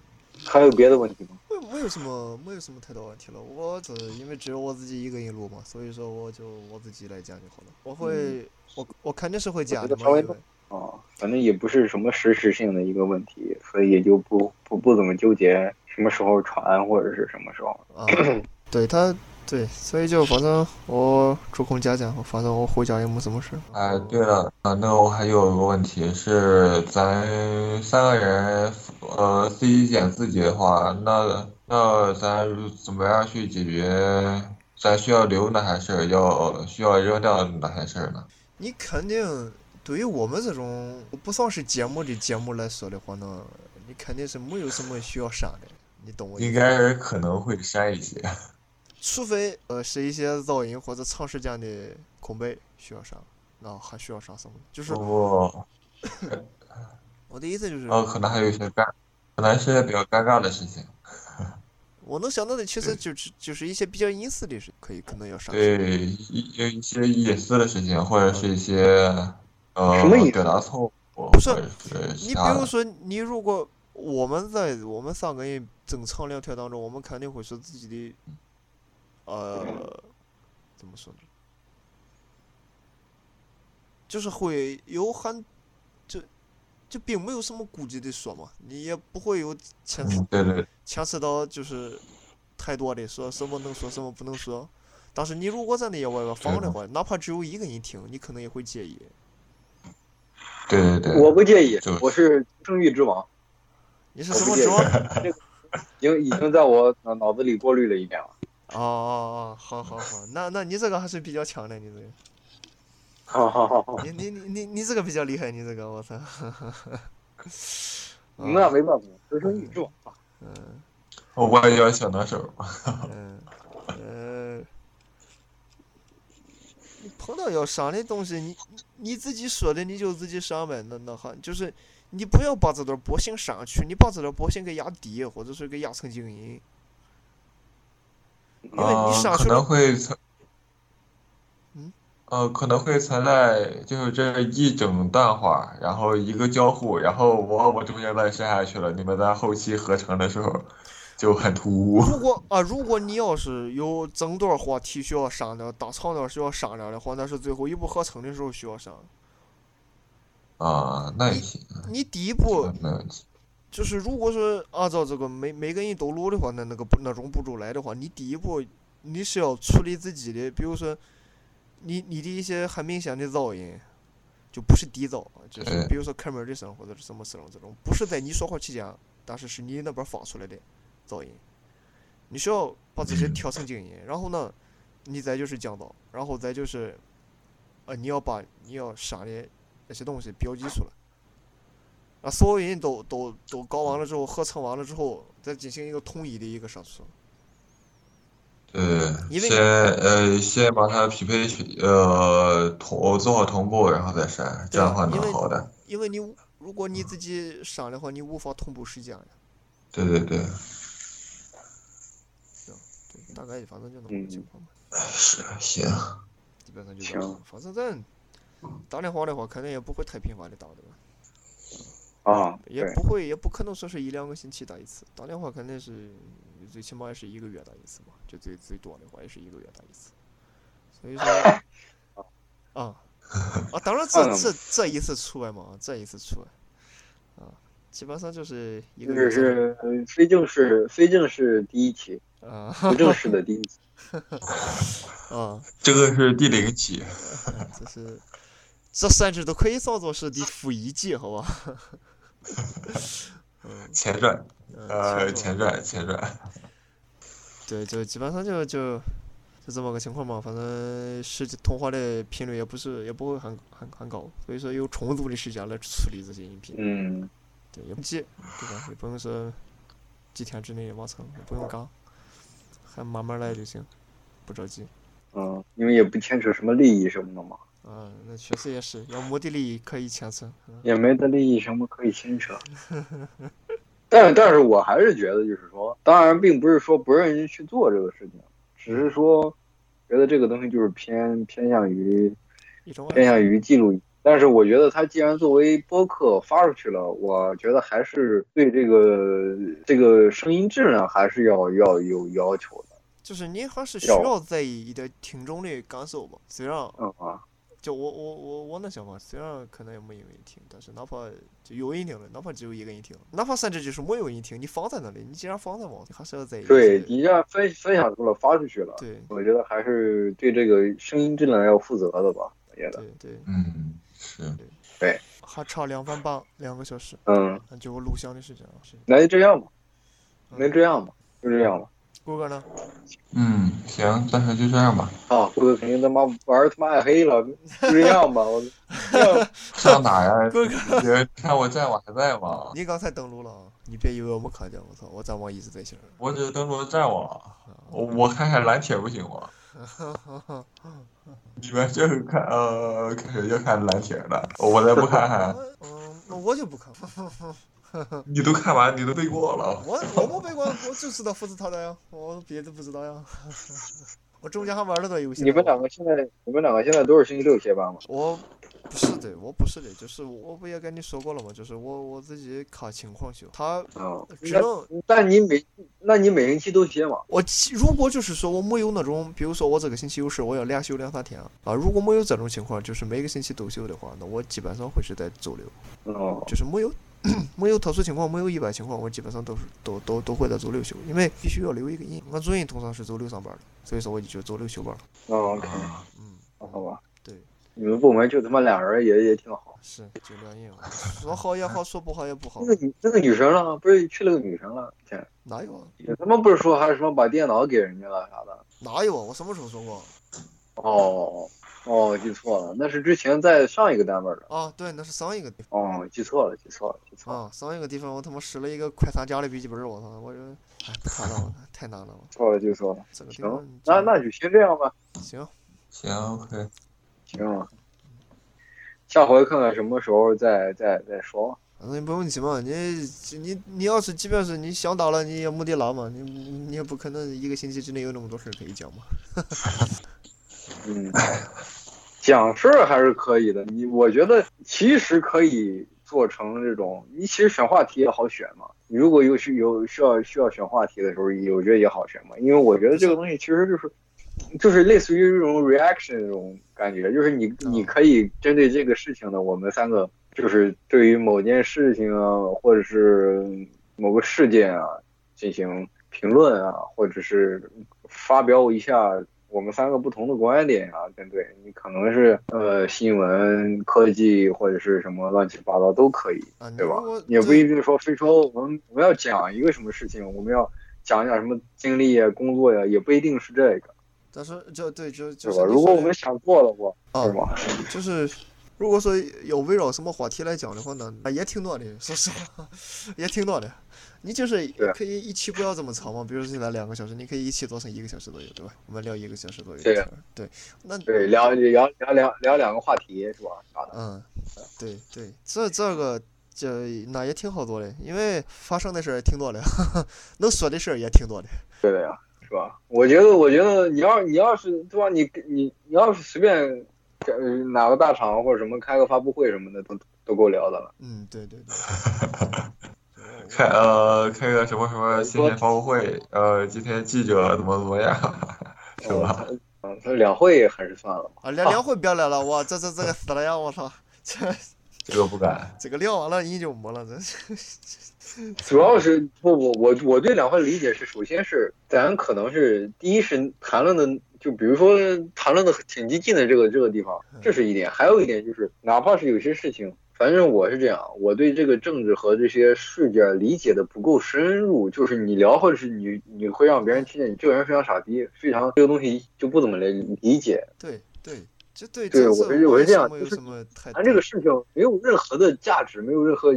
[SPEAKER 4] 还有别的问题吗？
[SPEAKER 2] 没没有什么没有什么太大问题了，我只因为只有我自己一个人录嘛，所以说我就我自己来讲就好了。我会，我嗯我肯定是会讲
[SPEAKER 4] 觉
[SPEAKER 2] 的
[SPEAKER 4] 得
[SPEAKER 2] 嘛，
[SPEAKER 4] 稍微
[SPEAKER 2] 因为
[SPEAKER 4] 啊，反正也不是什么实时性的一个问题，所以也就不不不怎么纠结什么时候传或者是什么时候。
[SPEAKER 2] 啊， (clears throat) 对他对，所以就反正我抽空讲讲，反正我回家也没什么事。
[SPEAKER 1] 哎，对了，啊，那我还有个问题是，咱三个人，呃，自己剪自己的话，那那咱如怎么样去解决？咱需要留呢，还是要需要扔掉呢，还是呢？
[SPEAKER 2] 你肯定对于我们这种不算是节目的节目来说的话呢，你肯定是没有什么需要删的，你懂我意
[SPEAKER 1] 应
[SPEAKER 2] 思？
[SPEAKER 1] 该是可能会删一些。
[SPEAKER 2] 除非呃是一些噪音或者长时间的空白需要删，那还需要删什么？就是
[SPEAKER 1] 不过，
[SPEAKER 2] 我的意思就是，
[SPEAKER 1] 呃，可能还有一些尴，可能是比较尴尬的事情。
[SPEAKER 2] 我能想到的其实就是就是一些比较隐私的事，可以可能要上去。
[SPEAKER 1] 对，一有一些隐私的事情，或者是一些呃
[SPEAKER 4] 什么隐私
[SPEAKER 1] 表达错误，
[SPEAKER 2] 不是
[SPEAKER 1] 或者是
[SPEAKER 2] 你
[SPEAKER 1] 其
[SPEAKER 2] 比
[SPEAKER 1] 他
[SPEAKER 2] 如
[SPEAKER 1] 的。
[SPEAKER 2] 说，你如果我们在我们三个人正常聊天当中，我们肯定会说自己的，呃，怎么说呢？就是会有很，就就并没有什么顾忌的说嘛，你也不会有牵扯
[SPEAKER 1] 嗯，对对
[SPEAKER 2] 牵扯到就是太多的说什么能说什么不能说。但是你如果在那些外边放的话，哪怕只有一个人听，你可能也会介意。
[SPEAKER 1] 对对对，
[SPEAKER 4] 我不介意
[SPEAKER 1] 就是，
[SPEAKER 4] 我是生育之王，
[SPEAKER 2] 你是
[SPEAKER 4] 我
[SPEAKER 2] 什
[SPEAKER 4] 哦不
[SPEAKER 2] 么
[SPEAKER 4] 介意
[SPEAKER 2] 装？
[SPEAKER 4] 已经已经在我脑脑子里过滤了一遍了。
[SPEAKER 2] 哦哦哦，好好好，那那你这个还是比较强的，你这个，
[SPEAKER 4] 哈哈哈哈，
[SPEAKER 2] 你你你你你这个比较厉害，你这个，我操。
[SPEAKER 4] (laughs) 那没办法，人生育之王嘛。
[SPEAKER 2] 嗯
[SPEAKER 1] 我也要小能手。
[SPEAKER 2] 嗯呃，你碰到要删的东西，你你你自己说的你就自己删呗，那那还就是你不要把这段波形删去，你把这段波形给压低，或者是给压成静音。因为
[SPEAKER 1] 啊
[SPEAKER 2] 你上
[SPEAKER 1] 可
[SPEAKER 2] 去
[SPEAKER 1] 能
[SPEAKER 2] 了，
[SPEAKER 1] 会存，
[SPEAKER 2] 嗯，
[SPEAKER 1] 呃，可能会存在就是这一整段话，然后一个交互，然后我我中间再删下去了，你们在后期合成的时候就很突兀。
[SPEAKER 2] 如果啊，如果你要是有整段话题需要删掉，大长段需要删掉的话，那是最后一步合成的时候需要删。
[SPEAKER 1] 啊，那也行，
[SPEAKER 2] 你第一步
[SPEAKER 1] 没问题。
[SPEAKER 2] 就是，如果说按照这个每每个人都录的话，那那个步那种步骤来的话，你第一步你是要处理自己的，比如说你你的一些很明显的噪音，就不是低噪，啊，就是
[SPEAKER 1] 对
[SPEAKER 2] 比如说开门的声或者是什么声这种，不是在你说话期间，但是是你那边发出来的噪音，你需要把这些
[SPEAKER 1] 嗯
[SPEAKER 2] 调成静音，然后呢，你再就是降噪，然后再就是，呃，你要把你要删的那些东西标记出来。啊，所有人都都都搞完了之后，合成完了之后，再进行一个统一的一个删除。
[SPEAKER 1] 对，
[SPEAKER 2] 因为
[SPEAKER 1] 先呃，先把它匹配起，呃，同做好同步，然后再删，这样的话
[SPEAKER 2] 对啊因为
[SPEAKER 1] 能好的。
[SPEAKER 2] 因为你无如果你自己删的话，你无法同步时间呀。
[SPEAKER 1] 对对对，
[SPEAKER 2] 对，大概反正就那么个情况吧，
[SPEAKER 1] 是行，
[SPEAKER 2] 基本上就这样
[SPEAKER 4] 行。
[SPEAKER 2] 反正咱打两晃的话，肯定也不会太频繁的打的吧，
[SPEAKER 4] 啊，
[SPEAKER 2] 也
[SPEAKER 4] 对
[SPEAKER 2] 不会，也不可能说是一两个星期打一次，打电话肯定是最起码也是一个月打一次嘛，这最最多的话也是一个月打一次，所以说，
[SPEAKER 4] (laughs)
[SPEAKER 2] 啊啊，当然
[SPEAKER 4] 看
[SPEAKER 2] 这
[SPEAKER 4] 看
[SPEAKER 2] 这这一次出来嘛，这一次出来，啊，基本上就是一个
[SPEAKER 4] 就
[SPEAKER 2] 月
[SPEAKER 4] 是是呃非正式非正式第一期，
[SPEAKER 2] 啊
[SPEAKER 4] 不正式的第一期。
[SPEAKER 2] 啊， (laughs)
[SPEAKER 1] 这个是第零期，
[SPEAKER 2] 这是这甚至都可以当做是的负一季，好吧？
[SPEAKER 1] 前传，
[SPEAKER 2] 嗯
[SPEAKER 1] 呃，
[SPEAKER 2] 前
[SPEAKER 1] 前
[SPEAKER 2] 传
[SPEAKER 1] 传，前传，
[SPEAKER 2] 对，就基本上就就就这么个情况嘛，反正世界通话的频率也不是也不会很很很高，所以说有充足的时间来处理这些音频，
[SPEAKER 4] 嗯，
[SPEAKER 2] 对，也不急，对吧？也不用说几天之内也完成，也不用赶，还慢慢来就行，不着急。
[SPEAKER 4] 嗯，因为也不牵扯什么利益什么的嘛，
[SPEAKER 2] 嗯，那确实也是，要没得利益可以牵扯。嗯
[SPEAKER 4] 也没得利益什么可以牵扯。 (laughs) 但但是我还是觉得，就是说，当然并不是说不让人去做这个事情，只是说觉得这个东西就是偏偏向于
[SPEAKER 2] 一种啊
[SPEAKER 4] 偏
[SPEAKER 2] 爱好，
[SPEAKER 4] 向于记录。但是我觉得它既然作为播客发出去了，我觉得还是对这个这个声音质量还是要要有要求的。
[SPEAKER 2] 就是你还是需
[SPEAKER 4] 要
[SPEAKER 2] 要在意一点听众的感受吧，虽然
[SPEAKER 4] 嗯啊，
[SPEAKER 2] 就我我我我那想法，虽然可能也没有人听，但是哪怕就有人听了，哪怕只有一个人听，哪怕甚至就是没有人听，你放在那里，你既然放在网上，你还是要在意
[SPEAKER 4] 对
[SPEAKER 2] 这
[SPEAKER 4] 你这样分分享出了，发出去了，
[SPEAKER 2] 对
[SPEAKER 4] 我觉得还是对这个声音质量要负责的吧。我觉得，
[SPEAKER 2] 对对，
[SPEAKER 1] 嗯，是，
[SPEAKER 2] 还差两分半两个小时，
[SPEAKER 4] 嗯，
[SPEAKER 2] 那就我录像的时间啊。是，
[SPEAKER 4] 那就这样吧，那
[SPEAKER 2] 嗯，
[SPEAKER 4] 就这样吧，就这样吧。
[SPEAKER 2] 郭哥呢？
[SPEAKER 1] 嗯，行，暂时就这样吧，
[SPEAKER 4] 啊，不哥肯定他妈玩他妈暗黑了，就这
[SPEAKER 2] (laughs)
[SPEAKER 4] 样吧。我
[SPEAKER 1] 上哪呀？
[SPEAKER 2] 哥
[SPEAKER 1] 你看我在，我还在吗？
[SPEAKER 2] 你刚才登录了啊？你别以为我没看见，我操，我咋网一直在线儿
[SPEAKER 1] 我只登录战网，我我看看蓝铁不行
[SPEAKER 2] (laughs)
[SPEAKER 1] 吗？
[SPEAKER 2] 啊？
[SPEAKER 1] 你们这是看呃，开始要看蓝铁了，我再不看看，
[SPEAKER 2] 嗯，那我就不看，
[SPEAKER 1] 你都看完，你都背过了。
[SPEAKER 2] 我我没被关，我就知道复制他的呀，我别的不知道呀。 (laughs) 我中间还玩了段游戏呢。
[SPEAKER 4] 你们
[SPEAKER 2] 我
[SPEAKER 4] 两个现在，你们两个现在都是星期六歇班吗？
[SPEAKER 2] 我不是的，我不是的，就是我不也跟你说过了吗？就是我我自己看情况修，他
[SPEAKER 4] 啊，
[SPEAKER 2] 只能
[SPEAKER 4] 但你每，那你每星期都歇嘛？
[SPEAKER 2] 我其如果就是说我没有那种，比如说我这个星期有事，我要连休两三天啊，如果没有这种情况，就是每个星期都休的话，那我基本上会是在周六，
[SPEAKER 4] 哦，
[SPEAKER 2] 就是没有 (clears throat) 没有特殊情况，没有意外情况，我基本上都是都都都会在周六休，因为必须要留一个印，我最近通常是周六上班的，所以说我就周六休班了。
[SPEAKER 4] 哦，OK，
[SPEAKER 2] 嗯，
[SPEAKER 4] 好吧，
[SPEAKER 2] 对，
[SPEAKER 4] 你们部门就他妈俩人也也挺好。
[SPEAKER 2] 是就两
[SPEAKER 4] (laughs)
[SPEAKER 2] 印，说好也好，说不好也不好
[SPEAKER 4] 那，个女那个女生了，不是去了个女生了？天，
[SPEAKER 2] 哪有啊？
[SPEAKER 4] 他们不是说还是什么把电脑给人家了啥的？
[SPEAKER 2] 哪有啊？我什么时候说过啊？
[SPEAKER 4] 哦哦，记错了，那是之前在上一个单位的。
[SPEAKER 2] 啊，对，那是上一个地
[SPEAKER 4] 哦，记错了，记错了，记错了，
[SPEAKER 2] 啊，上一个地方我他妈使了一个快三加的笔记本儿，我操，我这哎不谈了，
[SPEAKER 4] (laughs)
[SPEAKER 2] 我太难了，我
[SPEAKER 4] 记错了，记错了。
[SPEAKER 2] 这个地方
[SPEAKER 4] 行，那那就先这样吧，
[SPEAKER 2] 行，
[SPEAKER 1] 行，OK，
[SPEAKER 4] 行啊。下回看看什么时候再再再说吧。
[SPEAKER 2] 反正你不用急嘛，你你你要是即便是你想打了，你也没得拉嘛，你你也不可能一个星期之内有那么多事儿可以讲嘛。
[SPEAKER 4] 嗯，
[SPEAKER 2] (laughs)
[SPEAKER 4] 讲事儿还是可以的。你我觉得其实可以做成这种，你其实选话题也好选嘛。你如果有需有需要需要选话题的时候，我觉得也好选嘛。因为我觉得这个东西其实就是就是类似于这种 reaction 这种感觉，就是你你可以针对这个事情呢，我们三个就是对于某件事情啊，或者是某个事件啊进行评论啊，或者是发表一下我们三个不同的观点啊，针对你可能是呃新闻、科技或者是什么乱七八糟都可以，
[SPEAKER 2] 啊，你
[SPEAKER 4] 对
[SPEAKER 2] 如
[SPEAKER 4] 吧
[SPEAKER 2] 果？
[SPEAKER 4] 也不
[SPEAKER 2] 对
[SPEAKER 4] 一定说非说我们我们要讲一个什么事情，我们要讲一讲什么经历啊、工作呀、也不一定是这个，
[SPEAKER 2] 但是就对就就
[SPEAKER 4] 对
[SPEAKER 2] 是
[SPEAKER 4] 吧？
[SPEAKER 2] 你
[SPEAKER 4] 如果
[SPEAKER 2] 说
[SPEAKER 4] 我
[SPEAKER 2] 的
[SPEAKER 4] 们想做的话，
[SPEAKER 2] 啊
[SPEAKER 4] 是吧？ (laughs)
[SPEAKER 2] 就是，如果说有围绕什么话题来讲的话呢，啊也挺多的，说实话，也挺多的。你就是
[SPEAKER 4] 对啊
[SPEAKER 2] 可以一期不要这么长嘛，比如说现在两个小时，你可以一期做成一个小时左右，对吧？我们聊一个小时左右的
[SPEAKER 4] 对
[SPEAKER 2] 天
[SPEAKER 4] 啊
[SPEAKER 2] 儿对，那
[SPEAKER 4] 对，聊聊聊聊聊两个话题是吧？啊啥的，
[SPEAKER 2] 嗯，对对，这这个这那也挺好做的，因为发生的事儿也挺多的， (laughs) 能说的事儿也挺多的。
[SPEAKER 4] 对的呀，是吧？我觉得，我觉得你要你要是对吧？你你你要是随便这呃哪个大厂或者什么开个发布会什么的都都够聊的了。
[SPEAKER 2] 嗯，对对对，
[SPEAKER 1] 开呃开个什么什么新品发布会，呃今天记者怎么怎么样，是
[SPEAKER 2] 哦
[SPEAKER 1] 吧？
[SPEAKER 4] 嗯，他嗯他两会还是算了吧。
[SPEAKER 2] 啊，梁梁会不要来了，哇，这这这个死了呀，我操，这
[SPEAKER 1] 这个不敢。
[SPEAKER 2] 这个撂完了一九魔了，这
[SPEAKER 4] 主要是不，我我我对两会理解是，首先是咱可能是第一是谈论的，就比如说谈论的挺激进的这个这个地方，这是一点；还有一点就是，哪怕是有些事情，反正我是这样，我对这个政治和这些事件理解的不够深入，就是你聊或者是你你会让别人听见你这个人非常傻逼，非常这个东西就不怎么理理解。
[SPEAKER 2] 对对，这对
[SPEAKER 4] 对
[SPEAKER 2] 政
[SPEAKER 4] 我
[SPEAKER 2] 策
[SPEAKER 4] 是我是这样
[SPEAKER 2] 没有
[SPEAKER 4] 就是
[SPEAKER 2] 什么太
[SPEAKER 4] 谈这个事情没有任何的价值，没有任何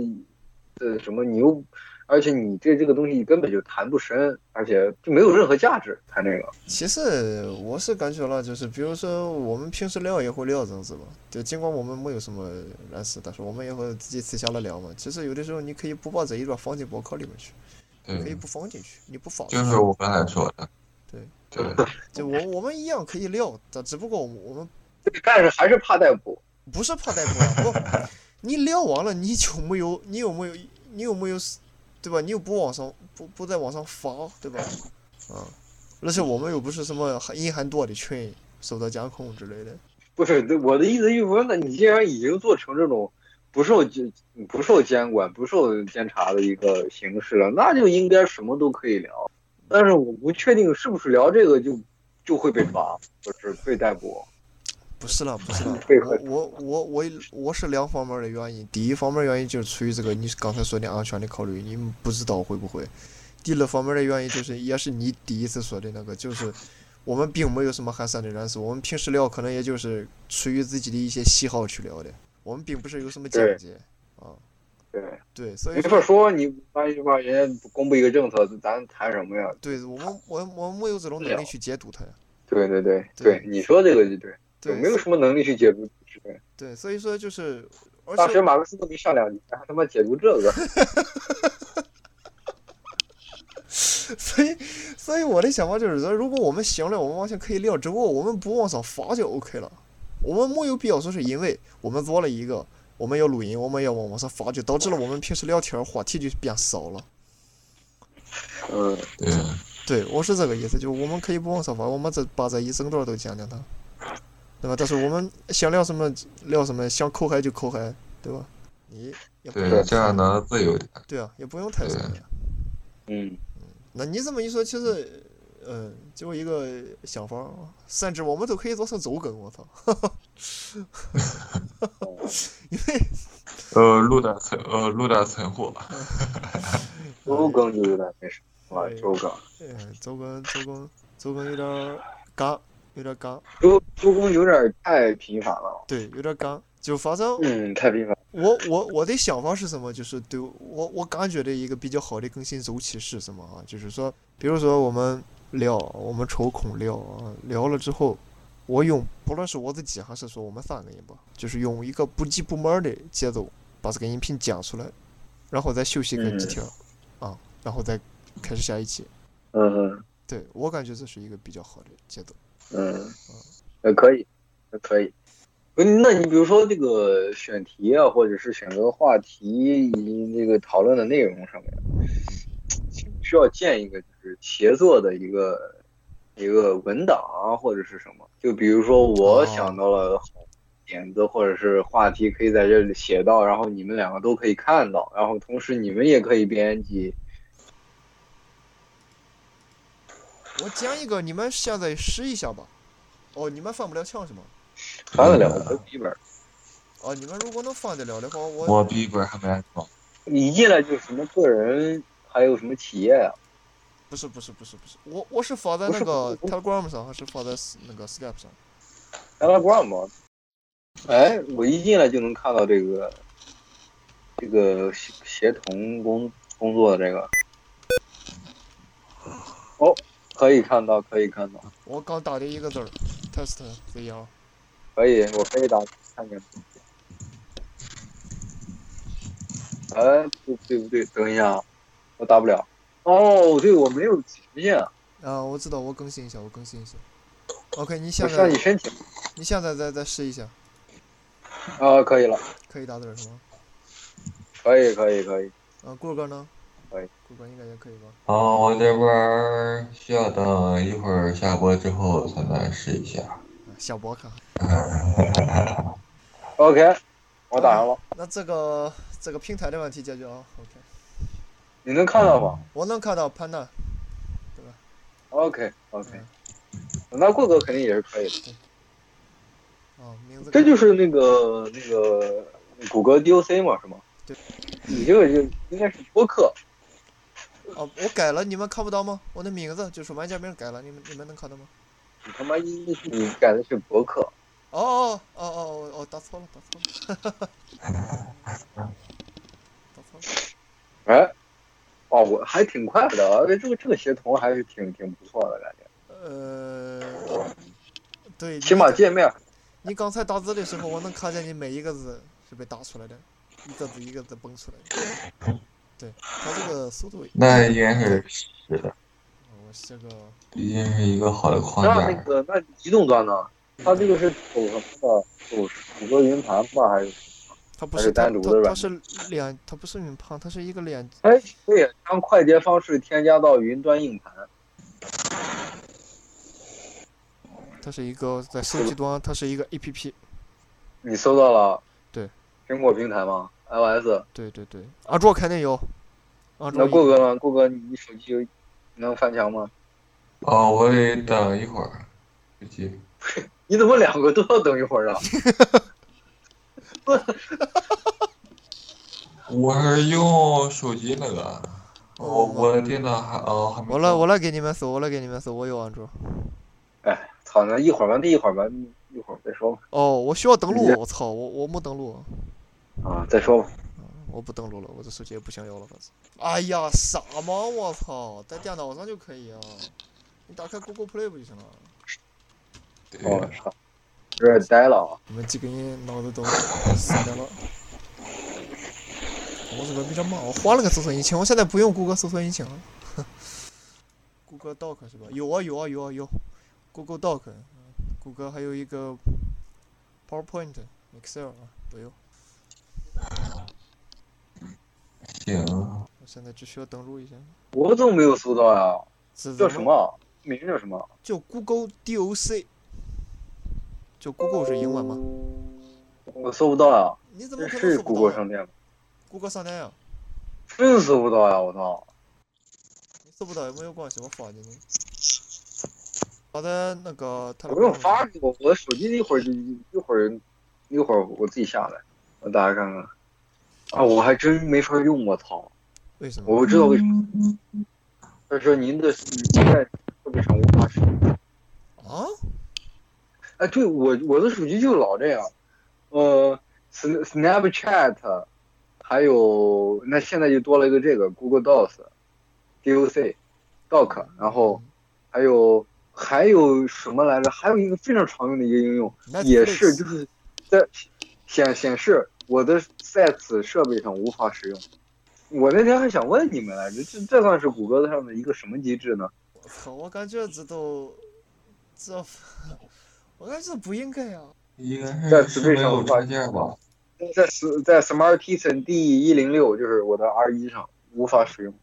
[SPEAKER 4] 的什么，你又，而且你对这个东西根本就谈不深，而且就没有任何价值谈这个。
[SPEAKER 2] 其实我是感觉了，就是比如说我们平时聊也会聊政治吧，就尽管我们没有什么认识，但是我们也会自己私下来聊嘛。其实有的时候你可以不把这一段放进博客里面去，可以
[SPEAKER 1] 对，
[SPEAKER 2] 不放进去，你不放
[SPEAKER 1] 嗯
[SPEAKER 2] 进
[SPEAKER 1] 就
[SPEAKER 2] 去
[SPEAKER 1] 是我刚才说的。
[SPEAKER 2] 对
[SPEAKER 1] 对，
[SPEAKER 2] 就我我们一样可以聊，但只不过我们我们
[SPEAKER 4] 但是还是怕逮捕，
[SPEAKER 2] 不是怕逮捕啊，不， (laughs) 你聊完了你就没有，你有没有，你有没有，对吧？你又不往上不不在网上发，对吧？啊，而且我们又不是什么很阴寒多的群，受到监控之类的。
[SPEAKER 4] 不是对我的意思就是说，那你既然已经做成这种不受监不受监管、不受监察的一个形式了，那就应该什么都可以聊。但是我不确定是不是聊这个就就会被罚，或者是被逮捕。
[SPEAKER 2] 不是了，不是
[SPEAKER 4] (laughs)
[SPEAKER 2] 了
[SPEAKER 4] 配合，
[SPEAKER 2] 我我我我我是两方面的原因。第一方面原因就是出于这个你刚才说的安全的考虑，你不知道会不会。第二方面的原因就是，也是你第一次说的那个，就是我们并没有什么寒酸的认识，我们平时聊可能也就是出于自己的一些喜好去聊的，我们并不是有什么
[SPEAKER 4] 对
[SPEAKER 2] 见解啊。
[SPEAKER 4] 对，
[SPEAKER 2] 对，所以
[SPEAKER 4] 没
[SPEAKER 2] 说
[SPEAKER 4] 法说，你万一吧，人家公布一个政策，咱谈什么呀？
[SPEAKER 2] 对我们我我们没有这种能力去解读它呀。
[SPEAKER 4] 对对对
[SPEAKER 2] 对
[SPEAKER 4] 对，你说这个就对，
[SPEAKER 2] 对，
[SPEAKER 4] 有没有什么能力去解读？对，
[SPEAKER 2] 对，所以说就是，而
[SPEAKER 4] 大
[SPEAKER 2] 且
[SPEAKER 4] 学马克思都没上两年，还他妈解读这个，
[SPEAKER 2] (laughs) 所以，所以我的想法就是说，如果我们行了，我们完全可以聊，只不过我们不往上发就 OK 了。我们没有必要说是因为我们做了一个，我们要录音，我们要往往上发，就导致了我们平时聊天儿话题就变少了。
[SPEAKER 4] 嗯，
[SPEAKER 1] 对，
[SPEAKER 2] 对，我是这个意思，就我们可以不往上发，我们这把这一整段都讲讲它，对吧？但是我们想聊什么聊什么，想口嗨就口嗨，对吧？你也不
[SPEAKER 1] 对，
[SPEAKER 2] 用
[SPEAKER 1] 这样能自由点。
[SPEAKER 2] 对啊，也不用太
[SPEAKER 1] 对
[SPEAKER 2] 什么呀。
[SPEAKER 4] 嗯，
[SPEAKER 2] 那你这么一说，其实，呃，就一个想法儿，甚至我们都可以做成周更，我操！因为
[SPEAKER 1] 呃，录点存，呃，录点存货。
[SPEAKER 4] 周更就有点那什么了，
[SPEAKER 2] 对
[SPEAKER 4] 周更，
[SPEAKER 2] 呃，周更周更周更有点儿刚，有点儿刚，
[SPEAKER 4] 周周更有点太频繁了，
[SPEAKER 2] 对，有点儿刚。就反正
[SPEAKER 4] 嗯，太频繁，
[SPEAKER 2] 我我我的想法是什么？就是对我我感觉的一个比较好的更新周期是什么啊？就是说，比如说我们聊，我们抽空聊啊，聊了之后，我用不论是我自己还是说我们三个人吧，就是用一个不急不慢的节奏把这个音频讲出来，然后再休息个几天，啊，然后再开始下一期。
[SPEAKER 4] 嗯嗯
[SPEAKER 2] 对我感觉这是一个比较好的节奏。
[SPEAKER 4] 嗯，呃，可以，呃可以。嗯，那你比如说这个选题啊，或者是选择话题以及这个讨论的内容上面，需要建一个就是协作的一个一个文档啊，或者是什么。就比如说我想到了好点子或者是话题，可以在这里写到，然后你们两个都可以看到，然后同时你们也可以编辑。
[SPEAKER 2] 我讲一个，你们现在试一下吧。哦，你们翻不了墙是吗？
[SPEAKER 4] 翻得了，我笔记本。
[SPEAKER 2] 哦，你们如果能翻得了的话，我
[SPEAKER 1] 我笔记本还没安装。
[SPEAKER 4] 你进来就是什么个人，还有什么企业啊？
[SPEAKER 2] 不是不是不是不是，我我是发在
[SPEAKER 4] 不
[SPEAKER 2] 那
[SPEAKER 4] 是
[SPEAKER 2] 个
[SPEAKER 4] 不
[SPEAKER 2] Telegram 上，还是发在 s- 那个 Skype 上？
[SPEAKER 4] Telegram 吗？哎，我一进来就能看到这个这个协协同工工作的这个。哦，可以看到，可以看到，
[SPEAKER 2] 我刚打的一个字儿，test VR。
[SPEAKER 4] 可以，我可以打看看。哎，不对不对，等一下啊，我打不了。哦，对，我没有权限啊。
[SPEAKER 2] 啊，我知道，我更新一下，我更新一下。 OK，你
[SPEAKER 4] 我
[SPEAKER 2] 现
[SPEAKER 4] 上
[SPEAKER 2] 在
[SPEAKER 4] 你身体
[SPEAKER 2] 你现在再再试一下，
[SPEAKER 4] 啊，可以了，
[SPEAKER 2] 可以打盹儿是吗？
[SPEAKER 4] 可以可以可以，
[SPEAKER 2] 啊，顾哥呢？
[SPEAKER 4] 可以。
[SPEAKER 2] 顾哥，你感觉可以吧？
[SPEAKER 1] 啊，我这边儿需要等一会儿下播之后才能试一下。
[SPEAKER 2] 啊小博卡。
[SPEAKER 4] OK，我打上了，
[SPEAKER 2] 那这个这个平台的问题解决啊。OK，
[SPEAKER 4] 你能看到吗
[SPEAKER 2] 我能看到潘娜。
[SPEAKER 4] ？OK OK，那过哥肯定也是可以的，
[SPEAKER 2] 哦，名字
[SPEAKER 4] 这就是是那个那个谷歌 DOC 嘛，是吗？
[SPEAKER 2] 对，
[SPEAKER 4] 你这个就应该是播客，
[SPEAKER 2] 哦，我改了，你们看不到吗？我的名字就是玩家名改了，你们你们能看到吗？
[SPEAKER 4] 你他妈一你改的是博客，
[SPEAKER 2] 哦哦哦哦哦哦，打错了，打错了， (laughs) 打错了。
[SPEAKER 4] 哎，哦，我还挺快的，而且这个这个协同还是挺挺不错的感觉，
[SPEAKER 2] 呃，对，
[SPEAKER 4] 起码
[SPEAKER 2] 你
[SPEAKER 4] 界面
[SPEAKER 2] 你刚才打字的时候，我能看见你每一个字是被打出来的，一个字一个字蹦出来的。对，它这个速度，
[SPEAKER 1] 那应该是是的，
[SPEAKER 2] 我这个
[SPEAKER 1] 毕竟是一个好的框
[SPEAKER 4] 那那
[SPEAKER 1] 架。
[SPEAKER 4] 个那移动端呢？它这个是走什么的？走谷歌云盘吧？还是？
[SPEAKER 2] 它不
[SPEAKER 4] 还
[SPEAKER 2] 是
[SPEAKER 4] 是
[SPEAKER 2] 它
[SPEAKER 4] 单独的
[SPEAKER 2] 它它
[SPEAKER 4] 软
[SPEAKER 2] 是两，它不是云盘，它是一个两
[SPEAKER 4] 哎，可以将快捷方式添加到云端硬盘。
[SPEAKER 2] 它是一个在手机端，它是一个 A P P。
[SPEAKER 4] 你搜到了？
[SPEAKER 2] 对。
[SPEAKER 4] 苹果平台吗？iOS。
[SPEAKER 2] 对对对，安卓肯定有。安卓
[SPEAKER 4] 那
[SPEAKER 2] 一
[SPEAKER 4] 顾哥呢？顾哥，你你手机有能翻墙吗？
[SPEAKER 1] 哦，我得等一会儿，不急。
[SPEAKER 4] 你怎么两个都要等一会儿啊？
[SPEAKER 1] 我是用手机那个，我我的电脑还哦还没。
[SPEAKER 2] 我来我来给你们搜，我来给你们搜，我有安卓。
[SPEAKER 4] 哎，操！那一会儿吧，那一会儿吧，一会儿再说吧。
[SPEAKER 2] 哦，我需要登录
[SPEAKER 4] 你，这
[SPEAKER 2] 我操，我我没登录，
[SPEAKER 4] 啊，再说吧。
[SPEAKER 2] 我不登录了，我这手机也不想要了，反正。哎呀，傻吗？我操，在电脑上就可以啊，你打开 Google Play 不就行了？
[SPEAKER 1] 对
[SPEAKER 4] 哦，操！有点呆了啊。
[SPEAKER 2] 你们几个人脑子都傻掉了。我这个比较忙，我换了个搜索引擎，我现在不用谷歌搜索引擎了。谷歌 Doc 是吧？有啊有啊有啊有，Google Doc，嗯谷歌还有一个 PowerPoint、Excel 啊都有。
[SPEAKER 1] 行，
[SPEAKER 2] 我现在只需要登录一下。
[SPEAKER 4] 我怎么没有搜到呀？
[SPEAKER 2] 这
[SPEAKER 4] 叫什？么？啊名字叫什么？
[SPEAKER 2] 就 Google DOC。就 Google 是英文吗？
[SPEAKER 4] 我搜不到呀。
[SPEAKER 2] 你怎么
[SPEAKER 4] 这
[SPEAKER 2] 可能
[SPEAKER 4] 是
[SPEAKER 2] 搜
[SPEAKER 4] 谷
[SPEAKER 2] 不
[SPEAKER 4] 歌
[SPEAKER 2] 到啊
[SPEAKER 4] 商店吗？
[SPEAKER 2] 谷歌商店呀？
[SPEAKER 4] 真搜不到呀！我操！
[SPEAKER 2] 你搜不到也没有关系，我发给你。好的，那个他
[SPEAKER 4] 我不用发给我，我手机一会儿就一会儿一会儿我自己下来，我打开看看。啊，我还真没法用，我操！
[SPEAKER 2] 为什么？
[SPEAKER 4] 我不知道为什么。他说您的您在设备上无法使用。
[SPEAKER 2] 啊？
[SPEAKER 4] 哎，对我我的手机就老这样，呃，Sn-，Snapchat，还有那现在就多了一个这个 Google Docs，DOC，Doc，然后还有还有什么来着？还有一个非常常用的一个应用，
[SPEAKER 2] Netflix
[SPEAKER 4] 也是就是在显显示我的在此设备上无法使用。我那天还想问你们来着，这这算是谷歌上的一个什么机制呢？
[SPEAKER 2] 我操！我感觉这都这， (laughs) 我感觉这不应该啊！
[SPEAKER 1] 应该
[SPEAKER 4] 在
[SPEAKER 1] 是
[SPEAKER 4] 此
[SPEAKER 1] 是
[SPEAKER 4] 为
[SPEAKER 1] 没
[SPEAKER 4] 什么
[SPEAKER 1] 有插件吧？
[SPEAKER 4] 在 S 在 SmartTison D 一零六，就是我的 R 一上无法使用。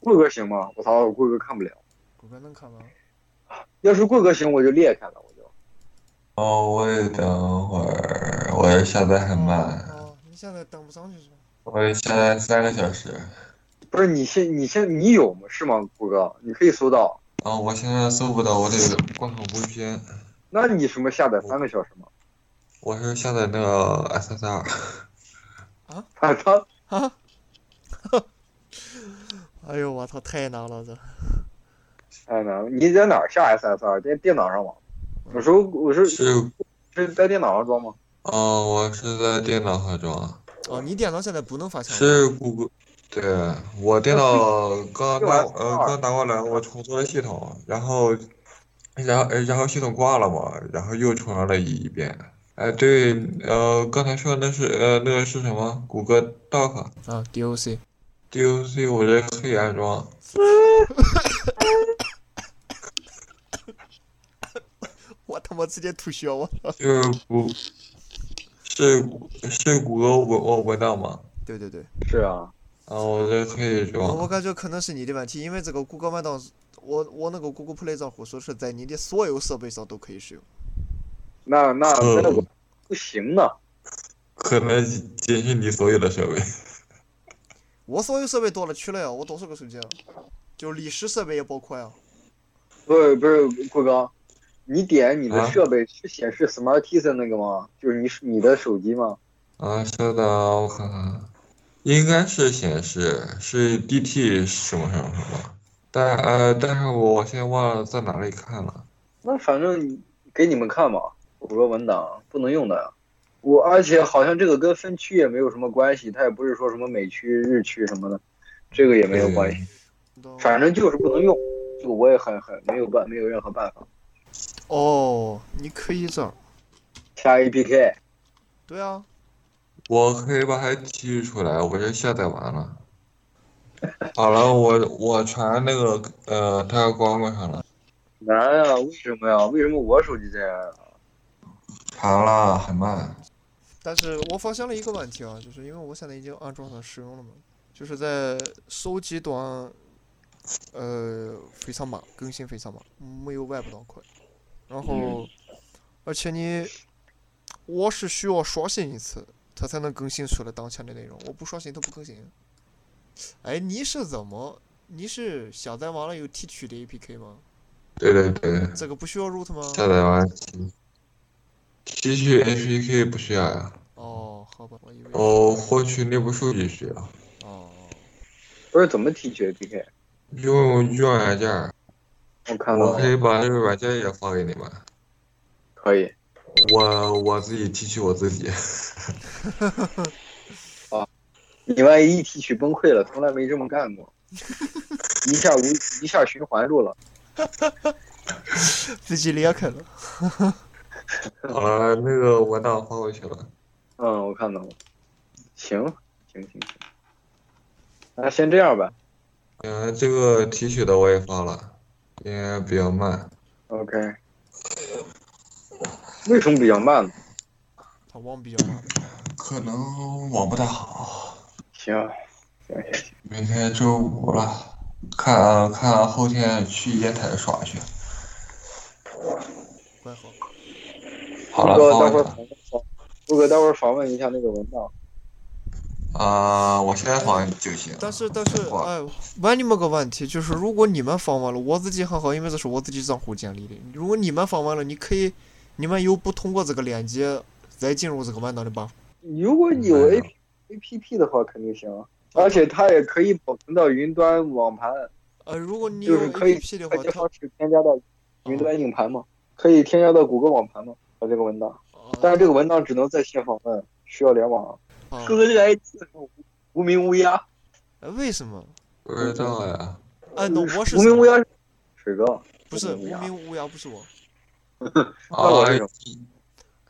[SPEAKER 4] 贵哥行吗？我操，我贵哥看不了。
[SPEAKER 2] 谷歌能看吗？
[SPEAKER 4] 要是贵哥行，我就裂开了，我就。
[SPEAKER 1] 哦，我得等会儿，我这下载很慢，
[SPEAKER 2] 哦，你现在登不上去是吧？
[SPEAKER 1] 我得下载三个小时。
[SPEAKER 4] 不是你现你现你有吗？是吗，顾哥？你可以搜到。
[SPEAKER 1] 啊，我现在搜不到，我得挂上 VPN。
[SPEAKER 4] 那你什么下载三个小时吗？ (laughs)
[SPEAKER 1] 我是下载那个 SSR，
[SPEAKER 4] 他他
[SPEAKER 2] 啊！哎呦我操，太难了这！
[SPEAKER 4] 太难了。哎你在哪儿下 SSR？在电脑上吗？我说我是
[SPEAKER 1] 是，嗯、
[SPEAKER 4] 是在电脑上装吗？
[SPEAKER 1] 我是在电脑啊上装，
[SPEAKER 2] 哦，你电脑现在不能发墙了。
[SPEAKER 1] 是谷歌。对，我电脑刚拿呃刚拿过来，我重做了系统，然后，然后呃然后系统挂了嘛，然后又重来了一遍。哎，对，呃，刚才说那是呃那个是什么？谷歌 Doc
[SPEAKER 2] 啊，DOC。
[SPEAKER 1] DOC，我这可以安装。
[SPEAKER 2] 我直接吐血，我操！
[SPEAKER 1] 就是骨，是是骨头纹我纹到吗？
[SPEAKER 2] 对对对，
[SPEAKER 4] 是啊，
[SPEAKER 1] 啊，我这退
[SPEAKER 2] 我我
[SPEAKER 1] 装。
[SPEAKER 2] 感觉可能是你的问题，因为这个谷歌 o 档，我我那个 Google Play 账户说是在你的所有设备上都可以使用。
[SPEAKER 4] 那那
[SPEAKER 1] 嗯
[SPEAKER 4] 那我不行呢。
[SPEAKER 1] 可能仅是你所有的设备。
[SPEAKER 2] 我所有设备多了去了呀，我多少个手机啊？就历史设备也包括呀。
[SPEAKER 4] 不是不是，郭刚，你点你的
[SPEAKER 1] 啊
[SPEAKER 4] 设备是显示 Smartisan 那个吗？就是你你的手机吗？
[SPEAKER 1] 啊，稍等啊，我看看，应该是显示是 DT 什么什么什么，但呃，但是我现在忘了在哪里看了。
[SPEAKER 4] 那反正给你们看吧，我说文档不能用的呀。我而且好像这个跟分区也没有什么关系，它也不是说什么美区、日区什么的，这个也没有关系。
[SPEAKER 2] 都
[SPEAKER 4] 反正就是不能用，这个我也很很没有办没有任何办法。
[SPEAKER 2] 哦，你可以这样。
[SPEAKER 4] 下 APK
[SPEAKER 2] 对啊，
[SPEAKER 1] 我可以把它提取出来，我这下载完了。好了，我我传那个呃，它光棍上了，
[SPEAKER 4] 难啊，为什么呀？为什么我手机这样啊？
[SPEAKER 1] 传了很慢。
[SPEAKER 2] 但是我发现了一个问题啊，就是因为我现在已经安装上使用了嘛，就是在手机端，呃，非常慢，更新非常慢，没有 Web 端快。然后，而且你，我是需要刷新一次，它才能更新出来当前的内容，我不刷新它不更新。哎，你是怎么？你是下载完了有提取的 APK 吗？
[SPEAKER 1] 对对对，
[SPEAKER 2] 这个不需要 root 吗？
[SPEAKER 1] 下载完提提取 APK 不需要呀，
[SPEAKER 2] 哦，好吧，我以为是
[SPEAKER 1] 哦，获取内部数据需要，
[SPEAKER 2] 哦，
[SPEAKER 4] 不是怎么提取 APK？
[SPEAKER 1] 用用软件儿。
[SPEAKER 4] 我看到
[SPEAKER 1] 我
[SPEAKER 4] 了
[SPEAKER 1] 可以把这个软件也发给你们，
[SPEAKER 4] 可以
[SPEAKER 1] 我我自己提取我自 (laughs) 己。
[SPEAKER 4] 你万一一提取崩溃了，从来没这么干过， (laughs) 一下无一下循环住了。
[SPEAKER 2] 自己裂开了。
[SPEAKER 1] 好了，那个文档发过去了。
[SPEAKER 4] 嗯，我看到了。行行行行，那先这样吧。
[SPEAKER 1] 嗯、这个提取的我也发了，应该比较慢。
[SPEAKER 4] OK。为什么比较慢呢？
[SPEAKER 2] 他网比较慢。
[SPEAKER 1] 可能网不太好。
[SPEAKER 4] 行，行行行，
[SPEAKER 1] 明天周五了，看看后天去烟台耍去。
[SPEAKER 2] 怪好。
[SPEAKER 1] 好
[SPEAKER 4] 顾
[SPEAKER 1] 了，
[SPEAKER 4] 哥
[SPEAKER 1] 发
[SPEAKER 4] 待会
[SPEAKER 1] 过
[SPEAKER 4] 儿
[SPEAKER 1] 去
[SPEAKER 4] 访
[SPEAKER 1] 了。
[SPEAKER 4] 问，顾哥待会儿访问一下那个文档。
[SPEAKER 1] 啊、我现在发就行。
[SPEAKER 2] 但是但是
[SPEAKER 1] 我
[SPEAKER 2] 哎，问你们个问题，就是如果你们访问了，我自己很好，因为这是我自己账户建立的。如果你们访问了，你可以，你们有不通过这个链接再进入这个文档的吧？
[SPEAKER 4] 如果有
[SPEAKER 1] 嗯
[SPEAKER 4] A P A P P 的话，肯定行。而且它也可以保存到云端网盘，
[SPEAKER 2] 呃，如果你有
[SPEAKER 4] 就是可以
[SPEAKER 2] APP 的
[SPEAKER 4] 快
[SPEAKER 2] 话，
[SPEAKER 4] 捷
[SPEAKER 2] 它哦
[SPEAKER 4] 方式添加到云端硬盘嘛，可以添加到谷歌网盘嘛，把这个文
[SPEAKER 2] 哦
[SPEAKER 4] 档。
[SPEAKER 2] 呃
[SPEAKER 4] 但是这个文档只能在线访问，需要联网。
[SPEAKER 2] 啊
[SPEAKER 4] 哥哥这个 ID 无无名乌鸦，
[SPEAKER 2] 哎为什么？
[SPEAKER 1] 不知道呀。
[SPEAKER 2] 哎，那我是哦
[SPEAKER 4] 无名乌鸦是水哥，
[SPEAKER 2] 不是
[SPEAKER 4] 无
[SPEAKER 2] 无
[SPEAKER 4] 名乌鸦
[SPEAKER 2] 名乌鸦，不是我。
[SPEAKER 1] 啊，
[SPEAKER 4] 我这种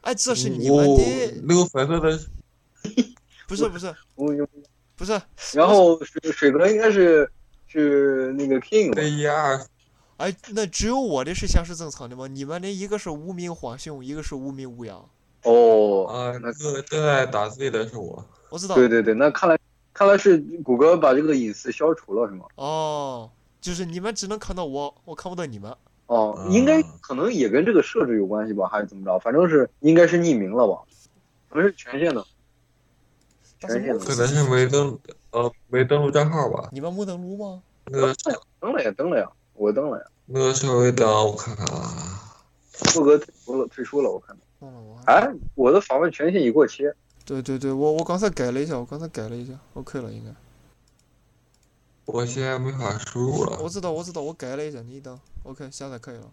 [SPEAKER 2] 哎，这是你们
[SPEAKER 4] 哦
[SPEAKER 1] 我
[SPEAKER 2] 的，
[SPEAKER 1] 那个粉色的，
[SPEAKER 2] 不是不是
[SPEAKER 4] 无名乌鸦。
[SPEAKER 2] 不是。
[SPEAKER 4] 然后水水哥应该是是那个 King 吧
[SPEAKER 1] 那？一二
[SPEAKER 2] 哎，那只有我的是显示正常的吗？你们的一个是无名浣熊，一个是无名乌鸦。
[SPEAKER 4] 哦，
[SPEAKER 1] 啊，
[SPEAKER 4] 那
[SPEAKER 1] 那个正在打字的是我。
[SPEAKER 2] 我知道。
[SPEAKER 4] 对对对，那看来看来是谷歌把这个隐私消除了是吗？
[SPEAKER 2] 哦，就是你们只能看到我，我看不到你们。
[SPEAKER 4] 哦，
[SPEAKER 1] 嗯
[SPEAKER 4] 应该可能也跟这个设置有关系吧，还是怎么着？反正是应该是匿名了吧，不是权限的。
[SPEAKER 2] 但是
[SPEAKER 4] 权限
[SPEAKER 2] 我
[SPEAKER 4] 的
[SPEAKER 1] 可能是没登呃没登录账号吧。
[SPEAKER 2] 你们没登录吗？
[SPEAKER 1] 那个
[SPEAKER 4] 登了呀，登了呀，我登了呀。
[SPEAKER 1] 那个稍微等我看看啊。
[SPEAKER 4] 富哥退出了，退出了，我看到。
[SPEAKER 2] 忘了我还。
[SPEAKER 4] 哎，我的访问权限已过期。
[SPEAKER 2] 对对对，我我刚才改了一下，我刚才改了一下，OK 了应该。
[SPEAKER 1] 我现在没法输入
[SPEAKER 2] 我
[SPEAKER 1] 了。
[SPEAKER 2] 知道我知道，我改了一下，你等 OK 下载可以了。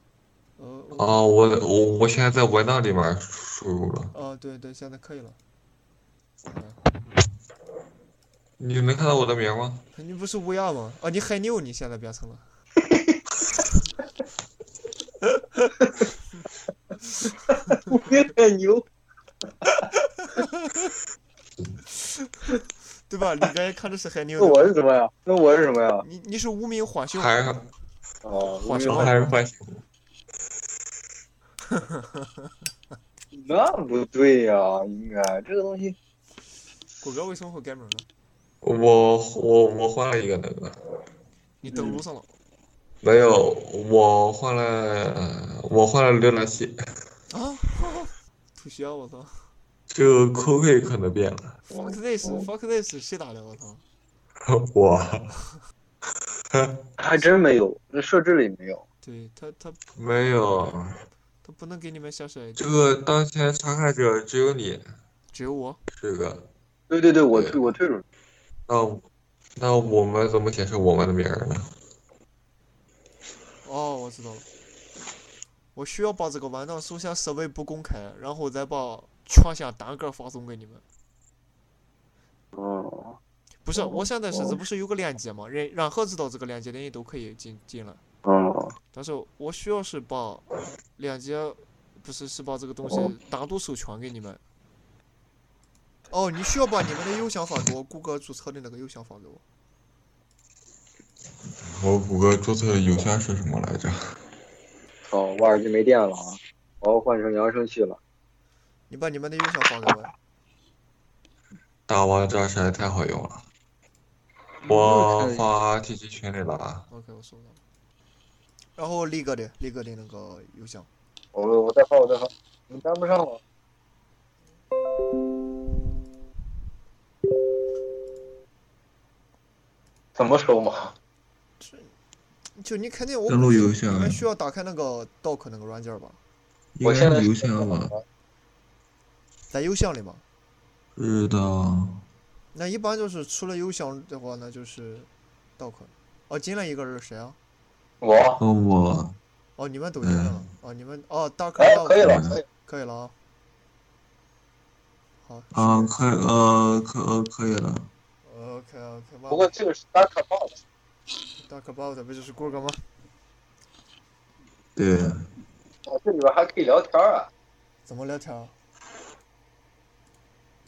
[SPEAKER 2] 呃，我
[SPEAKER 1] 啊，我我我现在在文档里面输入了。
[SPEAKER 2] 哦对对，现在可以了。
[SPEAKER 1] 你能看到我的名吗？
[SPEAKER 2] 你不是乌鸦吗？啊，你海牛，你现在变成了。
[SPEAKER 4] 我很牛，
[SPEAKER 2] 对吧？李哥也看着是海牛
[SPEAKER 4] 那
[SPEAKER 2] 的。
[SPEAKER 4] (laughs) 我是什么呀？那我是什么呀？
[SPEAKER 2] 你你是无名浣熊，
[SPEAKER 1] 还是
[SPEAKER 4] 哦，
[SPEAKER 2] 画什
[SPEAKER 4] 无名
[SPEAKER 2] 么
[SPEAKER 4] 化
[SPEAKER 1] 还是浣熊？
[SPEAKER 4] 那不对呀、应该这个东西
[SPEAKER 2] 果哥为什么会改名呢？
[SPEAKER 1] 我我我换了一个那个，
[SPEAKER 2] 你登录上了？
[SPEAKER 1] 没有，我换了我换了浏览器，
[SPEAKER 2] 啊，吐血！我操
[SPEAKER 1] 这个口味可能变了。
[SPEAKER 2] ！fuck this，fuck this，谁打的？我操！
[SPEAKER 1] 我
[SPEAKER 4] 还真没有，那设置里没有。
[SPEAKER 2] 对他，他
[SPEAKER 1] 没有，
[SPEAKER 2] 他不能给你们下水，
[SPEAKER 1] 这个当前查看者只有你
[SPEAKER 2] 只有我。
[SPEAKER 1] 这个。
[SPEAKER 4] 对对对，我
[SPEAKER 1] 对
[SPEAKER 4] 退我退出了。
[SPEAKER 1] 那那我们怎么显示我们的名儿呢？
[SPEAKER 2] 哦，我知道了。我需要把这个玩档收下设备不公开，然后再把全下单个发送给你们。
[SPEAKER 4] 哦，
[SPEAKER 2] 不是，我现在是这不是有个链接吗？任任何知道这个链接的人都可以进进来。
[SPEAKER 4] 哦，
[SPEAKER 2] 但是我需要是把链接，不是是把这个东西单独授权给你们。哦，你需要把你们的邮箱发给我，谷歌注册的那个邮箱发给我。
[SPEAKER 1] 我谷歌注册邮箱是什么来着？
[SPEAKER 4] 哦，我耳机没电了啊，我要换成扬声器了。
[SPEAKER 2] 你把你们的邮箱发给我呀。
[SPEAKER 1] 大王炸实在太好用了，
[SPEAKER 4] 嗯
[SPEAKER 1] 我
[SPEAKER 4] 可以
[SPEAKER 1] 发 T G 群里了啊。
[SPEAKER 2] OK，我收到了。然后力哥的力哥的那个邮箱，
[SPEAKER 4] 我我再发我再发，你们跟不上了。怎么收嘛？
[SPEAKER 2] 就你肯定我
[SPEAKER 1] 登
[SPEAKER 2] 估
[SPEAKER 1] 录
[SPEAKER 2] 计
[SPEAKER 1] 邮箱
[SPEAKER 2] 你
[SPEAKER 1] 呀
[SPEAKER 2] 们需要打开那个 Doc 那个软件吧，
[SPEAKER 4] 我现
[SPEAKER 1] 应
[SPEAKER 4] 在
[SPEAKER 1] 该是邮箱吧？
[SPEAKER 2] 在邮箱里嘛。
[SPEAKER 1] 是的。
[SPEAKER 2] 那一般就是除了邮箱的话，那就是 Doc。哦，进来一个人谁啊？
[SPEAKER 4] 我
[SPEAKER 1] 哦，我
[SPEAKER 2] 哦，你们都进来了。哦，你们哦，Doc
[SPEAKER 4] 哎，
[SPEAKER 2] Doc
[SPEAKER 4] 可以了，可
[SPEAKER 2] 可
[SPEAKER 4] 以了。
[SPEAKER 2] 以了啊。好。
[SPEAKER 1] 啊，可以，呃，可呃可以了。
[SPEAKER 2] OK OK，
[SPEAKER 4] 不过这个是 Dark Box，
[SPEAKER 2] Doc Bot 不就是 Google 吗？
[SPEAKER 1] 对，
[SPEAKER 4] 哦，这里边还可以聊天啊。
[SPEAKER 2] 怎么聊天啊？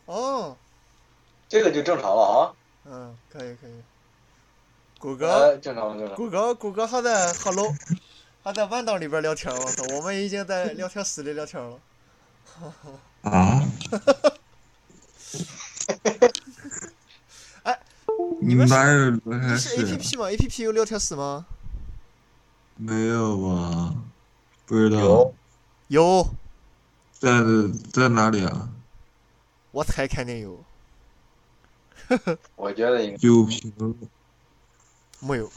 [SPEAKER 2] 哦，
[SPEAKER 4] 这个就正常了
[SPEAKER 2] 嗯，可以可以。谷
[SPEAKER 4] 啊，
[SPEAKER 2] 歌。
[SPEAKER 4] 哎正常了，正常了。
[SPEAKER 2] 谷歌，谷歌还在 Hello，还在万档里边聊天儿，我操，我们已经在聊天室里聊天了。
[SPEAKER 1] 啊，
[SPEAKER 2] (laughs) 哎，你们是
[SPEAKER 1] 哪有聊
[SPEAKER 2] 你
[SPEAKER 1] 天室
[SPEAKER 2] 是 A P P 吗？A P P 有聊天室吗？
[SPEAKER 1] 没有吧？不知道
[SPEAKER 4] 有
[SPEAKER 2] 有，
[SPEAKER 1] 在在哪里啊？
[SPEAKER 2] 我猜肯定有，
[SPEAKER 4] 我觉得应该
[SPEAKER 1] 有评论
[SPEAKER 2] 没有，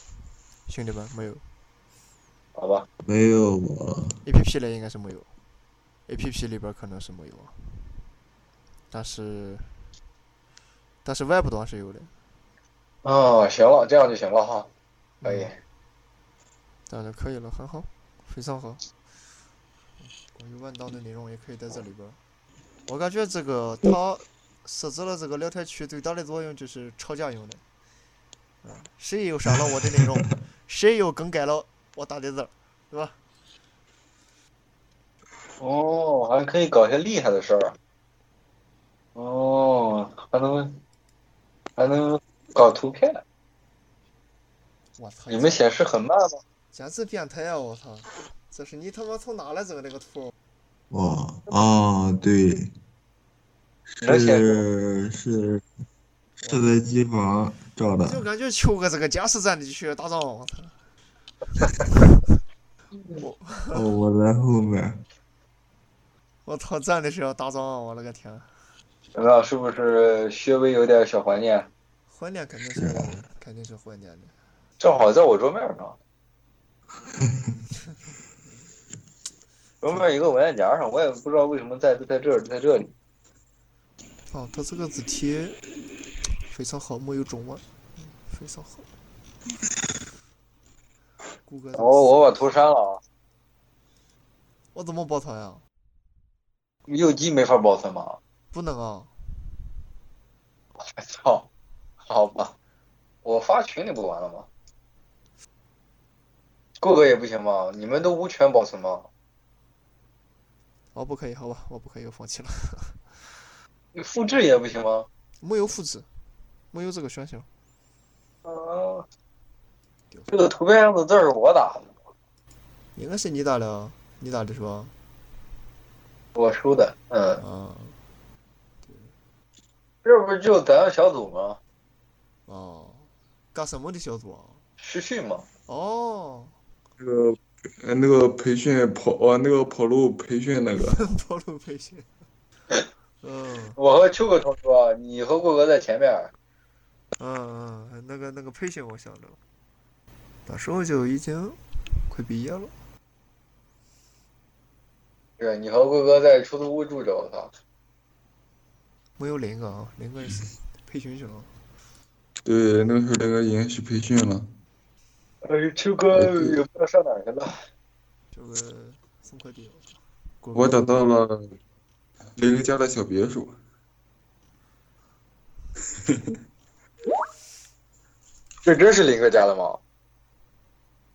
[SPEAKER 2] 兄弟们没有
[SPEAKER 4] 好吧。
[SPEAKER 1] 没有啊？
[SPEAKER 2] A P P 里应该是没有，A P P 里边可能是没有啊，但是但是 Web 端是有的，
[SPEAKER 4] 哦，行了，这样就行了哈，可以。
[SPEAKER 2] 当然可以了，很好，非常好。关于万档的内容也可以在这里边儿。我感觉这个它设置了这个聊天区最大的作用就是吵架用的。嗯，谁又删了我的内容，谁又更改了我打的字儿，对吧？
[SPEAKER 4] 哦，还可以搞些厉害的事儿。啊哦，还能还能搞图片，
[SPEAKER 2] 我操！
[SPEAKER 4] 你们显示很慢吗？
[SPEAKER 2] 简直变态啊！我操！这是你他妈从哪来整的那个图？
[SPEAKER 1] 哇啊，对，
[SPEAKER 4] 能显
[SPEAKER 1] 是
[SPEAKER 4] 示
[SPEAKER 1] 是是在机房照
[SPEAKER 2] 就
[SPEAKER 1] 的，
[SPEAKER 2] 感觉求个这个监视站里去打仗，我操！
[SPEAKER 1] 哦，我在后面。
[SPEAKER 2] 我操，真的是要打仗啊！我勒个天！
[SPEAKER 4] 怎么样？是不是稍微有点小怀念？
[SPEAKER 2] 怀念肯定是
[SPEAKER 1] 是啊
[SPEAKER 2] 肯定是怀念的。
[SPEAKER 4] 正好在我桌面上，桌面一个文件夹上，我也不知道为什么在在这儿在这里。
[SPEAKER 2] 哦，它这个字体非常好，没有中文，非常好。谷歌，
[SPEAKER 4] 我、哦我把图删了啊，
[SPEAKER 2] 我怎么报它呀？
[SPEAKER 4] 右击没法保存吗？
[SPEAKER 2] 不能啊！
[SPEAKER 4] 我 (laughs) 操，好吧，我发群里不完了吗？过个也不行吗？你们都无权保存吗？
[SPEAKER 2] 哦，不可以，好吧，我不可以，我放弃了。 (laughs)
[SPEAKER 4] 你复制也不行吗？
[SPEAKER 2] 没有复制，没有这个选项。
[SPEAKER 4] 啊，这个图片上的字儿是我打的，
[SPEAKER 2] 应该是你打的啊，你打的是吧？
[SPEAKER 4] 我输的，嗯，
[SPEAKER 2] 啊
[SPEAKER 4] 这不是就咱们小组吗？
[SPEAKER 2] 哦，干什么的小组啊？
[SPEAKER 4] 实训吗？
[SPEAKER 2] 哦，
[SPEAKER 1] 那个呃那个培训跑呃那个跑路培训那个
[SPEAKER 2] 跑路培训。 (laughs) 嗯
[SPEAKER 4] 我和秋哥同桌，你和贵哥在前面，
[SPEAKER 2] 嗯嗯，那个那个培训我想着了，那时候就已经快毕业了。
[SPEAKER 4] 对，你和贵哥在出租屋住着，我操，
[SPEAKER 2] 没有林哥啊，林哥也是培训去了。
[SPEAKER 1] 对，那时候那个已经是培训了。
[SPEAKER 4] 呃，秋哥也不知道上哪儿去了。
[SPEAKER 2] 这个送快递，果
[SPEAKER 1] 我找
[SPEAKER 2] 哥
[SPEAKER 1] 到了玲玲家的小别墅，
[SPEAKER 4] 这真是林哥家的吗？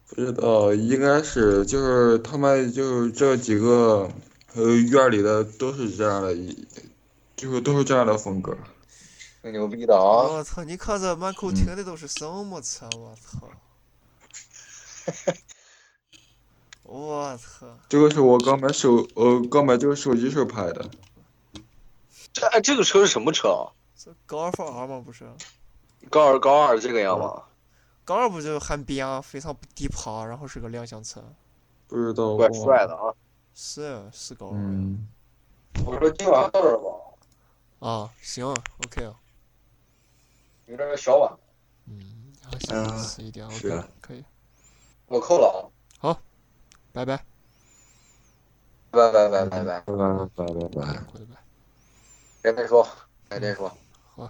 [SPEAKER 1] 不知道应该是就是他们就是这几个呃院儿里的都是这样的，一就是都是这样的风格。
[SPEAKER 4] 挺牛逼的啊！
[SPEAKER 2] 我操！你看这满口停的都是什么车？我操！
[SPEAKER 1] (laughs)
[SPEAKER 2] 我操！
[SPEAKER 1] 这个是我刚买手呃刚买这个手机时候拍的，
[SPEAKER 4] 这哎，这个车是什么车啊？
[SPEAKER 2] 这高尔夫 R 吗？不是，
[SPEAKER 4] 高二高二这个样吗？
[SPEAKER 2] 高尔不就很扁，非常低趴，然后是个两厢车。
[SPEAKER 1] 不知道
[SPEAKER 4] 怪
[SPEAKER 1] 忘了
[SPEAKER 4] 帅的啊！
[SPEAKER 2] 是是高尔呀
[SPEAKER 1] 嗯，
[SPEAKER 4] 我说今晚到这儿吧，
[SPEAKER 2] 啊，行，OK 啊，
[SPEAKER 4] 你这是小碗，
[SPEAKER 2] 嗯，好，行，十一点
[SPEAKER 1] 是
[SPEAKER 2] ，OK，
[SPEAKER 1] 啊
[SPEAKER 2] 可以，
[SPEAKER 4] 我扣了啊！
[SPEAKER 2] 拜拜，
[SPEAKER 4] 拜拜拜拜拜，
[SPEAKER 1] 拜拜拜拜拜。
[SPEAKER 2] 拜拜。
[SPEAKER 4] 改天说，改天说。
[SPEAKER 2] 好，